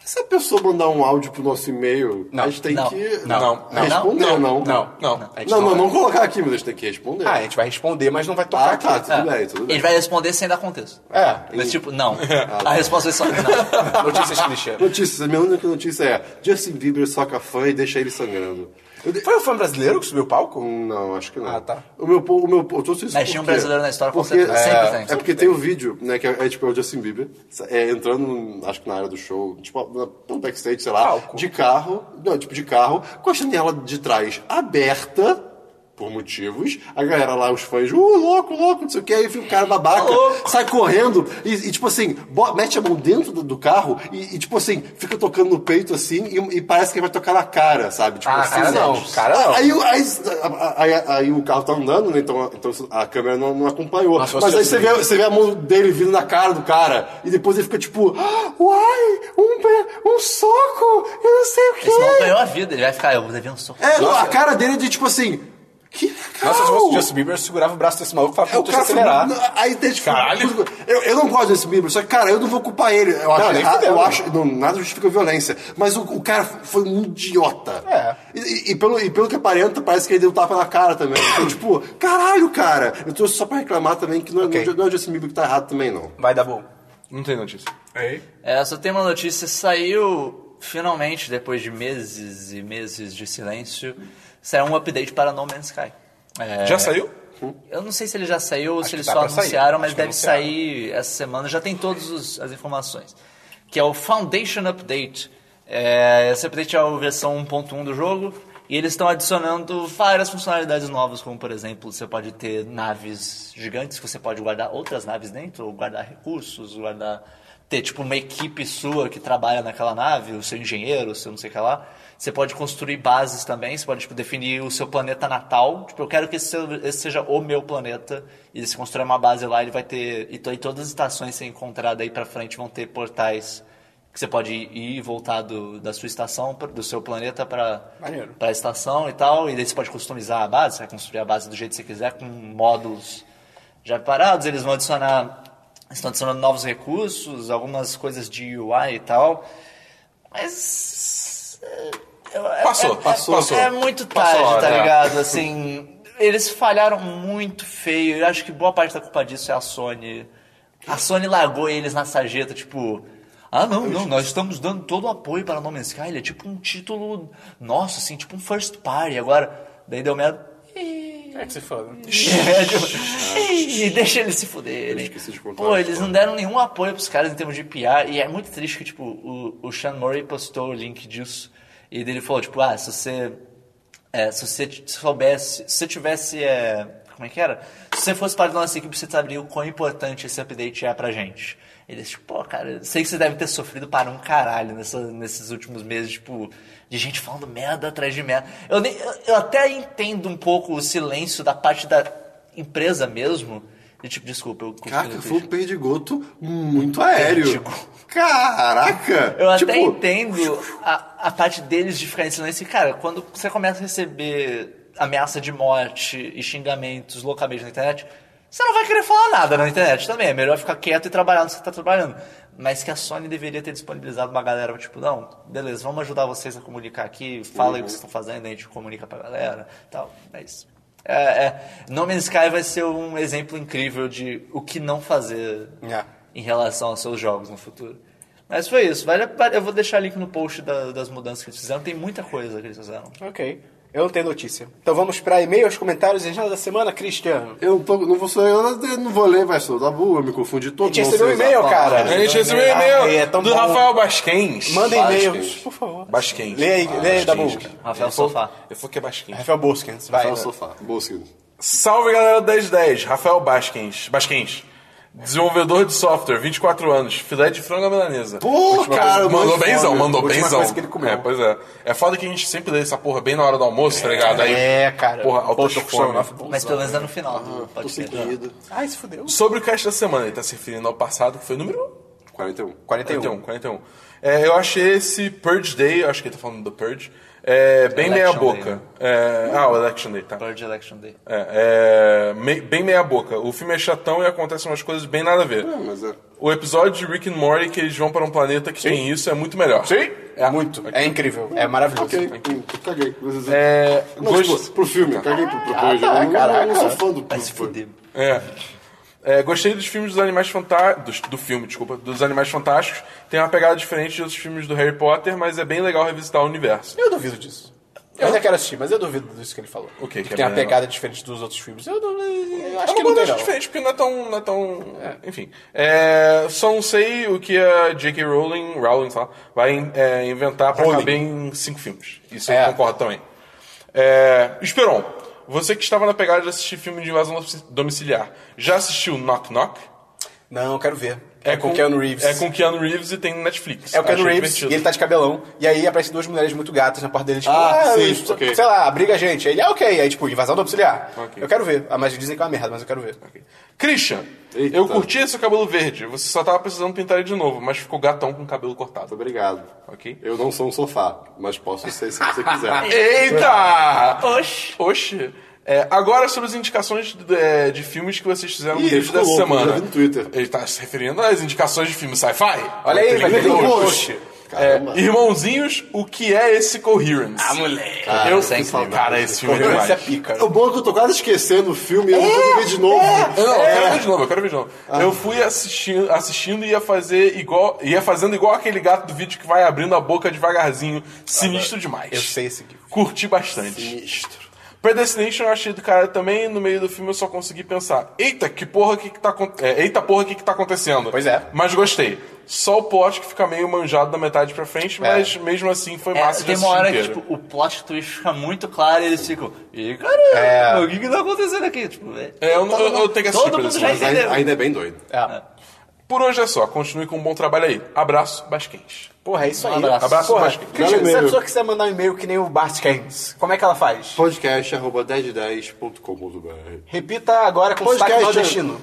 [SPEAKER 2] Se a pessoa mandar um áudio pro nosso e-mail,
[SPEAKER 1] Não,
[SPEAKER 2] a gente tem
[SPEAKER 4] não,
[SPEAKER 2] que
[SPEAKER 3] não,
[SPEAKER 4] não,
[SPEAKER 2] responder, não? Não,
[SPEAKER 1] Não.
[SPEAKER 3] Não.
[SPEAKER 1] A gente
[SPEAKER 2] não, não, não colocar aqui, mas a gente tem que responder.
[SPEAKER 1] Ah, a gente vai responder, mas não vai tocar
[SPEAKER 2] Ah, tá,
[SPEAKER 1] aqui.
[SPEAKER 2] tudo bem, tudo bem.
[SPEAKER 4] Ele vai responder sem dar contexto.
[SPEAKER 1] É,
[SPEAKER 4] Mas tipo, não. A resposta é só não.
[SPEAKER 1] notícias, Christian.
[SPEAKER 2] Notícias, a minha única notícia é Justin Bieber soca fã e deixa ele sangrando. Eu de-
[SPEAKER 1] Foi o fã brasileiro que subiu o palco?
[SPEAKER 2] Não, acho que não.
[SPEAKER 1] Ah, tá.
[SPEAKER 2] O meu povo, o meu povo, eu trouxe isso
[SPEAKER 4] Mas tinha um
[SPEAKER 2] porque-
[SPEAKER 4] brasileiro na história, com
[SPEAKER 2] porque,
[SPEAKER 4] certeza. Sempre
[SPEAKER 2] é,
[SPEAKER 4] tem,
[SPEAKER 2] É
[SPEAKER 4] sempre
[SPEAKER 2] porque tem o vídeo, né, que é, é, tipo é o Justin Bieber, é, entrando, acho que na área do show, tipo, na- no backstage, sei lá,
[SPEAKER 1] Palco.
[SPEAKER 2] de carro, não, tipo, de carro, com a janela de trás aberta, por motivos, a galera lá, os fãs, uh, louco, louco, não sei o que, aí fica o cara
[SPEAKER 1] Tá
[SPEAKER 2] babaca, sai correndo e, e, tipo assim, bo- mete a mão dentro do, do carro e, e, tipo assim, fica tocando no peito assim e, e parece que vai tocar na cara, sabe? Tipo,
[SPEAKER 1] Ah,
[SPEAKER 2] assim,
[SPEAKER 1] cara, não,
[SPEAKER 2] né?
[SPEAKER 1] cara, não.
[SPEAKER 2] Aí, o- aí, aí- aí- aí o carro tá andando, né? Então, então a câmera não, não acompanhou.
[SPEAKER 1] Nossa,
[SPEAKER 2] Mas
[SPEAKER 1] eu
[SPEAKER 2] aí
[SPEAKER 1] sei
[SPEAKER 2] você vê, você vê a mão dele vindo na cara do cara. E depois ele fica tipo, "Ah, uai, um, be- um soco, eu não sei o quê.
[SPEAKER 4] Esse tá- maluco ganhou a vida. Ele vai ficar, eu vou dever um soco.
[SPEAKER 2] É, não, a cara dele é de tipo assim, que legal.
[SPEAKER 1] Nossa, se fosse o Justin Bieber, eu segurava o braço desse maluco e falava,
[SPEAKER 2] É, o
[SPEAKER 1] puta,
[SPEAKER 2] cara foi,
[SPEAKER 1] acelerar.
[SPEAKER 2] não, aí tem tipo,
[SPEAKER 3] Caralho.
[SPEAKER 2] Eu, eu não gosto desse Bieber, só que, cara, eu não vou culpar ele. Eu acho,
[SPEAKER 1] nem
[SPEAKER 2] errado,
[SPEAKER 1] fudeu,
[SPEAKER 2] eu
[SPEAKER 1] né?
[SPEAKER 2] acho não, nada justifica a violência. Mas o, o cara foi um idiota.
[SPEAKER 1] É.
[SPEAKER 2] E, e- e pelo, e pelo que aparenta, parece que ele deu um tapa na cara também. Então, tipo, caralho, cara. Eu trouxe só pra reclamar também que não, é-
[SPEAKER 1] Ok.
[SPEAKER 2] não, é- não é o Justin Bieber que tá errado também, não.
[SPEAKER 1] Vai dar bom.
[SPEAKER 3] Não tem notícia.
[SPEAKER 4] É, só tem uma notícia. Saiu, finalmente, depois de meses e meses de silêncio, saiu um update para No Man's Sky. É,
[SPEAKER 3] Já saiu?
[SPEAKER 4] Eu não sei se ele já saiu ou se eles
[SPEAKER 1] Hum? que tá
[SPEAKER 4] só
[SPEAKER 1] pra sair.
[SPEAKER 4] anunciaram, mas
[SPEAKER 1] Acho que
[SPEAKER 4] deve
[SPEAKER 1] anunciaram.
[SPEAKER 4] sair essa semana. Já tem todas as informações. Que é o Foundation Update. É, esse update é a versão 1.1 do jogo. E eles estão adicionando várias funcionalidades novas, como por exemplo, você pode ter naves gigantes, que você pode guardar outras naves dentro, ou guardar recursos, guardar. ter tipo uma equipe sua que trabalha naquela nave, o seu engenheiro, o seu não sei o que lá. Você pode construir bases também, você pode tipo, definir o seu planeta natal. Tipo, eu quero que esse, seu- esse seja o meu planeta. E se construir uma base lá, ele vai ter. E, to- e todas as estações que você encontrar daí pra frente vão ter portais que você pode ir e voltar do- da sua estação, pra- do seu planeta pra
[SPEAKER 1] Maneiro.
[SPEAKER 4] pra estação e tal. E daí você pode customizar a base, você vai construir a base do jeito que você quiser, com módulos já preparados. Eles vão adicionar. Estão adicionando novos recursos, algumas coisas de UI e tal. Mas. é, é-
[SPEAKER 3] Passou,
[SPEAKER 4] é-
[SPEAKER 3] passou,
[SPEAKER 4] é,
[SPEAKER 3] passou.
[SPEAKER 4] É muito
[SPEAKER 3] Passou a
[SPEAKER 4] tarde,
[SPEAKER 3] hora,
[SPEAKER 4] tá
[SPEAKER 3] é.
[SPEAKER 4] ligado? Assim. Eles falharam muito feio. Eu acho que boa parte da culpa disso é a Sony. A Sony largou eles na sarjeta, tipo. Ah, não, não, nós estamos dando todo o apoio para No Man's Sky, ele é tipo um título nosso, assim, tipo um first party. Agora, daí deu merda.
[SPEAKER 6] É que se foda.
[SPEAKER 4] É, tipo, "Ih, deixa eles se fuderem.
[SPEAKER 2] esqueci de contar
[SPEAKER 4] Pô,
[SPEAKER 2] a
[SPEAKER 4] eles não deram nenhum apoio pros caras em termos de PR. E é muito triste que, tipo, o, o Sean Murray postou o link disso. E dele falou, tipo, ah, se você. é, se você t- soubesse. Se você tivesse. é, como é que era? Se você fosse parte da nossa equipe, você saberia o quão importante esse update é pra gente. Eles, tipo, pô, cara, eu sei que você deve ter sofrido para um caralho nessa- nesses últimos meses, tipo, de gente falando merda atrás de merda. Eu, nem- eu- eu até entendo um pouco o silêncio da parte da empresa mesmo. E, tipo, desculpa, eu continuo
[SPEAKER 2] Caraca,
[SPEAKER 4] triste.
[SPEAKER 2] foi um perdigoto muito aéreo.
[SPEAKER 4] Perdigoto.
[SPEAKER 2] Caraca!
[SPEAKER 4] Eu
[SPEAKER 2] tipo,
[SPEAKER 4] até entendo a, a parte deles de ficar em silêncio. E, Cara, quando você começa a receber ameaça de morte e xingamentos loucamente na internet, você não vai querer falar nada na internet também. É melhor ficar quieto e trabalhar no que você está trabalhando. Mas que a Sony deveria ter disponibilizado uma galera, tipo, não, beleza, vamos ajudar vocês a comunicar aqui, fala aí o que vocês estão fazendo, a gente comunica pra galera tal. É isso. É, é, No Man's Sky vai ser um exemplo incrível de o que não fazer
[SPEAKER 1] É.
[SPEAKER 4] em relação aos seus jogos no futuro. Mas foi isso. Vale, vale- eu vou deixar link no post da- das mudanças que eles fizeram. Tem muita coisa que eles fizeram.
[SPEAKER 1] Ok. Eu não tenho notícia. Então vamos pra e-mails, comentários e agenda da semana, Christian.
[SPEAKER 2] Eu tô- não vou, eu não vou ler, vai ser o Dabu, eu me confundi todo.
[SPEAKER 1] A gente recebeu um e-mail,
[SPEAKER 3] A
[SPEAKER 1] cara.
[SPEAKER 3] gente recebeu um
[SPEAKER 1] Ah, é
[SPEAKER 3] e-mail
[SPEAKER 1] tão
[SPEAKER 3] do
[SPEAKER 1] bom.
[SPEAKER 3] Rafael Basquens.
[SPEAKER 1] Manda e-mails,
[SPEAKER 2] Basquens.
[SPEAKER 1] por favor.
[SPEAKER 3] Basquens.
[SPEAKER 1] Lê aí, lê aí, Dabu.
[SPEAKER 4] Rafael Sofá.
[SPEAKER 3] Ah, Eu falei que é Basquens.
[SPEAKER 1] Rafael Boskins, vai.
[SPEAKER 2] Tá no sofá. Bolsa.
[SPEAKER 3] Salve galera 1010, Rafael Basquens. Basquens. Desenvolvedor de software, 24 anos, filé de frango à milanesa.
[SPEAKER 2] Pô, cara,
[SPEAKER 3] mandou
[SPEAKER 2] muito
[SPEAKER 3] benzão,
[SPEAKER 2] foda.
[SPEAKER 3] mandou
[SPEAKER 2] Última
[SPEAKER 3] benzão.
[SPEAKER 2] coisa que ele comeu.
[SPEAKER 3] É, pois é. É foda que a gente sempre lê essa porra bem na hora do almoço, tá ligado? Aí,
[SPEAKER 1] É, cara.
[SPEAKER 3] Porra,
[SPEAKER 1] Pô, tô
[SPEAKER 3] alta
[SPEAKER 1] com
[SPEAKER 3] fome.
[SPEAKER 1] fome.
[SPEAKER 4] Mas pelo menos é no final do
[SPEAKER 2] Tô sem
[SPEAKER 4] podcast.
[SPEAKER 2] comida.
[SPEAKER 1] Ai, se fudeu.
[SPEAKER 3] Sobre o cast da semana, ele tá se referindo ao passado, que foi o número
[SPEAKER 2] 41.
[SPEAKER 3] 41. 41. É, eu achei esse Purge Day, eu acho que ele tá falando do Purge, é, bem meia
[SPEAKER 4] Election Day,
[SPEAKER 3] boca.
[SPEAKER 4] né?
[SPEAKER 3] É, ah, o Election Day, tá.
[SPEAKER 4] Bird Election Day.
[SPEAKER 3] É, é, mei- bem meia boca. O filme é chatão e acontecem umas coisas bem nada a ver.
[SPEAKER 2] Não, mas é.
[SPEAKER 3] O episódio de Rick and Morty que eles vão para um planeta que tem isso é muito melhor. Tá?
[SPEAKER 1] Sim? É muito. É incrível. É maravilhoso.
[SPEAKER 2] Ok, hum, caguei. Mas,
[SPEAKER 3] É,
[SPEAKER 2] Não,
[SPEAKER 3] gost-
[SPEAKER 2] tipo, pro filme, eu caguei pro, pro coisa. eu não, eu não sou fã do
[SPEAKER 4] Vai se
[SPEAKER 2] filme.
[SPEAKER 4] fuder.
[SPEAKER 3] é. É, gostei dos filmes dos Animais Fantásticos. Do filme, desculpa. Dos Animais Fantásticos. Tem uma pegada diferente dos filmes do Harry Potter, mas é bem legal revisitar o universo.
[SPEAKER 1] Eu duvido disso. Eu ainda quero assistir, mas eu duvido disso que ele falou.
[SPEAKER 3] O quê?
[SPEAKER 1] Que,
[SPEAKER 3] Que é
[SPEAKER 1] tem uma
[SPEAKER 3] melhor?
[SPEAKER 1] pegada diferente dos outros filmes. Eu, não, eu acho
[SPEAKER 3] É
[SPEAKER 1] que
[SPEAKER 3] uma
[SPEAKER 1] não tem,
[SPEAKER 3] abordagem
[SPEAKER 1] não.
[SPEAKER 3] diferente, porque não é tão. Não é tão Enfim. É, só não sei o que a J.K. Rowling, Rowling sei lá, vai é, inventar pra caber em cinco filmes. Isso
[SPEAKER 1] É.
[SPEAKER 3] eu concordo também. É, Esperon, você que estava na pegada de assistir filme de invasão domiciliar, já assistiu Knock Knock?
[SPEAKER 1] Não, eu quero ver. É, com o Keanu Reeves.
[SPEAKER 3] É com Keanu Reeves e tem no Netflix.
[SPEAKER 1] É o Keanu
[SPEAKER 3] Achei
[SPEAKER 1] Reeves,
[SPEAKER 3] divertido.
[SPEAKER 1] e ele tá de cabelão, e aí aparecem duas mulheres muito gatas na porta dele, tipo,
[SPEAKER 2] Ah, sim,
[SPEAKER 1] isso,
[SPEAKER 2] ok.
[SPEAKER 1] sei lá, briga a gente. Aí ele, ah, ok. Aí, tipo, invasão do auxiliar.
[SPEAKER 3] Ok.
[SPEAKER 1] Eu quero ver. Ah, mas dizem que é uma merda, mas eu quero ver.
[SPEAKER 3] Christian,
[SPEAKER 2] Eita.
[SPEAKER 3] eu curti seu cabelo verde, você só tava precisando pintar ele de novo, mas ficou gatão com o cabelo cortado.
[SPEAKER 2] Muito obrigado.
[SPEAKER 3] Ok?
[SPEAKER 2] Eu não sou um sofá, mas posso ser se você quiser.
[SPEAKER 3] Eita!
[SPEAKER 4] Oxi.
[SPEAKER 3] Oxi. É, agora sobre as indicações de, é, de filmes que vocês fizeram
[SPEAKER 2] Ih,
[SPEAKER 3] no
[SPEAKER 2] ele
[SPEAKER 3] vídeo
[SPEAKER 2] ficou
[SPEAKER 3] dessa
[SPEAKER 2] louco,
[SPEAKER 3] semana.
[SPEAKER 2] já vi no Twitter.
[SPEAKER 3] Ele tá se referindo às indicações de filme sci-fi.
[SPEAKER 1] Olha aí, vai
[SPEAKER 2] Ele
[SPEAKER 1] ter
[SPEAKER 2] deu
[SPEAKER 1] um
[SPEAKER 2] post.
[SPEAKER 1] post.
[SPEAKER 3] É,
[SPEAKER 2] Caramba.
[SPEAKER 3] irmãozinhos, o que é esse Coherence? Ah,
[SPEAKER 5] moleque.
[SPEAKER 3] eu
[SPEAKER 4] isso é
[SPEAKER 3] sei
[SPEAKER 4] incrível.
[SPEAKER 3] Cara, esse filme é
[SPEAKER 1] Isso é
[SPEAKER 3] demais.
[SPEAKER 1] pica.
[SPEAKER 2] O bom é que eu tô quase esquecendo o filme e eu não vou ver de novo.
[SPEAKER 3] Ah, Eu não, eu quero
[SPEAKER 2] É.
[SPEAKER 3] ver de novo, eu quero ver de novo.
[SPEAKER 2] Ah.
[SPEAKER 3] Eu fui assistindo, assistindo e ia fazer igual. Ia fazendo igual aquele gato do vídeo que vai abrindo a boca devagarzinho. Sinistro demais.
[SPEAKER 1] Eu sei esse gif.
[SPEAKER 3] Curti bastante. Sinistro. Predestination eu achei do cara também, no meio do filme eu só consegui pensar. Eita, que porra que, que tá acon- é, Eita porra que, que tá acontecendo.
[SPEAKER 1] Pois é.
[SPEAKER 3] Mas gostei. Só o plot que fica meio manjado da metade pra frente, mas mesmo assim foi
[SPEAKER 4] É,
[SPEAKER 3] massa de
[SPEAKER 4] tem
[SPEAKER 3] assistir
[SPEAKER 4] uma hora que
[SPEAKER 3] inteiro.
[SPEAKER 4] tipo, o plot twist fica muito claro e eles ficam. Ih, caramba,
[SPEAKER 1] É.
[SPEAKER 4] o que que tá acontecendo aqui? Tipo, é-
[SPEAKER 3] É, eu, eu- eu tenho que assistir
[SPEAKER 4] Todo mundo
[SPEAKER 3] Predestination.
[SPEAKER 4] já
[SPEAKER 2] Mas ainda, ainda é bem doido.
[SPEAKER 3] Por hoje é só, continue com um bom trabalho aí. Abraço, Basquens.
[SPEAKER 1] Porra, é isso aí.
[SPEAKER 4] abraço.
[SPEAKER 3] Um Abraço,
[SPEAKER 1] Porra,
[SPEAKER 3] Basquens.
[SPEAKER 1] Christian, se a
[SPEAKER 2] e-mail.
[SPEAKER 1] pessoa quiser mandar um e-mail que nem o Bart Keynes, como é que ela faz?
[SPEAKER 2] Podcast arroba 1010.com.br
[SPEAKER 1] Repita agora com o sotaque
[SPEAKER 2] Podcast-
[SPEAKER 1] nordestino.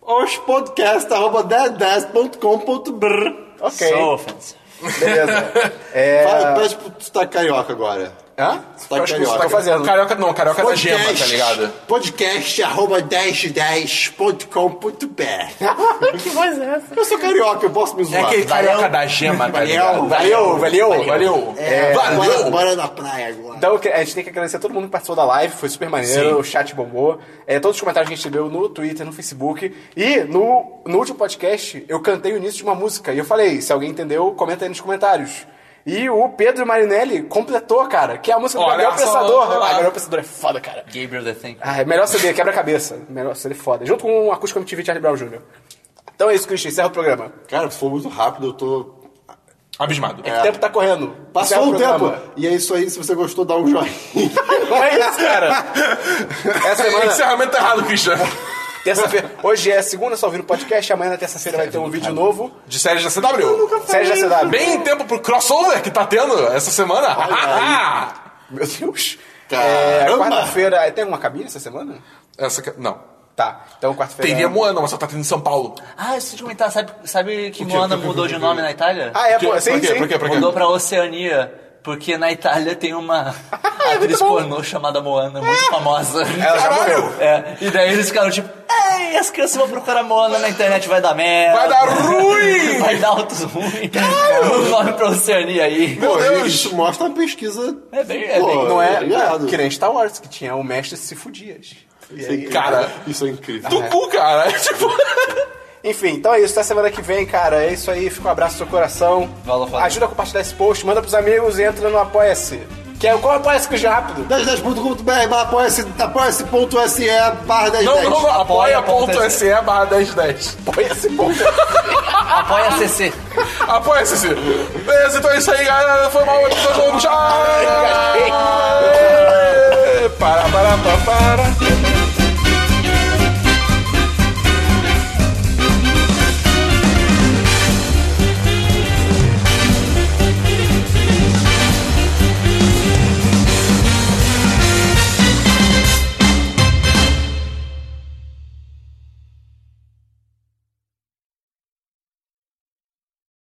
[SPEAKER 2] Os podcast arroba 1010.com.br
[SPEAKER 1] Ok,
[SPEAKER 4] So offensive.
[SPEAKER 1] beleza. É...
[SPEAKER 2] Fala, Pede pro tu tá carioca agora.
[SPEAKER 1] Hã?
[SPEAKER 2] Tu tá
[SPEAKER 3] Eu acho que o
[SPEAKER 2] carioca.
[SPEAKER 3] sotaque-
[SPEAKER 1] fazendo.
[SPEAKER 3] Carioca não, carioca da gema, tá ligado?
[SPEAKER 2] Podcast arroba 1010.com.br
[SPEAKER 1] que voz é essa?
[SPEAKER 2] Eu sou carioca, eu posso me
[SPEAKER 3] É
[SPEAKER 2] zoar.
[SPEAKER 3] aquele carioca da gema, tá ligado?
[SPEAKER 1] Valeu, valeu.
[SPEAKER 3] Valeu!
[SPEAKER 2] É,
[SPEAKER 3] Valeu!
[SPEAKER 2] Bora, bora na praia agora.
[SPEAKER 1] Então que- a gente tem que agradecer a todo mundo que participou da live, foi super maneiro,
[SPEAKER 3] Sim.
[SPEAKER 1] o chat bombou. É, todos os comentários que a gente recebeu no Twitter, no Facebook. E no, no último podcast eu cantei o início de uma música. E eu falei, se alguém entendeu, comenta aí nos comentários. E o Pedro Marinelli completou, cara, que é a música do
[SPEAKER 3] Olha
[SPEAKER 1] Gabriel
[SPEAKER 3] só,
[SPEAKER 1] Pensador.
[SPEAKER 3] olha lá.
[SPEAKER 1] Ah, Gabriel Pensador é foda, cara.
[SPEAKER 4] Gabriel the Think.
[SPEAKER 1] Ah, é melhor CD, quebra-cabeça. Melhor CD foda. Junto com o Acústico MTV Charlie Brown Jr. Então é isso, Christian, encerra o programa.
[SPEAKER 2] Cara, se for muito rápido, eu tô.
[SPEAKER 3] Abismado.
[SPEAKER 4] É.
[SPEAKER 1] O tempo tá correndo. Encerra
[SPEAKER 2] Passou
[SPEAKER 1] o
[SPEAKER 2] um
[SPEAKER 1] programa.
[SPEAKER 2] tempo! E é isso aí, se você gostou, dá um joinha.
[SPEAKER 1] Não é isso, cara. Essa semana...
[SPEAKER 3] Encerramento tá errado, Christian.
[SPEAKER 1] Terça-feira. Hoje é segunda, só ouvir o podcast. Amanhã na terça-feira vai ter um vídeo novo.
[SPEAKER 3] De séries da CW.
[SPEAKER 1] Série da CW.
[SPEAKER 3] Bem em tempo pro crossover que tá tendo essa semana.
[SPEAKER 1] Meu Deus. É,
[SPEAKER 2] Caramba.
[SPEAKER 1] quarta-feira. Tem alguma cabine essa semana?
[SPEAKER 3] essa que- Não.
[SPEAKER 1] Tá. Então, quarta-feira.
[SPEAKER 3] Teria Moana, mas só tá tendo em São Paulo.
[SPEAKER 4] Ah, eu preciso te comentar, sabe, sabe que Moana mudou de nome na Itália?
[SPEAKER 1] Ah, é, pô.
[SPEAKER 3] Que-
[SPEAKER 1] Sim,
[SPEAKER 3] pra quê?
[SPEAKER 1] sim.
[SPEAKER 3] Pra quê? Pra quê?
[SPEAKER 4] Mudou pra Oceania, porque na Itália tem uma atriz pornô chamada Moana, muito famosa.
[SPEAKER 1] Ela já morreu.
[SPEAKER 4] É, e daí eles ficaram tipo, ei, as crianças vão procurar Moana na internet, vai dar merda.
[SPEAKER 3] Vai dar ruim!
[SPEAKER 4] Vai dar altos ruins. Muda o nome pra Oceania aí.
[SPEAKER 2] Pô,
[SPEAKER 3] Deus.
[SPEAKER 2] isso mostra uma pesquisa.
[SPEAKER 4] É bem- é bem-
[SPEAKER 1] Não é?
[SPEAKER 2] Obrigado.
[SPEAKER 1] Que nem Star Wars, que tinha o mestre Sifo Dias.
[SPEAKER 2] Isso é incrível.
[SPEAKER 3] Cara.
[SPEAKER 2] Isso é incrível.
[SPEAKER 3] Do cu, cara. É tipo...
[SPEAKER 1] Enfim, então é isso. Até semana que vem, cara. É isso aí. Fica um abraço no seu coração.
[SPEAKER 4] Valeu, falou.
[SPEAKER 1] Ajuda a compartilhar esse post. Manda pros amigos e entra no Apoia-se. Que é qual Apoia-se que já rápido?
[SPEAKER 2] 1010.com.br, apoia-se, apoia-se.se barra 1010.
[SPEAKER 3] Não, não, não. Apoia.se barra 1010.
[SPEAKER 1] Apoia-se, ponto.
[SPEAKER 4] Apoia a CC.
[SPEAKER 3] Apoia-se. sim. Beleza, então é isso aí, galera. Foi mal o episódio. Tchau. Para, para, para, para.